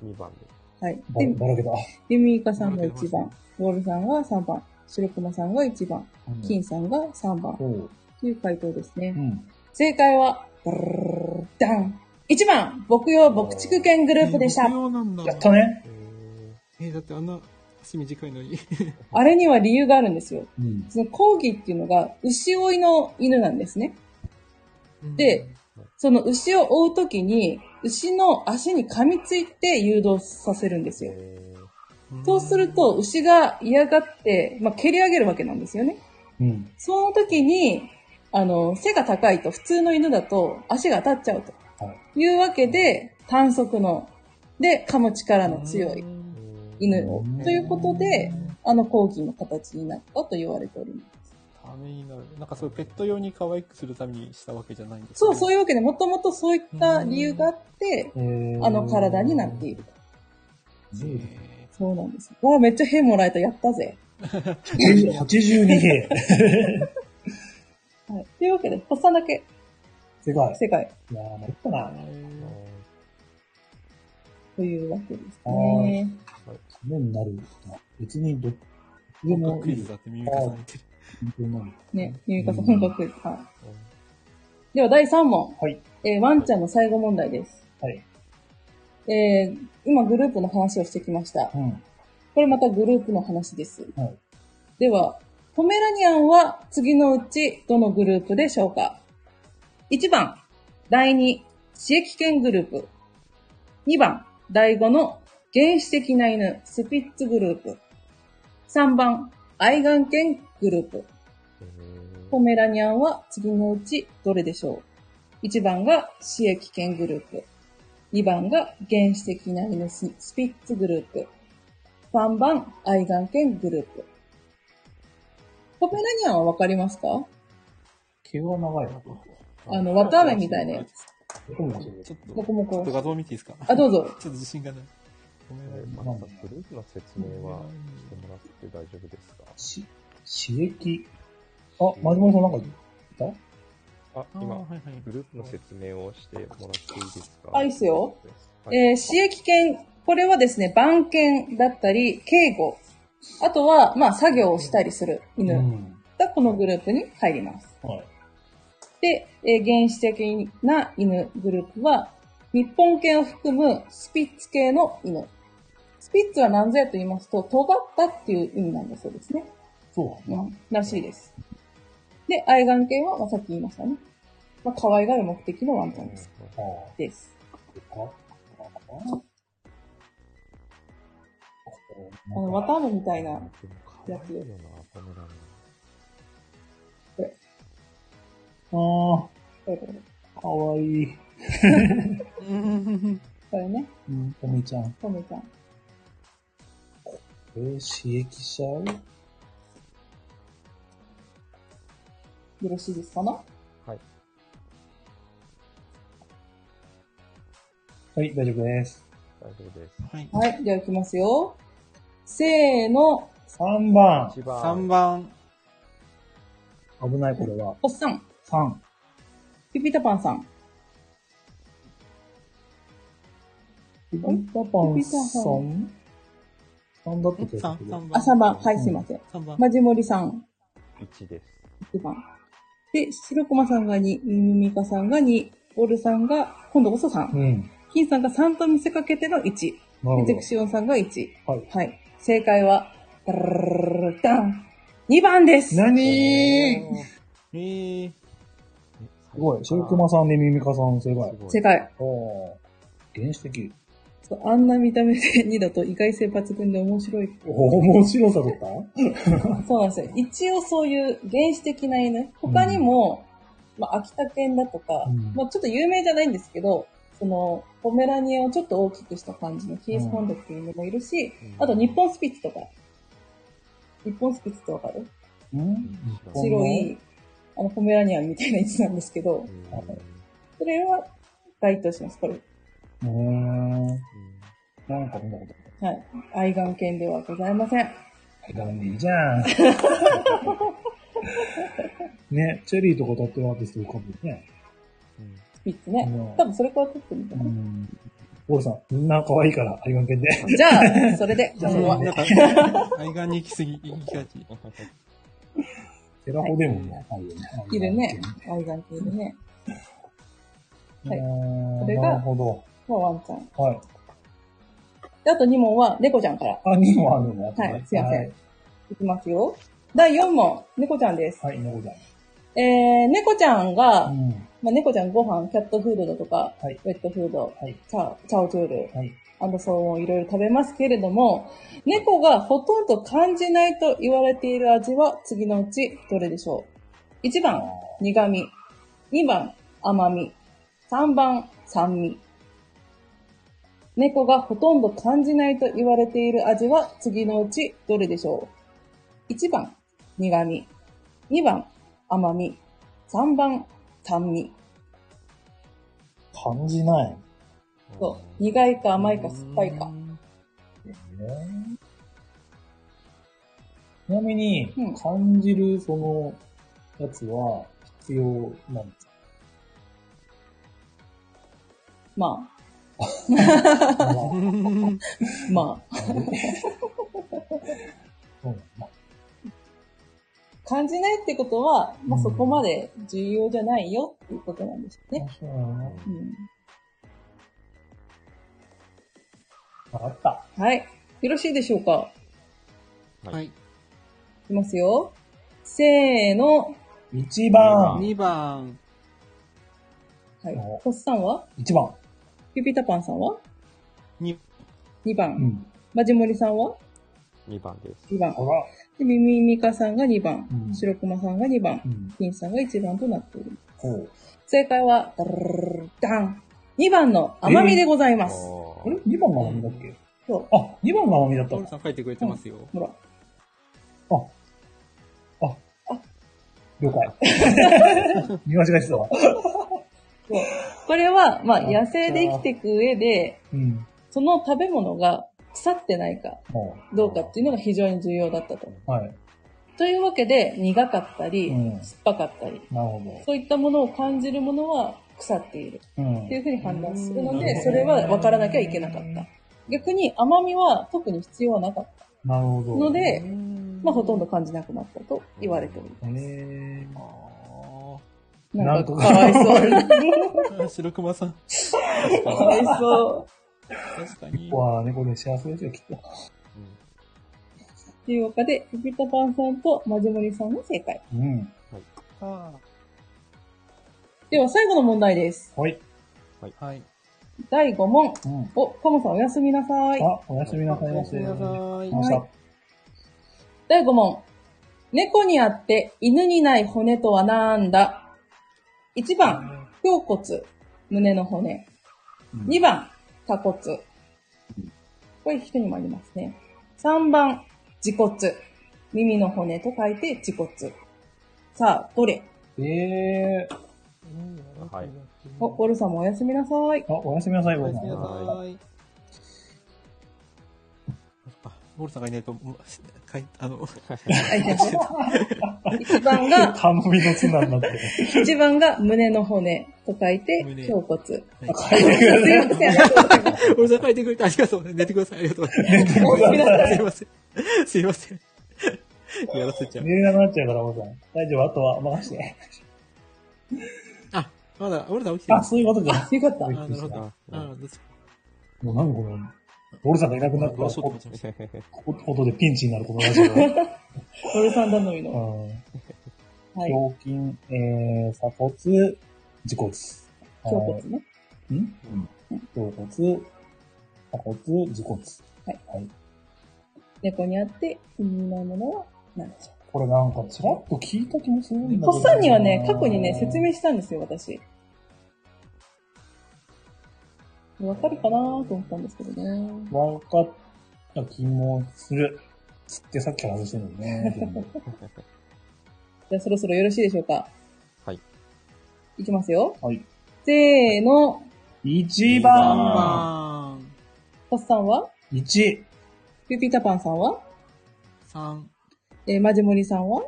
S4: 2番で。
S2: はい。
S1: ば
S2: で、
S1: ばらけた。
S2: ユミイカさんが1番、ウォルさんが3番、白熊さんが1番、金さんが3番
S1: おう。
S2: という回答です
S1: う
S2: ね。
S1: ん。
S2: 正解は、ダン !1 番、牧羊牧畜犬グループでした
S5: え。ー。牧羊なんだ
S1: やったね。
S4: え
S5: えー、だってあんな足短いのに。
S2: あれには理由があるんですよ。
S1: うん。
S2: そのコーギーっていうのが牛追いの犬なんですね。で、その牛を追うときに、牛の足に噛みついて誘導させるんです
S4: ー、
S2: よ。
S4: え
S2: そうすると、牛が嫌がって、まあ、蹴り上げるわけなんですよね。
S1: うん。
S2: その時に、あの、背が高いと普通の犬だと足が当たっちゃうと。、
S1: はい
S2: うわけで、短足の、で、噛む力の強い
S4: ーえー、
S2: 犬を。ということで、あのコーギーの形になったと言われておりま
S5: ためになる。なんかそういうペット用に可愛くするためにしたわけじゃないんですね
S2: す。そう、そう
S5: い
S2: いうわけで、もともとそういった理由があって、あの体になっている。
S5: え
S2: そうなんです。わあ、めっちゃ変もらえた。やったぜ。
S1: 82兵。
S2: はい。というわけで、発散だけ、
S1: 世界。
S2: 世界
S1: いやー、参ったな。
S5: ー
S2: というわけですね。
S1: ためになる。別にどっちで
S5: 僕
S1: も
S5: ク
S1: い
S5: イ
S1: い
S5: ズだって耳重ねてる。
S1: 勉強になる。
S2: ね、ゆうかさん、
S1: うん
S2: 本格。はい。では、第3問。
S1: はい。
S2: えーワンちゃんの最後問題です。
S1: はい。
S2: えー今グループの話をしてきました。
S1: うん。
S2: これまたグループの話です。
S1: はい
S2: では、ポメラニアンは次のうちどのグループでしょうか ?1 番、第2、刺激犬グループ。2番、第5の原始的な犬、スピッツグループ。3番、愛玩犬グループ。ポメラニアンは次のうちどれでしょう ?1 番が刺激犬グループ。2番が原始的な犬ススピッツグループ。3番、愛眼犬グループ。ポメラニアンはわかりますか
S1: 毛は長い。
S2: あの、綿あめみたいなやつ。
S1: そうなんですよ
S5: ちょっと、ち
S2: もこも
S5: ょっと
S2: こ。
S5: 画像見ていいですかち
S2: あ、どうぞ。
S5: ょっと自信がない。ごめんなさい。
S4: まあ、グループの説明はしてもらって大丈夫ですか
S1: し、刺激。あ、マジモンさんなんか言っ
S4: あ、
S5: あー
S4: 今、
S5: はいはい
S4: グループの説明をしてもらっていいですか
S2: あいいっすよ。
S4: はい
S2: えー、私益犬、これはですね、番犬だったり、警護、あとは、まあ、作業をしたりする
S1: た
S2: 犬
S1: ん。
S2: がこのグループに入ります。
S1: はい。
S2: で、えー原始的な犬グループは、日本犬を含むスピッツ系の犬。スピッツは何ぞやと言いますと、尖ったっていう意味なんだそうですね。
S1: そうだな。
S2: らしいです。で、愛玩犬は、まあ、さっき言いましたね。まあ、可愛がる目的のワンちゃんです。
S1: あ
S2: です。
S1: あ、よかった。
S2: あの、綿あめみたいな。やつ
S4: よな、このラーメ
S1: あ
S4: ン
S1: ー、
S2: これこれ
S1: かわいい。
S2: これね、
S1: うん、おみちゃん。
S2: トムちゃん。
S1: えー、刺激しちゃう
S2: よろしいですかな
S1: はい、大丈夫です。
S4: 大丈夫です。
S5: はい。
S2: はい、では行きますよ。せーの、
S1: 3番。
S4: 一番。
S5: 3番。
S1: 危ない、これは。
S2: おっさん、
S1: 3。
S2: ピピタパンさん。
S1: ピピタパンさん ?3 だった気がする。
S5: 3番。
S2: あ、3番。はい、すいません。
S5: 三番。
S2: マジモリさん、
S4: 1です。
S2: 1番。で、白駒さんが2、ミミミカさんが2、ボルさんが、今度こそ3
S1: う。ん。
S2: 金さんが3と見せかけての1。で、
S1: なるほ
S2: ゼクシオンさんが1。
S1: ど。はい。
S2: はい。正解は、ダラララララダン !2 番です
S1: 何す
S5: えー、
S1: ごい。シュークマさんでミミカさん正解。
S2: 正
S4: す
S2: 解。
S1: おー。原始的。
S2: そうあんな見た目で2だと意外性抜群で面白い。
S1: お面白さだった
S2: そうなんですよ。一応そういう原始的な犬。他にも、まあ、秋田犬だとか、
S1: うん
S2: まあ、ちょっと有名じゃないんですけど、その、ポメラニアをちょっと大きくした感じのキースフォンドっていう犬もいるし、
S4: うん
S2: あと日本スピッツとか。日本スピッツってわかる
S1: うん
S4: うん
S2: 白い、あの、ポメラニアンみたいな位置なんですけど
S4: う、ん
S1: はい
S2: それは該当します、これ。
S1: うーん。
S4: うん
S1: なんか見たことあ
S2: はい。愛玩犬ではございません。
S1: る。ダメでいいじゃん。ね、チェリーとか歌ってるアーティスト浮かぶよね。
S4: うん
S2: スピッツ
S1: うん
S2: ね。多分それから撮ってるんだ
S1: う
S2: な。
S1: ん。ボールさん、みんな可愛いから、愛玩犬で。
S2: じゃあ、それで、
S1: じゃあそれ
S5: な
S1: は
S5: ん
S1: ね
S5: か、愛玩に行き過ぎ、行きがち。
S1: テラホでもね、あるよね。
S2: いるね。愛玩犬でね。はい
S1: こ
S2: これが
S1: なるほ
S2: まあ、ワンちゃん。
S1: ど。はい。
S2: で、あと2問は、猫ちゃんから。
S1: あ、2もあるのね。
S2: はいすいません
S1: はい
S2: いきますよ。第4問、猫ちゃんです。
S1: はい、猫ち
S2: えー、猫ちゃん
S1: ゃ
S2: が、
S1: ん。うん。
S2: まあ、猫ちゃんご飯、キャットフードだとか、
S1: はい
S2: ウェットフード、
S1: はい。
S2: チャチャオチュール、
S1: はい。
S2: アンドソーンをいろいろ食べますけれども、猫がほとんど感じないと言われている味は次のうちどれでしょう ?1 番、苦味。2番、甘み。3番、酸味。猫がほとんど感じないと言われている味は次のうちどれでしょう ?1 番、苦味。2番、甘み。3番、酸味。
S1: 感じない。
S2: そう。苦いか甘いか酸っぱいか。
S1: ちなみに
S2: うん、
S1: 感じるそのやつは必要なんです
S2: まあ、
S1: か
S5: うん。
S2: まあ。
S1: そうなんだ
S2: 感じないってことは、ま
S1: う
S2: あ、
S1: ん
S2: そこまで重要じゃないよっていうことなんですね。
S1: そうなんだ
S2: う
S1: わ
S2: ん。
S1: かった。
S2: はい。よろしいでしょうか
S5: はい。
S2: いきますよ。せーの。
S1: 1番。
S5: 2番。
S2: はい
S1: お。
S2: コスさんは
S1: 1番。
S2: ピピタパンさんは
S5: に
S2: ?2
S1: う
S2: 番。
S1: ん。
S2: マジモリさんは
S4: 2番です。
S2: ?2 番
S1: あ。ら。
S2: で、ミミミカさんが2番
S1: う。ん
S2: シロクマさんが2番
S1: う。ん。
S2: ピンさんが1番となっている。
S1: ほう。
S2: 正解は、ダルルルルルダン。2番の甘みでございます。
S1: あれ
S4: お
S1: ?2 番が甘みだっけ
S2: そう。
S1: あ、2番が甘みだった
S5: トール
S1: の
S5: さん書いてくれてますよ。
S2: ほら。
S1: 了解。見間違えてたわ。
S2: これは、まあ、
S1: あ
S2: 野生で生きていく上で、
S1: うん。
S2: その食べ物が腐ってないか
S1: も
S2: どうかっていうのが非常に重要だったと。
S1: う、はい。
S2: というわけで、苦かったり、
S1: うん
S2: 酸っぱかったり、
S1: なるほ
S2: そういったものを感じるものは腐っている
S1: ど。うん
S2: ってい。うふうに判断するの
S1: うん
S2: で、それは分からなきゃいけなかった。逆に甘みは特に必要なかっ
S1: なるほ
S2: た
S1: ど。
S2: ので、まあほとんど感じなくなったと言われており
S1: え
S2: ます。
S1: ー、
S5: あー
S2: なんかかわいそうに。
S5: あ白熊さん。
S2: かわいそう。
S5: 確かに。
S1: わあ、猫で幸せですよ、きっと。
S2: というわけで、ピピタパンさんとマジモリさんが正解。
S1: うん。
S5: あ
S2: では最後の問題です。
S1: はい。
S5: ーはい。
S2: 第5問。
S1: うん。
S2: お、カモさんおやすみなさい。
S1: あ、おやすみなさい
S5: お
S1: ま
S5: やす
S1: せ。
S5: みなさ
S1: ま
S5: い。
S1: した。
S2: 第5問。猫にあって犬にない骨とはなんだ ?1 番、胸骨、胸の骨。
S1: うん
S2: 2番、鎖骨。これ人にもありますね。3番、自骨。耳の骨と書いて自骨。さあ、どれ
S1: えー、
S4: はい
S2: お、ゴルさんもおやすみなさい。
S1: あ、おやすみなさい、
S5: お
S1: ごめ
S5: や
S1: ん
S5: す
S1: な
S5: み
S1: さ。
S5: ないさい。あ、モールさんがいないと、もうかいあの、
S2: 1番が、
S1: 冠の綱に なってる。
S2: 一番が胸の骨と書いて
S5: 胸
S2: 胸骨。すい
S5: はい
S2: ません、ありがとうございます。
S5: 俺さん書いてくれてありがとう。寝てください。ありがとう。寝て
S2: おやすみなさい。
S5: すいません。すいません。やらせちゃう。
S1: 寝れなくなっちゃうから、おばさん。大丈夫、あとは任して。
S5: あ、まだ、俺ら起きてる
S1: あ、。そういうことか。
S2: よかった
S1: び
S5: あ、
S1: っ
S5: な
S1: くり
S5: る
S1: し
S5: ほ
S1: た
S5: ど。あ、どうぞ。
S1: もう何これ。ボルさんがいなくなった
S5: どうしようと思っ
S1: こ
S5: てました。
S1: とでピンチになるこのラジオ。 うん
S2: ゴルさん頼みの。はい。
S1: 胸筋、えー、鎖骨、自骨。
S2: 胸骨
S1: は
S2: ね。
S1: いん胸骨、鎖骨、自骨。
S2: はい。
S1: はい、
S2: 猫にあって気になるものは何でしょ
S1: これなんかちらっと聞いた気もするんだけ
S2: う
S1: ど。
S2: ホッサンにはね、過去にね、説明したんですよ、私。わかるかなと思ったんですけどね。
S1: わかった気もする。つってさっきから外してるよ ね。
S2: じゃあそろそろよろしいでしょうか
S4: はい。
S2: いきますよ。
S1: はい。
S2: せーの、
S1: 1番
S5: あ
S2: ホッサンは
S1: !1!
S2: ピューピータパンさんは
S5: ー、三。
S2: えーマジモリさんは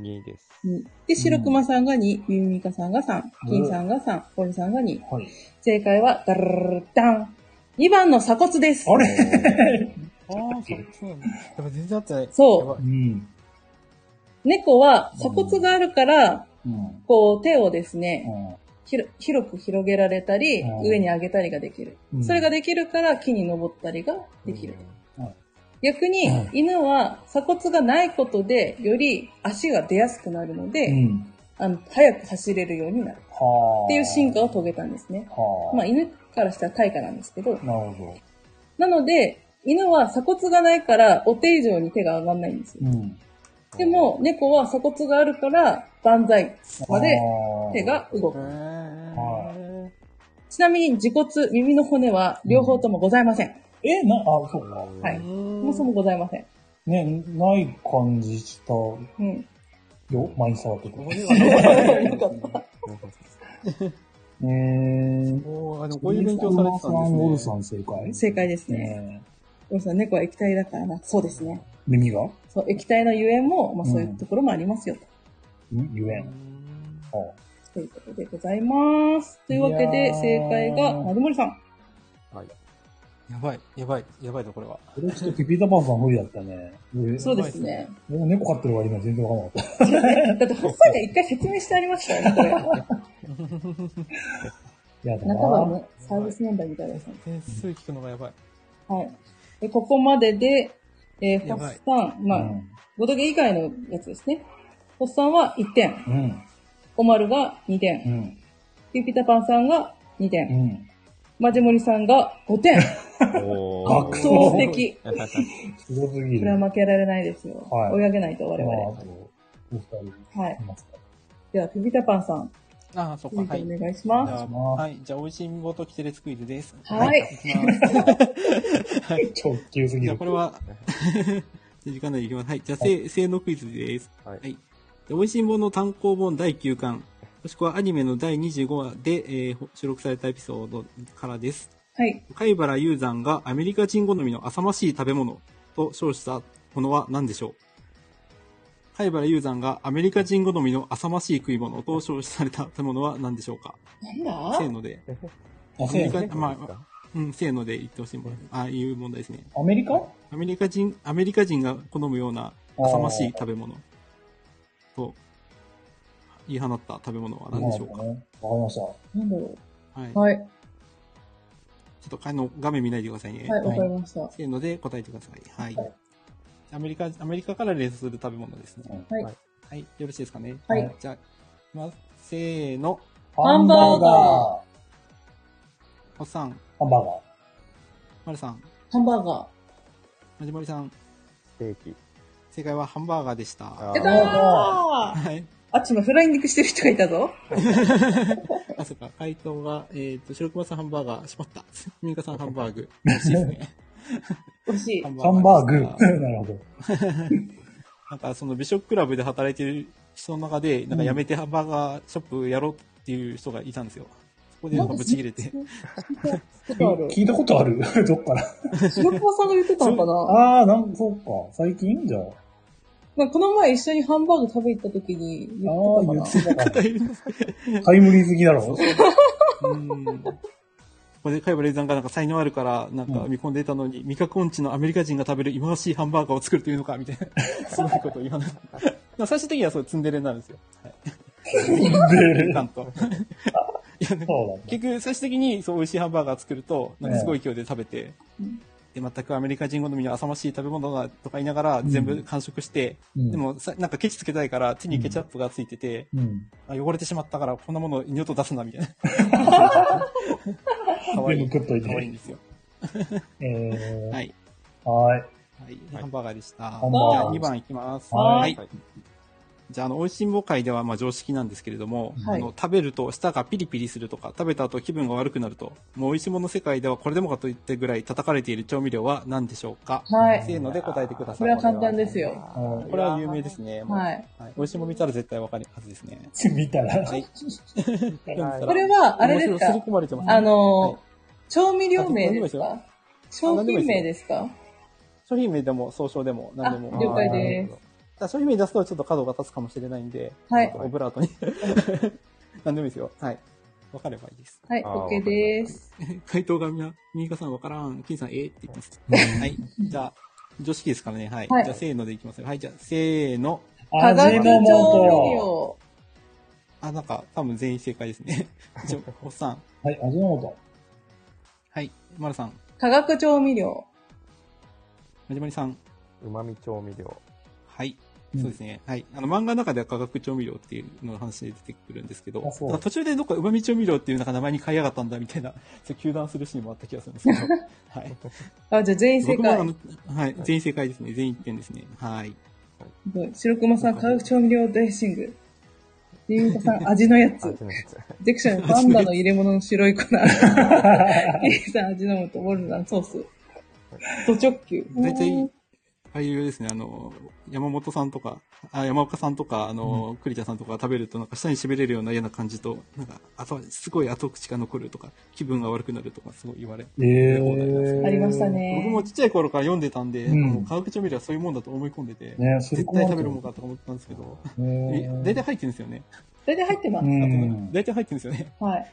S4: 2位です。
S2: 2で、白熊さんが2、ミミミカさんが3、金さんが3、ポルさんが2。
S1: はい。
S2: 正解は、ダルルルルダン。2番の鎖骨です。
S1: あれ
S5: あー、そうそうなんだ。やっぱ全然合ってない。
S2: そう
S5: やばい
S1: うん。
S2: 猫は鎖骨があるから、
S1: うん。
S2: こう手をですね、
S1: うん
S2: ひろ広く広げられたり、
S1: うん
S2: 上に上げたりができる
S1: う。ん
S2: それができるから木に登ったりができる。
S1: うん
S2: 逆に
S1: うん
S2: 犬は鎖骨がないことで、より足が出やすくなるので、
S1: うん。
S2: あの早く走れるようになる
S1: はあ。
S2: っていう進化を遂
S1: げ
S2: げたんですね。
S1: はあ。
S2: まあ犬からしたら対価なんですけど、
S1: なるほ
S2: なので、犬は鎖骨がないから、お手以上に手が上がんないんですよ。
S1: ど。うん。
S2: でも、猫は鎖骨があるから、万歳まで
S1: あー
S2: 手。が動
S5: へ
S2: く。
S5: ー。
S2: ちなみに、自骨、耳の骨は、両方ともございません。
S1: え、な、あ、そうか。
S2: は
S5: う
S2: い。そ
S5: ー
S2: も
S5: ん
S2: そもございません。
S1: ね、ない感じしたよ。
S2: うん。
S1: 前に触ってた。
S5: 骨は
S2: よかった。
S1: えー。
S5: もう、あの、こういう勉強されてたんですね。
S1: ゴルさん正解
S2: 正解ですね。
S1: ね
S2: ゴルさん、猫は液体だからな。そうですね。
S1: え耳が
S2: そう、液体のゆえんも、まあ
S1: うん
S2: そういうところもありますよ。
S1: んゆえん。は
S2: ということでございます。というわ
S1: い
S2: け
S1: や
S2: で、
S1: ー
S2: 正解が、まるもりさん。
S5: やばい、やばい、やばいぞ、これは。
S1: あこれちょっとピピーターパンさん無理だったね。俺
S2: そうですね。
S1: 僕猫飼ってる割には全然わからなかっ
S2: だって、ホッサンが一回説明してありましたよね、こ れ。
S1: た。やだな
S2: 半ばのサービス問題みたいですね。
S5: 点数聞くのがやばい。
S2: はい。で、ここまでで、えー、
S5: や
S2: ホ
S5: ばい
S2: ッサン、まあ、ボドゲ以外のやつですね。ホッサンは1点、
S1: うん。うん。
S2: オマルが2
S1: う
S2: 点、
S1: ん。
S2: ピピタパンさんが2
S1: う
S2: 点、
S1: ん。
S2: マジモリさんが5点。
S4: お
S1: 学
S4: ー。
S1: 生
S2: 総素敵。
S1: すごすぎ
S2: これ
S1: る。
S2: は負けられないですよ。
S1: はい
S2: 追い上げないと我々。
S1: まああと、お二人
S2: はい
S1: い。ますか
S2: では、ピピタパンさん、
S5: ああ、そっか、
S2: 続い
S5: は
S2: て
S5: い。
S2: お願いし
S5: じ
S2: ま
S5: ゃあ、はい。じゃあ、美味しいんぼとキテレツクイズです。
S2: はい
S5: いきます。
S1: ら。直球すぎ
S5: じゃ あ、
S1: る
S5: こ。れは、時間内でいきます。はい。じゃあ、せ、性能クイズです。
S4: はい
S5: はい。で美味しんぼの単行本第9巻。
S3: もしくはアニメの第25話で、えーほ収録されたエピソードからです。
S2: はい。
S3: 貝原雄山がアメリカ人好みの浅ましい食べ物と称したものは何でしょう貝原雄山がアメリカ人好みの浅ましい食い物と称された食べ物は何でしょうか
S2: なんだ
S3: せーので。
S1: あ
S3: アメリカ
S1: せーの
S3: まあ、うん、せーので言ってほしいもの。ああいう問題ですね。
S1: アメリカ
S3: アメリカ人、アメリカ人が好むような浅ましい食べ物と言い放った食べ物は何でしょうか
S1: なるほどねわか
S2: なんだろ
S3: はい。ち
S2: う。
S3: ょ
S2: はい。
S3: っとあの画面見ないでくださいね。
S2: はい、わか
S3: は
S2: り
S3: い。
S2: ました。は
S3: せーので答えてください。はい
S1: はい。。
S3: アメリカ、アメリカから連想する食べ物ですね。
S2: い。
S3: はい。よろしいですかね。
S2: はい
S3: じゃあ、いきます。せーの。
S1: ました。ハンバーガー。
S2: ハ
S3: おっさん、
S1: ハンバーガー。
S3: まるさん、
S2: ハンバーガ
S3: まじまりさん。
S4: ステーキ。
S3: 正解はハンバーガーでした。
S2: ー。
S4: あ
S2: やっ
S4: ー
S2: たー
S3: はい。
S2: あっちもフライングしてる人がいたぞ。
S3: あ、そっか、回答が、えっ、と、白熊さんハンバーガー、しまった。 ミカさんハンバーグ。美味しいですね。
S2: 美味しい。
S1: ハンバーグ。
S3: でした
S1: なるほど。
S3: なんか、その美食クラブで働いてる人の中で、なんか辞めてハンバーガーショップやろうっていう人がいたんですよ。そこでなんかブチ切れて。
S2: 聞いたことある。
S1: 聞いたことある どっから
S2: 白熊さんが言ってたのかな
S1: ああ、なん、そうか。最近じゃあ。
S2: なんかこの前一緒にハンバーグ食べ行った時に言
S1: あ
S2: っ
S1: あ、
S2: て
S1: 言
S2: たかな
S1: ってたか
S3: 方いるんです け
S1: ら。タイムリーすぎだろ
S3: ど。うん。ここで、カイブレイザンがなんか才能あるから、なんか見込んでいたのに、味覚音痴のアメリカ人が食べる忌まわしいハンバーガーを作るというのか、みたいな、すごいことを言わない。まあ最終的にはそう、ツンデレになるんですよ。はい。
S1: で、
S3: なん と。いや、な
S1: そうだ
S3: んか
S1: ね。
S3: 結局、最終的にそう美味しいハンバーガー作ると、なんかすごい勢いで食べて、
S2: うん
S3: で、全くアメリカ人好みの浅ましい食べ物だとか言いながら
S1: ん
S3: 全部完食して、
S1: うん
S3: で、もさ、なんかケチつけたいから手にケチャップがついてて、
S1: うん。
S3: あ汚れてしまったからこんなもの二度と出すな、みたいな。かわい
S1: 全
S3: い。
S1: 部食っといて
S3: かわいいんですよ。
S1: え
S3: はい。
S1: ー、はい。
S3: はい。ハンバーガーでした。
S1: ンバーガー
S3: じゃあ2番いきます。
S1: はい
S3: はい。じゃあ、あの、美味しんぼ会では、まあ、常識なんですけれども、
S2: はい
S3: あの、食べると舌がピリピリするとか、食べた後気分が悪くなると、もう美味しいもの世界ではこれでもかといってぐらい叩かれている調味料は何でしょうか
S2: はい。
S3: せーので答えてください。
S2: これは簡単ですよ。
S1: は
S3: これは有名ですね。もう
S2: はい。
S3: はい。美味しいもの見たら絶対わかるはずですね。
S1: い。見たら。
S3: はい。
S2: これは、あれです
S3: 面白刷り
S2: か
S3: 込まれてますね
S2: あのー
S3: はい
S2: 調味料名です
S3: あ
S2: か商品名ですか
S3: 商品名でも、総称でも、何でも。
S2: あ了解です
S3: す。商品名出すとちょっと角が立つかもしれないんで、
S2: はい。
S3: オブラートに。 何でもいいですよ。はい。わかればいいです。
S2: はい、
S4: あー
S2: OK です。
S3: 回答がみんな、ミカさんわからん、金さんええって言ってます。はい。じゃあ、常識ですからね。はい。
S2: はい
S3: じゃあ、せーのでいきますよ。はい。じゃあ、せーの。
S2: 化学調味
S1: 素。
S2: 料。
S3: あ、なんか、多分全員正解ですね。 一応、おっさん。
S1: はい、味の素。
S3: はい。まるさん。
S2: 化学調味料。
S3: まじまりさん。
S4: うまみ調味料。
S3: はい。
S1: うん
S3: そうですね。はい。あの、漫画の中では化学調味料っていうのの話で出てくるんですけど、
S1: あそう
S3: なんか途中でどっか旨味調味料っていうなんか名前に変えやがったんだみたいな、そういう糾弾するシーンもあった気がするんです けど、はい。
S2: あ、じゃあ全員正
S3: 僕もあ
S2: 解。
S3: の、はい。全員正解ですね。全員1点ですね。はい。
S2: 白熊さん、化学調味料ドレッシング。リンゴさん、 味のや
S4: あ
S2: つ
S4: っち。のやつ。
S2: ジェクシ ョン、パンダの入れ物の白い粉。リーさん、味の素、ウォルナン、ソース。ド直球。
S3: 大体、ああいうですね、あの、山本さんとか、あ山岡さんとか、あの、栗田さんとかが食べると、なんか舌にしびれるような嫌な感じと、なんか、あと、すごい後口が残るとか、気分が悪くなるとか、すごい言われ。
S1: えー。
S2: ありました。ね。
S3: 僕もちっちゃい頃から読んでたんで、
S1: うん
S3: あの化学調味料はそういうもんだと思い込んでて、
S1: ね、それ
S3: 絶対食べるもんかと思ったんですけど、え
S1: ね
S3: 大体入ってるんですよね。
S2: 大体入ってま
S1: う
S2: す。
S1: ん。
S3: 大体入ってるんですよね。
S2: はい。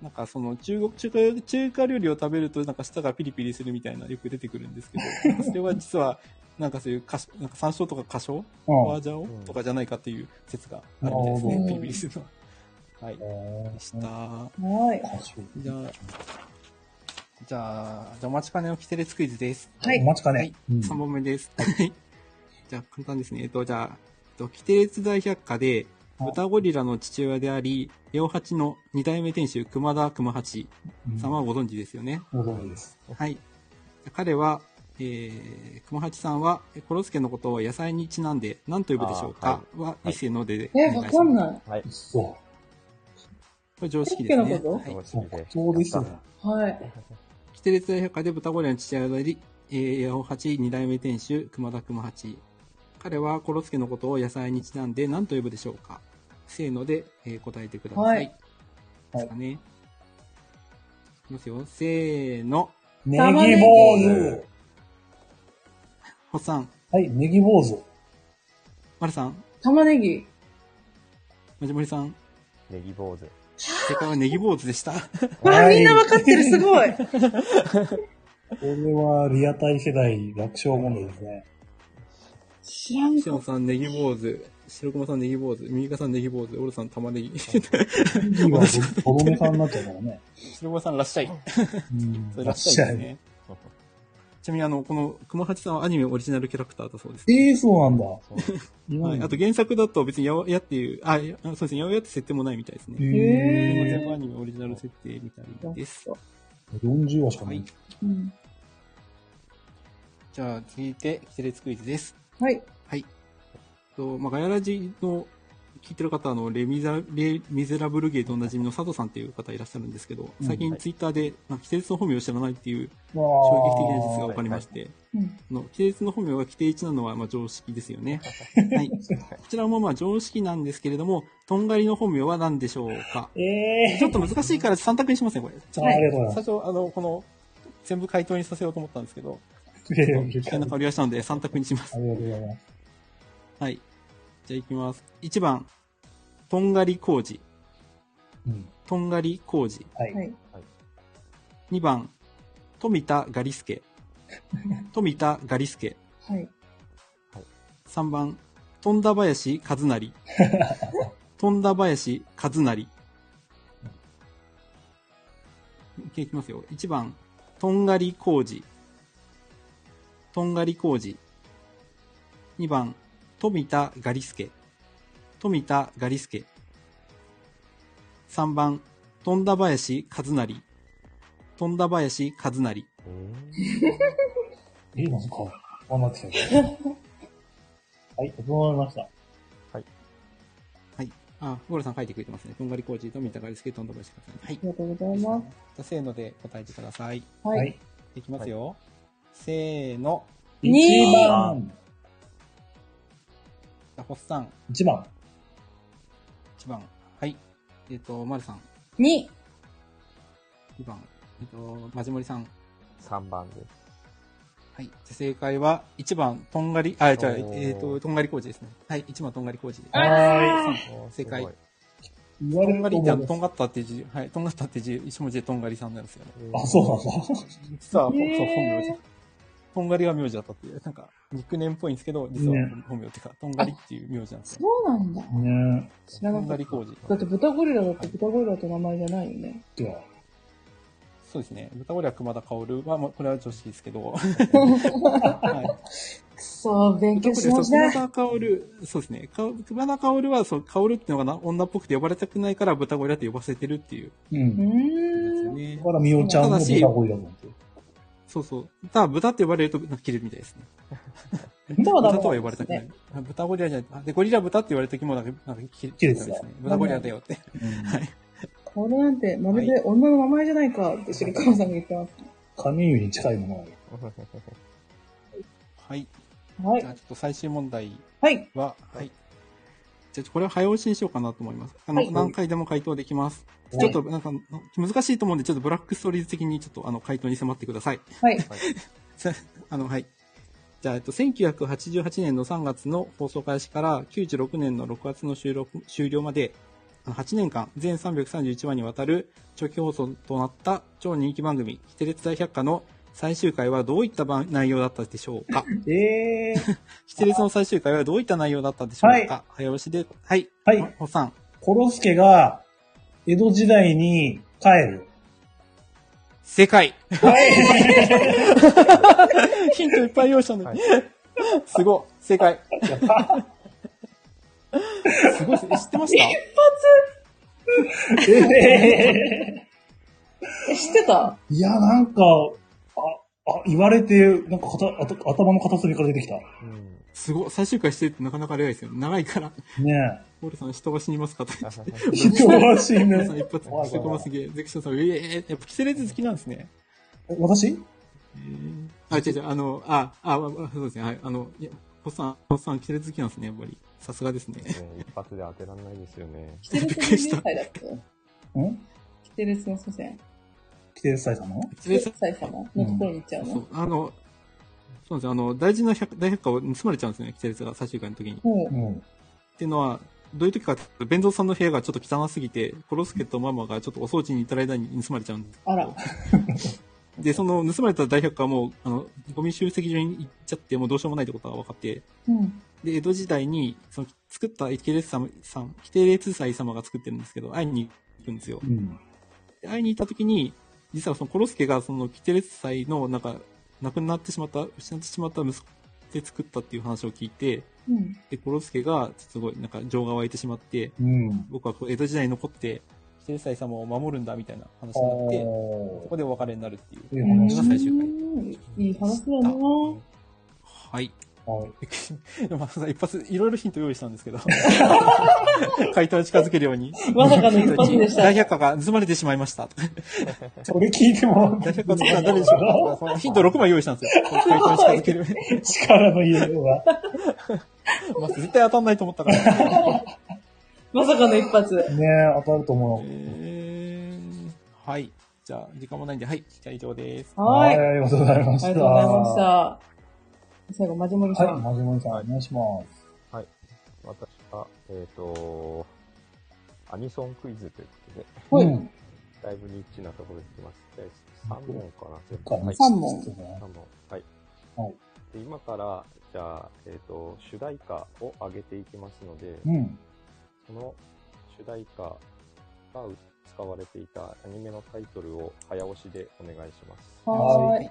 S3: なんかその中国、中華、中華料理を食べるとなんか舌がピリピリするみたいなよく出てくるんですけど、なんかそれは実は、なんかそういうかし、なんか山椒とか花椒花椒
S4: うん
S3: とかじゃないかっていう説があるみたいです
S2: なるほ
S3: ね。
S2: ど
S3: ピリピリするのは。はい。でした。
S2: はい。
S3: じゃあ、じゃあ、じゃあお待ちかねのキテレツクイズです。
S2: は
S1: お
S2: い。
S1: 待ちか
S3: は
S1: ね
S3: い。。3本目です。はい。じゃあ、簡単ですね。えっと、じゃあ、えっと、キテレツ大百科で、
S1: はい
S3: 豚ゴリラの父親であり、両八の二代目店主、熊田熊八さんはご存知ですよね。
S1: ご存知です。
S3: はい。彼は、えー、熊八さんは、コロスケのことを野菜にちなんで何と呼ぶでしょうかは、
S4: い
S3: 一世のででお願い
S2: え、
S3: しま
S2: わ
S3: す。
S2: かんない。
S4: はい。
S1: そ
S3: これ常識ですね。
S2: コロスケのこ
S3: はい、
S4: 常
S1: う。即興
S4: 識で
S1: ですよ。
S2: はい。
S3: キテレツ大百科で豚ゴリラの父親であり、えー、八八二代目店主、熊田熊八。彼はコロスケのことを野菜にちなんで何と呼ぶでしょうかせーので、えー答えてくださ。
S2: はいい
S3: ですかね。いきますよ。せーの。
S1: ネ
S2: 玉ね
S1: ギ
S2: ぎ
S1: 坊主
S4: ね。
S3: ホッサン、
S1: はい、ネギ坊主。
S3: マルさん、
S2: 玉ねぎ。
S3: マジモリさん。
S4: ネギ坊主。
S3: 正解はネギ坊主でした。
S2: ほら、みんなわか
S1: っ
S2: ってる、すごい。
S1: これはリアタイ世代楽勝問題ですね。
S2: 知らん
S3: シオンさん、ネギ坊主。白駒さん、ネギ坊主。ミイカさん、ネギ坊主。オルさん、玉 ねぎ。
S1: ネギはボロメさんになっちゃうからね。
S5: 白駒さんらっしゃい。
S1: うん
S5: それらっしゃいですね。
S3: ちなみに、あの、この、熊八さんはアニメオリジナルキャラクターだそうです。
S1: ええそうなんだ。今
S3: はい。あと、原作だと別に、やおやっていう、あ、やそうですね、やおやって設定もないみたいですね。
S2: へー
S3: 全部アニメオリジナル設定みたいです。
S1: 40話しか
S3: は
S1: ないい。。
S2: うん
S3: じゃあ、続いて、キテレツクイズです。
S2: はい。
S3: はい。と、まあ、ガヤラジの聞いてる方のレミザ、レ・ミゼラブルゲーとおなじみの佐藤さんっていう方いらっしゃるんですけど、
S1: うん
S3: 最近
S4: はい
S3: ツイッターで、まあ、季節の本名を知らないってい
S1: わ
S3: う衝撃的な事実が
S1: ー
S3: 分かりまして、
S2: うん
S3: あの、季節の本名が規定1なのは、まあ、常識ですよね。はい。こちらもまあ、常識なんですけれども、とんがりの本名は何でしょうか
S1: ええ
S3: ちょっと難しいから3択にしますね、これ。
S1: あありがとうございま
S5: 最初、あの、この、全部回答にさせようと思ったんですけど、
S1: す。いやいや
S3: 危険な香りがしたので3択にします
S1: あ。りがとうございます。
S3: はい。じゃあ行きます。1番、とんがり工事。
S1: うん。
S3: とんがり工事。
S1: はい。
S2: はい。
S3: 2番、富田ガリスケ。富田ガリスケ。
S2: はい。
S3: 3番、富田林和成。富田林和成。いきますよ。1番、とんがり工事。とんがり工事。2番、富田ガリスケ。富田ガリスケ。3番、富田林和成。富田林和成。
S1: え、
S4: え
S1: なんか、頑張ってきた。はい、整いました。
S3: はい。あ、ゴラさん書いてくれてますね。とんがり工事と三鷹ですけど、とんどばしてください。はい
S2: あ。りがとうございます。
S3: じゃあせーので答えてください。
S2: はい。。
S3: いきますよ。せーの。
S2: 二
S1: 1番。
S3: じゃあ、ホッサン、
S1: 1番。
S3: 1番。はい。えっ、と、マルさん、
S2: 2、
S3: 2番。えっ、と、マジモリさん。
S4: ー、3番です。
S3: はい。じゃあ正解は、1番、とんがり、あ、違う、
S4: おー
S3: えっ、と、とんがり工事ですね。はい。1番、とんがり工事。
S2: あ
S1: は
S2: ー
S4: おー
S3: 正解
S4: すご
S1: ー
S4: い
S1: い。言
S3: と
S1: われ
S3: ん
S1: る
S3: が
S1: と
S3: りって、あの、と
S1: 思
S3: ん
S1: う。
S3: がったっていう字、はい。とんがったっていう字、一文字でとんがりさんなんですよね。
S1: あ、そうなんだ。
S3: 実は、ほ
S2: へー
S3: そう、本名じゃ。とんがりが名字だったっていう、なんか、ニックネームっぽいんですけど、実は
S1: ね
S3: 本名っていうか、とんがりっていう名字なんですよ。
S2: そうなんだ。
S1: ね
S2: 知ら
S3: と
S2: なんか
S3: が
S2: っ
S3: り工事。
S2: た。だって豚ゴリラだって豚ゴリラって名前じゃないよね。
S1: え。では、
S3: そうですね。豚ゴリラ熊田薫は、まあ、これは常識ですけど。 はい。
S2: くそー、勉強しまし
S3: そう熊
S2: た。
S3: 田薫、そうですね。か熊田薫は、そう、薫っていうのがな女っぽくて呼ばれたくないから豚ゴリラって呼ばせてるっていう
S1: う
S2: うー
S1: ん。
S3: ですよ
S2: ん。
S3: ね
S1: だ。から、みおちゃんの豚声だもん。
S3: そうそう。ただ、豚って呼ばれると、なんか切れるみたいですね。
S2: 豚はダ
S3: 豚
S2: メ
S3: とは
S2: な
S3: 呼
S2: ん
S3: ば
S2: で
S3: れ
S2: す
S3: たく
S2: ね
S3: ない。あ豚ゴリラじゃない。あで、ゴリラ豚って言われた時も、なんか、なんか切れ
S1: 切れ
S3: る
S1: てた
S3: みたいですね。豚ゴリラだよって。はい。
S2: これなんて、まるで女の名前じゃないかってシリカワさんが言ってます。
S1: 神湯に近いものがある。
S3: はい。
S2: は
S3: じゃあ、
S2: い。
S3: ちょっと最終問題
S2: はい。
S3: は、はい。じゃあ、これは早押しにしようかなと思います。あの、
S2: はい
S3: 何回でも回答できます。
S1: はい
S3: ちょっと、なんか、難しいと思うんで、ちょっとブラックストーリーズ的に、ちょっと、あの、回答に迫ってください。
S2: はい。
S3: あの、はい。じゃあ、えっと、1988年の3月の放送開始から96年の6月の収録、終了まで、あの8年間、全331話にわたる長期放送となった超人気番組、キテレツ大百科の最終回はどういった番内容だったでしょうか
S1: ええ。
S3: キテレツの最終回はどういった内容だったでしょうか、
S1: はい
S3: 早押しで、はい。
S1: はい
S3: おおっさん。
S1: コロスケが、江戸時代に帰る。
S3: 正解
S1: はい。
S3: ヒントいっぱい用意したの
S4: はい
S3: に。 すごい。正解。すごいですね。知ってま した
S2: え、知ってた
S1: いや、なんか、あ、あ、言われて、なんかかたあと頭の片隅から出てきた。
S4: うん
S3: すごい。最終回してるってなかなかレアですよね。長いから。
S1: ね
S3: オールさん、人が死にますかと言って。
S1: え。人らしい
S3: オールさん
S1: ね。
S3: 一発、してこますげえ。ゼクションさん、ええやっぱキセレツ好きなんですね。
S1: え私
S3: あ、違う違う、あの、あ、あ、あそうですね。はい。あの、いや、ホッサン、ホッサン、キセレツ好きなんですね、やっぱり。さすがですね。
S4: ね一発で当てらんないですよね。
S2: キテレ
S3: びっく
S2: ス
S3: りした
S2: 20歳だったよ。
S1: ん
S2: キテレスの祖先。
S1: 規定されたの
S3: キ
S2: キ
S3: テ
S2: テレ
S3: レ
S2: ス
S3: ス
S2: 様のところに行っちゃうの、
S3: そう、あの、そうなんですよ。あの、大事な百大百科を盗まれちゃうんですね、キテレツが最終回の時に。っ
S2: もう
S1: う、ん。
S3: ていうのは、どういう時かっていうと、弁蔵さんの部屋がちょっと汚すぎて、コロスケとママがちょっとお掃除に行った間に盗まれちゃうんです。
S2: あら。
S3: で、その盗まれた大百科はもう、あの、ゴミ集積所に行っちゃって、もうどうしようもないってことが分かって、
S2: うん。
S3: で、江戸時代に、その、作ったキテレツ様、さんキテレツ祭様が作ってるんですけど、会いに行くんですよ。
S1: うん。
S3: で会いに行った時に、実はそのコロスケがそのキテレツ祭のなんか、亡くなってしまった、失ってしまった息子で作ったっていう話を聞いて、
S2: うん。
S3: で、コロスケがすごいなんか情が湧いてしまって、
S1: うん。
S3: 僕はこう江戸時代に残って、キテレツ祭様を守るんだみたいな話になって、そ
S1: お
S3: こでお別れになるっていう。
S1: ー。いい話
S3: が。最終回
S2: 回。いい話だなぁ。
S3: はい。
S1: はい。
S3: まあ、一発、いろいろヒント用意したんです けど。回答に近づけるように。
S2: まさかの一発でした
S3: 大百科が盗まれてしまいました。
S1: それ聞いても
S3: 大百科作ったの誰でしょうそのヒント6枚用意したんですよ。回答に近づける。
S1: 力の入れようが。
S3: まあ、絶対当たんないと思ったから。
S2: まさかの一発。
S1: ねえ、当たると思
S3: えーはい。じゃあ、時間もないんで、はい。じゃあ以上です。
S1: う。
S2: はい。あ
S1: ありがとうございました。
S2: りがとうございました。最後、まじもりさ
S1: はい、
S2: ん。
S1: まじもりさん、お願いします。
S4: 私は、えっ、と、アニソンクイズということで、
S2: はい
S1: うん。
S4: だいぶニッチなところに来ます。3問かな、全
S1: か
S4: 部。はい。
S2: 三問
S1: ちょっとね
S4: 三問。はい。
S1: はい
S4: で今から、じゃあ、えっ、と、主題歌を上げていきますので、
S1: うん。
S4: その主題歌が使われていたアニメのタイトルを早押しでお願いします。
S2: はーい。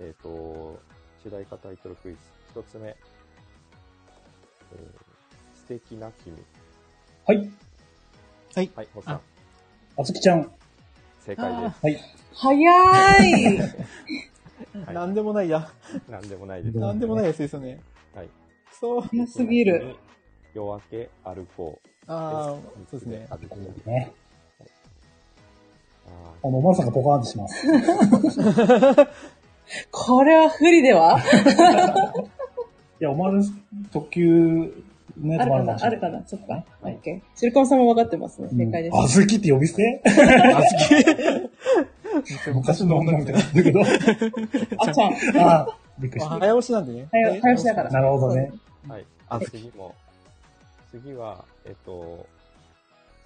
S4: えっ、と、主題歌タイトルクイズ。一つ目。えー素敵な君。
S1: はい、
S3: はい。
S4: はい、ホさん
S3: あ。
S1: あつきちゃん。
S4: 正解です。
S2: 早い。
S4: はい
S3: なんでもないや。
S4: なんでもないです。
S1: うん
S3: なんでもないやつですよね。
S4: はい。
S3: くそー。
S2: 早すぎる。。
S4: 夜明け歩こう。
S3: ああ、そうですね
S4: あ。るね
S1: ね。
S4: あ
S1: あの、まさかポカーンってします。
S2: これは不利ではい
S1: や、おまる特急のやつ
S2: ある
S1: もあ
S2: か
S1: るか も
S2: な
S1: し
S2: あ
S1: れ
S2: る
S1: な
S2: か
S1: い。
S2: なそっか。オッケー。シリコンさんも分かってますね。正解です。
S1: あずきって呼び捨 て昔の女みたいになってるけど。
S2: あちゃん。
S1: ああ、びっくり
S3: ま
S1: し
S3: あ
S1: た。
S3: 早押しなんでね。
S2: 早押早押しだから
S1: なるほどね。
S4: ーはい。
S3: あ
S4: 次も、次は、えっと、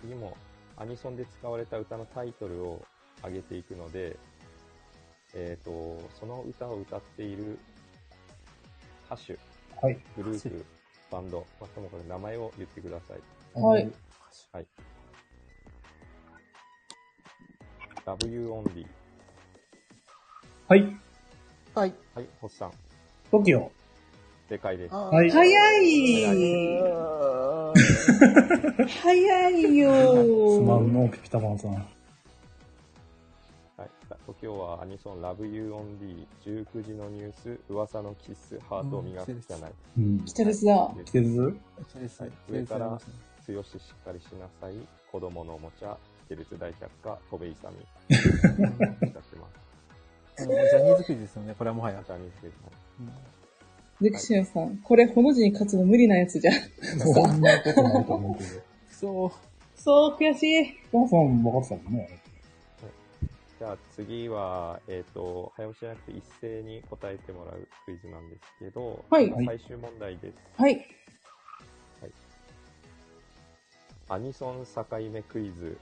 S4: 次もアニソンで使われた歌のタイトルを上げていくので、えっと、その歌を歌っている歌手、
S1: はい。
S4: グループ、バンド、まあ、ともかく名前を言ってください。
S2: はい。
S4: はい。W オンリー。
S1: はい。
S3: はい。
S4: はい、星さん。
S1: トキオ。
S4: 正解です。
S1: はい
S2: 早
S3: う
S2: い。
S3: ーん
S2: 早い
S1: すまん
S2: よ。
S1: の、ピピタパンさん。
S4: はい。さあ今日はアニソン Love You Only、19時のニュース、噂のキス、ハートを磨くじゃない。
S1: うん。
S2: キテレスだ。
S4: 季
S1: 季 節
S3: そうですね
S4: 上から強ししっかりしなさい、子供のおもちゃ、キテレツ大百科、戸部
S3: うん
S4: 勇
S3: もう
S4: 美。歌ってま
S3: ジ
S4: す。
S3: ャニーズクイズですよね、これはもはや
S4: ま。た水ですね。
S3: うん
S2: ゼクシオンさん。これ、ほの字に勝つの無理なやつじゃん。
S1: そんなことないと思うけど。
S3: くそー。
S2: そう、悔しい。
S1: お母さん分かってたもんね。
S4: じゃあ次は、えっ、と、早押しじゃなくて一斉に答えてもらうクイズなんですけど、
S2: はい
S4: 最終問題です。
S2: はい。
S4: アニソン境目クイズ。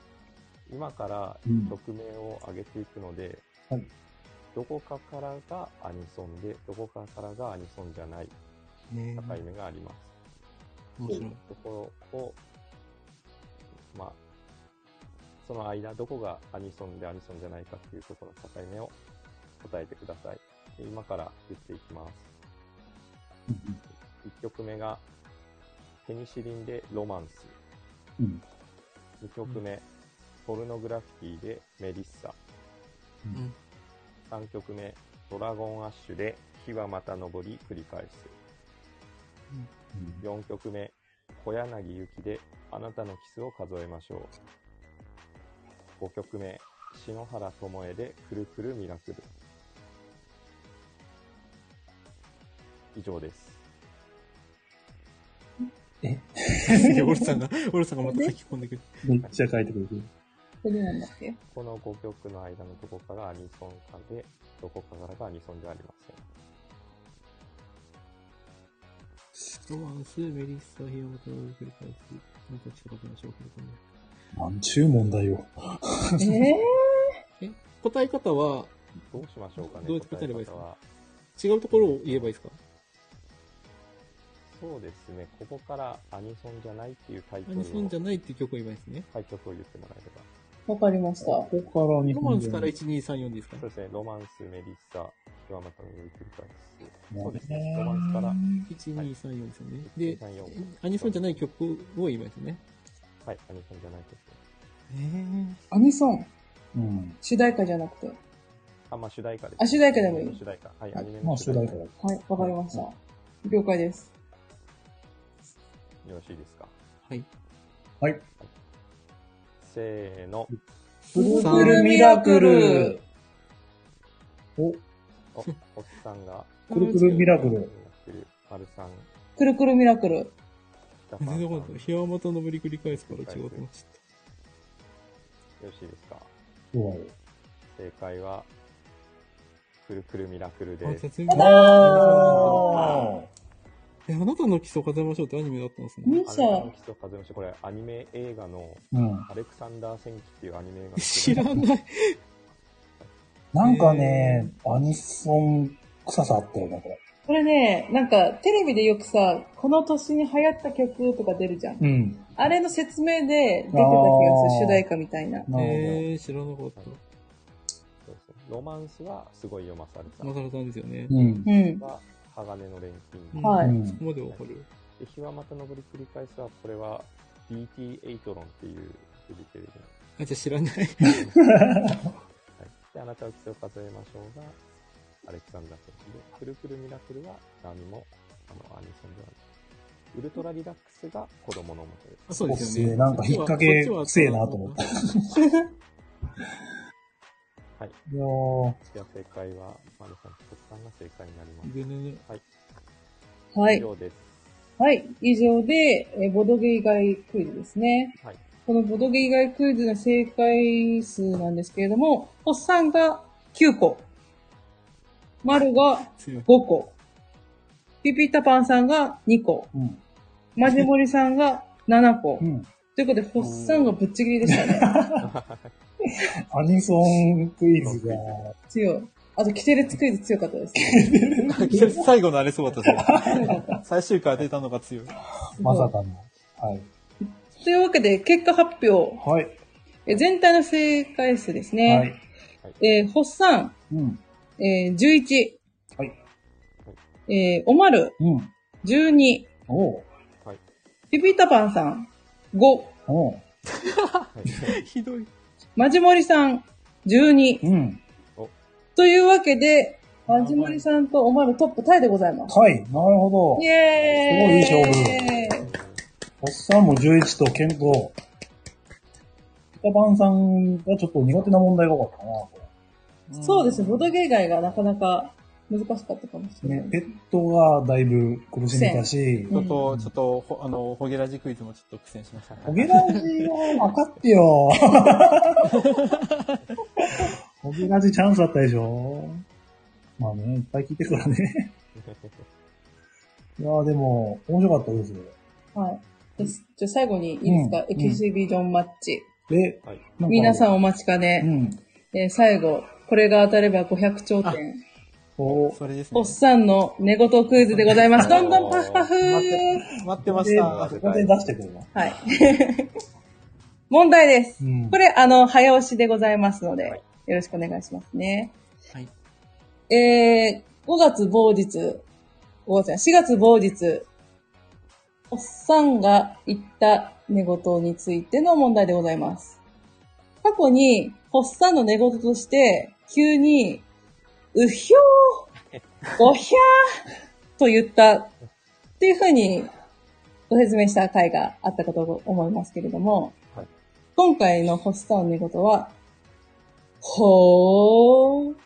S4: 今から
S1: うん
S4: 曲名を上げていくので、
S1: はい
S4: どこかからがアニソンで、どこかからがアニソンじゃない
S3: ね
S4: 境目があります。
S3: 面白い。
S4: ところを、まあ、その間、どこがアニソンでアニソンじゃないかっていうところの境目を答えてください。で今から言っていきます。
S1: うん
S4: 1曲目が、ペニシリンでロマンス。
S1: うん。
S4: 2曲目、ポルノグラフィティでメリッサ。
S3: うん
S4: 3曲目、ドラゴンアッシュで火はまた昇り繰り返す。
S1: うん
S4: 4曲目、小柳ゆきであなたのキスを数えましょう。5曲目、篠原智恵でくるくるミラクル。以上です。
S5: いや、オルさんが、オルさんがまた書き込んでくる。
S1: めっちゃ書いてくれてる。
S2: これなんだ っけ
S4: この5曲の間のどこかがアニソン化で、どこかからがアニソンではありません。
S3: ロマンス、メリッサ、ヒロムと繰り返す。なんかしたことの消費とね。
S1: なんちゅう問題を。
S2: ええ
S3: え、答え方は
S4: どうしましょうかね。
S3: どうやって答えればいいですか
S4: 答方は
S3: 違うところを言えばいいですか
S4: そうですね。ここからアニソンじゃないっていうタイ
S3: ア
S4: トル
S3: ニソン
S4: を
S3: じ、ゃないっていう曲を言えばいいですね。
S4: タイトルを言ってもらえれば。
S2: わかりました。
S1: ここから日
S3: ロマ
S1: 本
S3: ンスから1234ですか
S4: そうですね。ロマンス、メリッサ、ヒワマタの夜繰り返す。
S1: ね
S4: そうですね。ロマンスから、
S3: ?1234 ですよね。
S4: 1、
S3: で
S4: 2、、3、4。
S3: アニソンじゃない曲を言えばいいですね。
S4: はい、アニソンじゃないですね。
S3: えー、
S2: アニソン、
S1: うん。
S2: 主題歌じゃなくて。
S4: あ、まあ主題歌です。
S2: あ主題歌でもいい
S4: アニメの主題歌。はい、アニ
S1: ま
S4: メ
S1: あ
S4: の
S1: 主
S4: 主
S1: 題
S4: 題
S1: 歌
S4: 歌。
S1: だ
S4: よ。
S2: はい、わかりました。了解です。
S4: ろしいですか。
S3: はい。
S1: はい。
S4: せー の。
S1: プ
S3: ルプル
S2: ミラクル。
S1: お、
S4: お、おっさんが、
S1: くるくるミラクル。
S4: 丸さん、
S2: くるくるミラクル。
S4: 北さん
S3: 全
S4: さん。
S3: 然
S4: よ
S3: わかんない。ひわまたのぶり繰り返すから違うと思っちゃっ
S4: ろしいですか。
S1: そうだよ。
S4: 正解は、くるくるミラクル
S3: た。あ、
S4: です。
S3: 絶妙
S1: あ
S3: え、あなたの基礎飾りましょうってアニメだったんですね
S2: ミ。
S4: あ
S2: シ
S4: のあの
S2: ャ、
S4: 基礎風虫、これアニメ映画の
S1: うん。
S4: アレクサンダー戦記っていうアニメ映画の
S3: 知 らない。
S1: なんかね、アニソン臭さあったよね、これ。
S2: これね、なんかテレビでよくさ、この年に流行った曲とか出るじゃん。
S1: うん。
S2: あれの説明で出てた気がす
S1: あー
S2: る、主題歌みたいな。
S1: なる
S3: えー、知らなかった。
S4: そうですねロマンスはすごいよ、マサルさん
S3: な。されたんですよね
S1: ほ。ど。うん。
S2: うん。
S4: は、鋼の錬金。
S2: はい
S1: うん
S3: そこまでわかる。
S4: で、日はまた登り繰り返すは、これは BT8 論っていうフジテレビの
S3: あ、じゃあ知らない。
S4: はい、であなたを基礎数えましょうがアレクサンダー選手でくるくるミラクルは何もあのアニソンではないウルトラリラックスが子供のおもちゃです
S3: あそうです
S1: そうっ
S3: よ
S1: すね
S3: ね。
S1: なんか引っ掛け
S3: そっちは
S1: せえなと思った。いやー
S4: じゃあ正解は丸さんとさんが正解になります
S3: ぐぬぬ
S2: は
S4: 以
S2: い。
S4: 上です
S2: はい。以上で、えーボドゲ以外クイズですね。
S4: はい
S2: このボドゲ以外クイズの正解数なんですけれども、おっさんが9個。丸が
S3: 強 い
S2: 5。個。ピピタパンさんが2個。
S1: うん。
S2: マジモリさんが7個
S1: う。ん。
S2: ということで、ホッサンがぶっちぎりでしたね。
S1: アニソンクイズが、
S2: 強い。あと、キテレツクイズ強かったです。
S5: 最後のあれそうだったし。最終回当てたのが強い。
S1: まさかの。はい。
S2: というわけで、結果発表。
S1: はい。
S2: え全体の正解数ですね。
S1: はい。
S2: えー、ホッサン、
S1: うん。
S2: えー、11。
S1: はい。
S2: えー、おまる、
S1: うん。
S2: 12。
S1: おう。
S4: はい
S2: ピピタパンさん、5。
S1: おう。
S4: はい
S3: ひどい。
S2: マジモリさん、12。
S1: うん。
S2: というわけで、マジモリさんとおまるトップタイでございます。
S1: はい。なるほ
S2: イ
S1: ど。
S2: エーイ
S1: すごいいい
S2: 勝負。
S1: おっさんも11と健康。北番さんがちょっと苦手な問題が多かったな。こ
S2: そうですね、ボドゲ以外がなかなか難しかったかもしれ
S1: れ
S2: な
S1: ね
S2: い。、
S1: ペットがだいぶ苦しんでたし、
S5: ちょっと、ちょっと、ほあの、ホゲラジクイズもちょっと苦戦しました。
S1: ホゲラジは分かってよ。 ホゲラジチャンスあったでしょまあね、いっぱい聞いてるからね。いやーでも、面白かったですよ。
S2: はい。ですじゃあ最後にいいですか、
S1: うん
S2: エキシビジョンマッチ。
S1: で、
S4: はい
S1: なか
S2: 皆さんお待ちかね。
S1: うん。
S2: えー最後、これが当たれば500頂点。
S1: こ
S5: それです
S2: お
S5: ね
S2: っ。さんの寝言クイズでございます。どんどんパフパフ
S5: 待って、待ってま
S1: う、
S5: し
S1: で、
S5: た
S1: そ。こで出してくるわ。
S2: はい。 問題です
S1: う。ん
S2: こ。れ、あの、早押しでございますので、
S4: はい
S2: よろしくお願いしますね。
S3: はい。
S2: えー、5月某日、5月じゃない4月某日、おっさんが言った寝言についての問題でございます。過去に、おっさんの寝言として、急に、うひょ ー、ごひゃーと言ったっていうふうにご説明した回があったかと思いますけれども、
S4: はい
S2: 今回のホスターの寝言は、ほーっ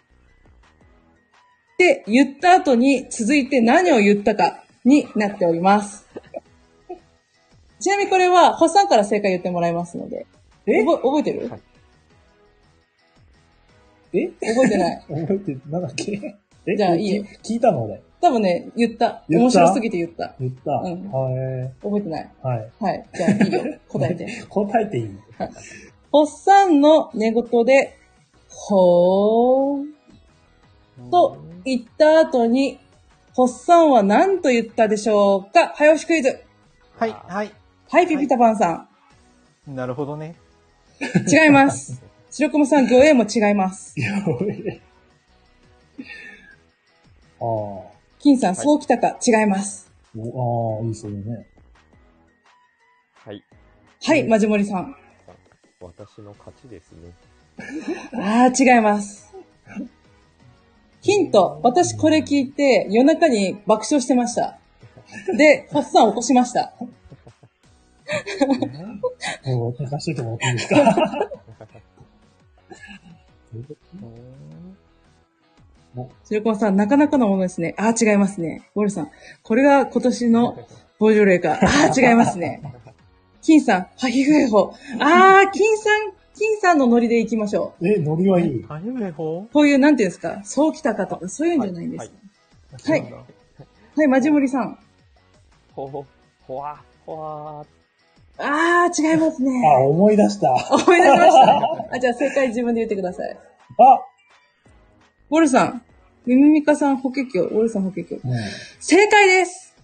S2: て言った後に続いて何を言ったかになっております。ちなみにこれは、ホッさんから正解言ってもらいますので。
S1: え
S2: 覚え覚えてる
S4: はい
S1: え
S2: 覚えてない。
S1: 覚えて、なんだっけえ
S2: じゃあいいよ
S1: 聞いたの俺。
S2: 多分ね、言った。
S1: 言った
S2: 面白すぎて言った。
S1: 言った。
S2: うん
S1: は
S2: 覚えてない。
S1: い。はい。
S2: はい。じゃあいいよ。答えて。
S1: 答えていい
S2: ホッさんの寝言で、ほーんと言った後に、ホッさんは何と言ったでしょうか早押しクイズ。
S5: はい、はい。
S2: はい、ピピタパンさ
S5: なるほどね。
S2: ん。違います。白熊さん、魚影も違います。
S1: ああ。お
S2: 金さん、そうきたか、違います。
S1: ああ、いいそうね。
S4: はい。
S2: はい、マジモリさん。
S4: 私の勝ちですね。
S2: あー、違います。ヒント。私これ聞いて、夜中に爆笑してました。 で、ホッさん起こしました。
S1: もう、難しいと思っていいですか
S2: 白熊さん、なかなかのものですね。あー、違いますね。ボルさん、これが今年のボージョレーか。あー、違いますね。金さん、ハヒフエホ。あー、金さん、金さんのノリで行きましょう。
S1: え、ノリはいい。
S5: あゆめほ
S2: こういう、なんていうんですか、そうきたかとか、そういうんじゃないんです。はい。はい、マジモリさん。
S4: ほほ、ほわ、ほわ
S2: あー、違いますね。
S1: あ、思い出した。あ、
S2: 思い出しました。あ、じゃあ正解自分で言ってください。ウォルさん。ミミミカさん補欠教、ウォルさん補欠教。
S1: うん。
S2: 正解です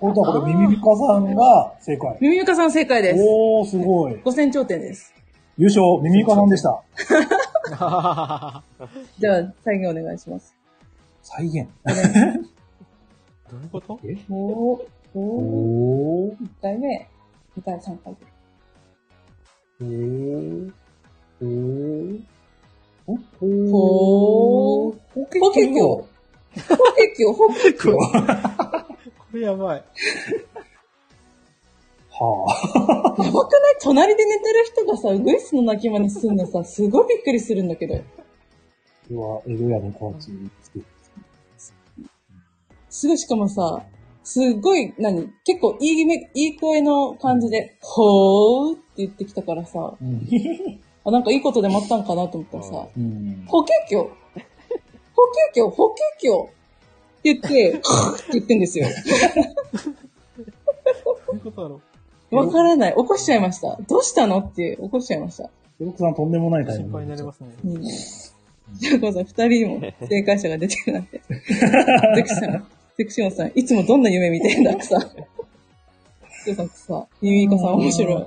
S1: 本当はこれ、ミミミカさんが正解。
S2: ミミミカさん正解です。
S1: おー、すごい。
S2: 五千頂点です。
S1: 優勝、ミミミカさんでした。
S5: ー。
S2: じゃあ、再現お願いします。
S1: 再現。
S5: どういうこと
S2: おー、おー、
S1: おー。
S2: 1回目、2回、3回。
S1: へー。へー。ほ
S2: ほー、
S1: ほ
S2: 補欠教。補欠教、補欠教。
S5: これやばい。
S1: は
S2: やばくない隣で寝てる人がさ、ウグイスの鳴き真似すんのさ、すごいびっくりするんだけど。
S1: ぁ。うわ、エルヤのコーチ作って。
S2: すごい、しかもさ、すっごい、何結構いいめ、いい声の感じで、ほーって言ってきたからさ、
S1: うん。
S2: あ、なんかいいことでもあったんかなと思ったらさ、
S1: うん。
S2: 補給魚補給魚補給魚って 言って、カーって言ってんですよ。
S5: どういうことだろ
S2: わからない。起こしちゃいました。どうしたのって起こしちゃいました。
S1: ヨロクさんとんでもないうタイミ
S5: 心配
S1: ング。
S5: になりますね。
S2: うん。じゃあこそ二人にも正解者が出てるな んて。ゼクション、ゼクションさん、いつもどんな夢見てんだ、草。ゼクさん、草。ミミイカさん、面白い。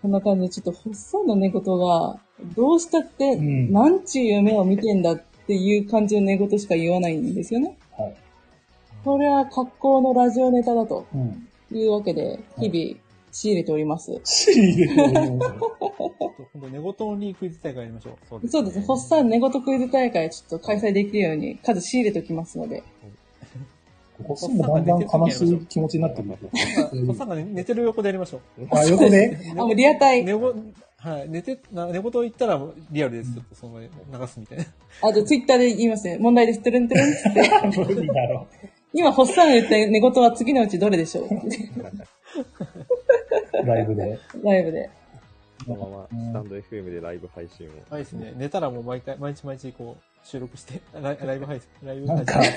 S2: こんな感じで、ちょっと、ほっさんの寝言が、どうしたって、
S1: うん
S2: なんちゅう夢を見てんだっていう感じの寝言しか言わないんですよね。
S1: はい
S2: これは格好のラジオネタだと
S1: うん。
S2: いうわけで、日々仕入れております。
S1: シリ入れております
S5: ちょっと今度寝言のリークイズ大会やりましょう。
S4: そう
S2: そうですね。ホッサン寝言クイズ大会ちょっと開催できるように数仕入れておきますので。
S1: ここすぐだんだん悲しい気持ちになってくる。
S5: おっさんが寝てる横でやりましょう。
S1: あ、横 で
S2: あ、もうリアタイ。
S5: 寝ご、はい、寝て、な寝言言ったらリアルです。ちょっとその場で流すみたいな。
S2: あ、じゃあツイッターで言いますね。問題です。トゥルントゥルンっつって。
S1: 無理だろ
S2: 今、ホッサンが言った寝言は次のうちどれでしょう
S1: う。ライブで。
S2: ライブで。
S4: このまま、スタンド FM でライブ配信を。
S5: はいですね。寝たらもう毎回、毎日毎日こう、収録して、 ライライブ配信、ライブ
S1: な
S5: 配
S1: んか
S5: 信。、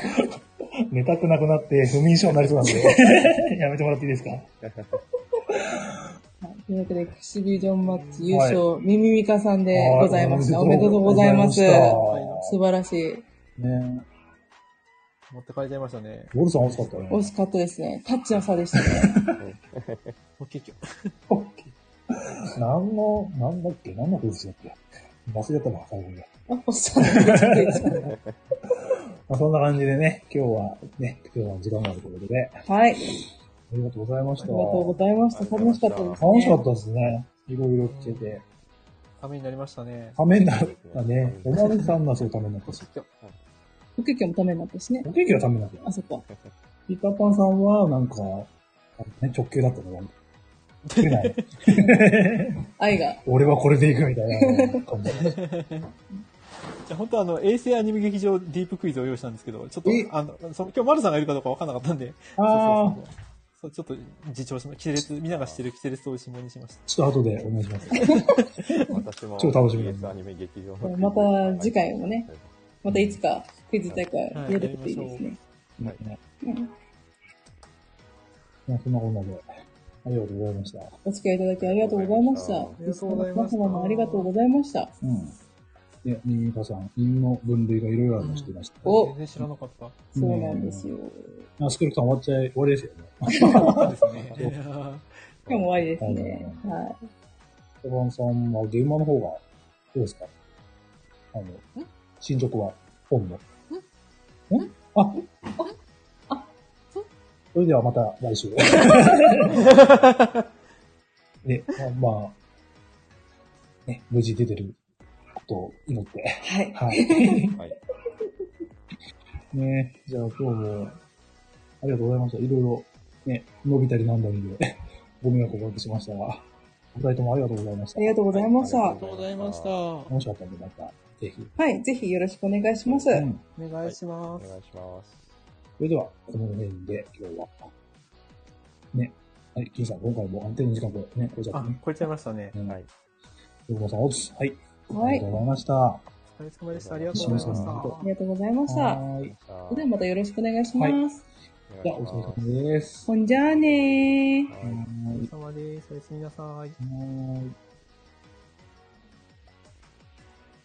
S1: 寝たくなくなって不眠症になりそうなん で、やめてもらっていいですか
S2: はいというわけで、エクシビジョンマッチ優勝、ミミミカさんでございました。
S1: は
S2: おめでとうございます。
S1: おめでとう
S2: 素
S1: ございまし
S2: 晴らしい。
S1: たね
S5: 持って帰っちゃいましたね。
S1: ウォルさん惜しかったね。
S2: 惜しかったですね。タッチの差でしたね。
S5: もう結局。
S1: 何の、なんだっけ何のクイズだっけ忘れたな、最後に。
S2: あ、ホッサンの寝言クイズ
S1: まあ、そんな感じでね、今日はね、今日は時間があるということで、あ
S2: はい。あ
S1: りがとうございました。
S2: りがとうございました。楽しかったですね。
S1: 楽しかったですね。いろいろ聞けて。
S5: ためになりましたね。
S1: ためになったね。おまるさんがそうためになったし。
S2: お結局もためになったしね。
S1: おケーキはためになった。
S2: あ、そっか。
S1: ピーターパンさんは、なんか、ね、直球だったのなんか。出ない。
S2: 愛が。
S1: 俺はこれで行くみたいな感じ。
S5: じゃあ本当はあの、衛星アニメ劇場ディープクイズを用意したんですけど、ちょっと
S1: え、
S5: あの、その今日丸さんがいるかどうかわかんなかったんで、
S1: ああ
S5: そうそうそうそうちょっと自重しま、キテレツ、皆がしてるキテレツを下にしました。
S1: ちょっと後でお願いします。
S4: 私も、
S1: 超楽しみだね
S4: BS アニメ劇場
S2: う
S4: の
S2: んまた次回もね。またいつかクイズ大会
S5: は
S2: や
S5: い
S2: れるといいですね。
S1: ね
S2: うん
S1: まあそんなこんなで、ありがとうございました。
S2: お付き合いいただきありがとうございました。
S4: あ
S3: りがとうございました
S2: 皆様もありがとうございました。
S1: うん。で、ミミカさん、犬の分類がいろいろあるの知ってました。
S2: お
S5: 全然知らなかった。
S2: そうなんですよ。
S1: あ、スクルさん終わっちゃい、終わりですよね。
S5: そうですね。いやー
S2: 今日も終わりですね。は
S1: 小ンさんは、現場の方が、どうですかあの、進捗は、本の。んあ
S2: あ
S1: それではまた来 週。ね、まあ、まあ、ね、無事出てることを祈って。
S2: い。はい。
S1: はい。
S4: はい。
S1: ねじゃあ今日も、ありがとうございました。いろいろ、ね、伸びたりなんだりで、 ご迷惑をおかけしましたが、お二人ともありがとうございまし
S2: あ
S1: た
S2: り。がとうございました。
S4: はい
S5: ありがとうございました。
S4: は
S5: お
S1: 楽しかったんで、また、ぜひ。
S2: はい。ぜひよろしくお願いします。
S1: うん
S5: 願いしま
S4: お
S5: す。
S4: 願いします。
S1: それでは、この辺で、今日は。ね。はい、金さん、今回も安定の時間で、ね、おじゃ
S5: あ
S1: くね、。
S5: 超えちゃいましたね。
S1: うん
S4: はい。
S1: ようこさん、おつ。はい。
S2: は
S1: あり
S2: い
S1: がと。うございました。は
S5: お疲れ様でした。ありがとうございました。
S2: ありがとうございました。
S1: ーい。
S4: さ
S2: それではまたよろしくお願いします。
S4: あ
S1: じゃあ、お疲れ様です。
S2: ほんじゃあねー。
S4: は
S1: は
S4: い
S5: お疲
S1: ーい
S5: れ様です。おやすみなさい。
S1: はーい。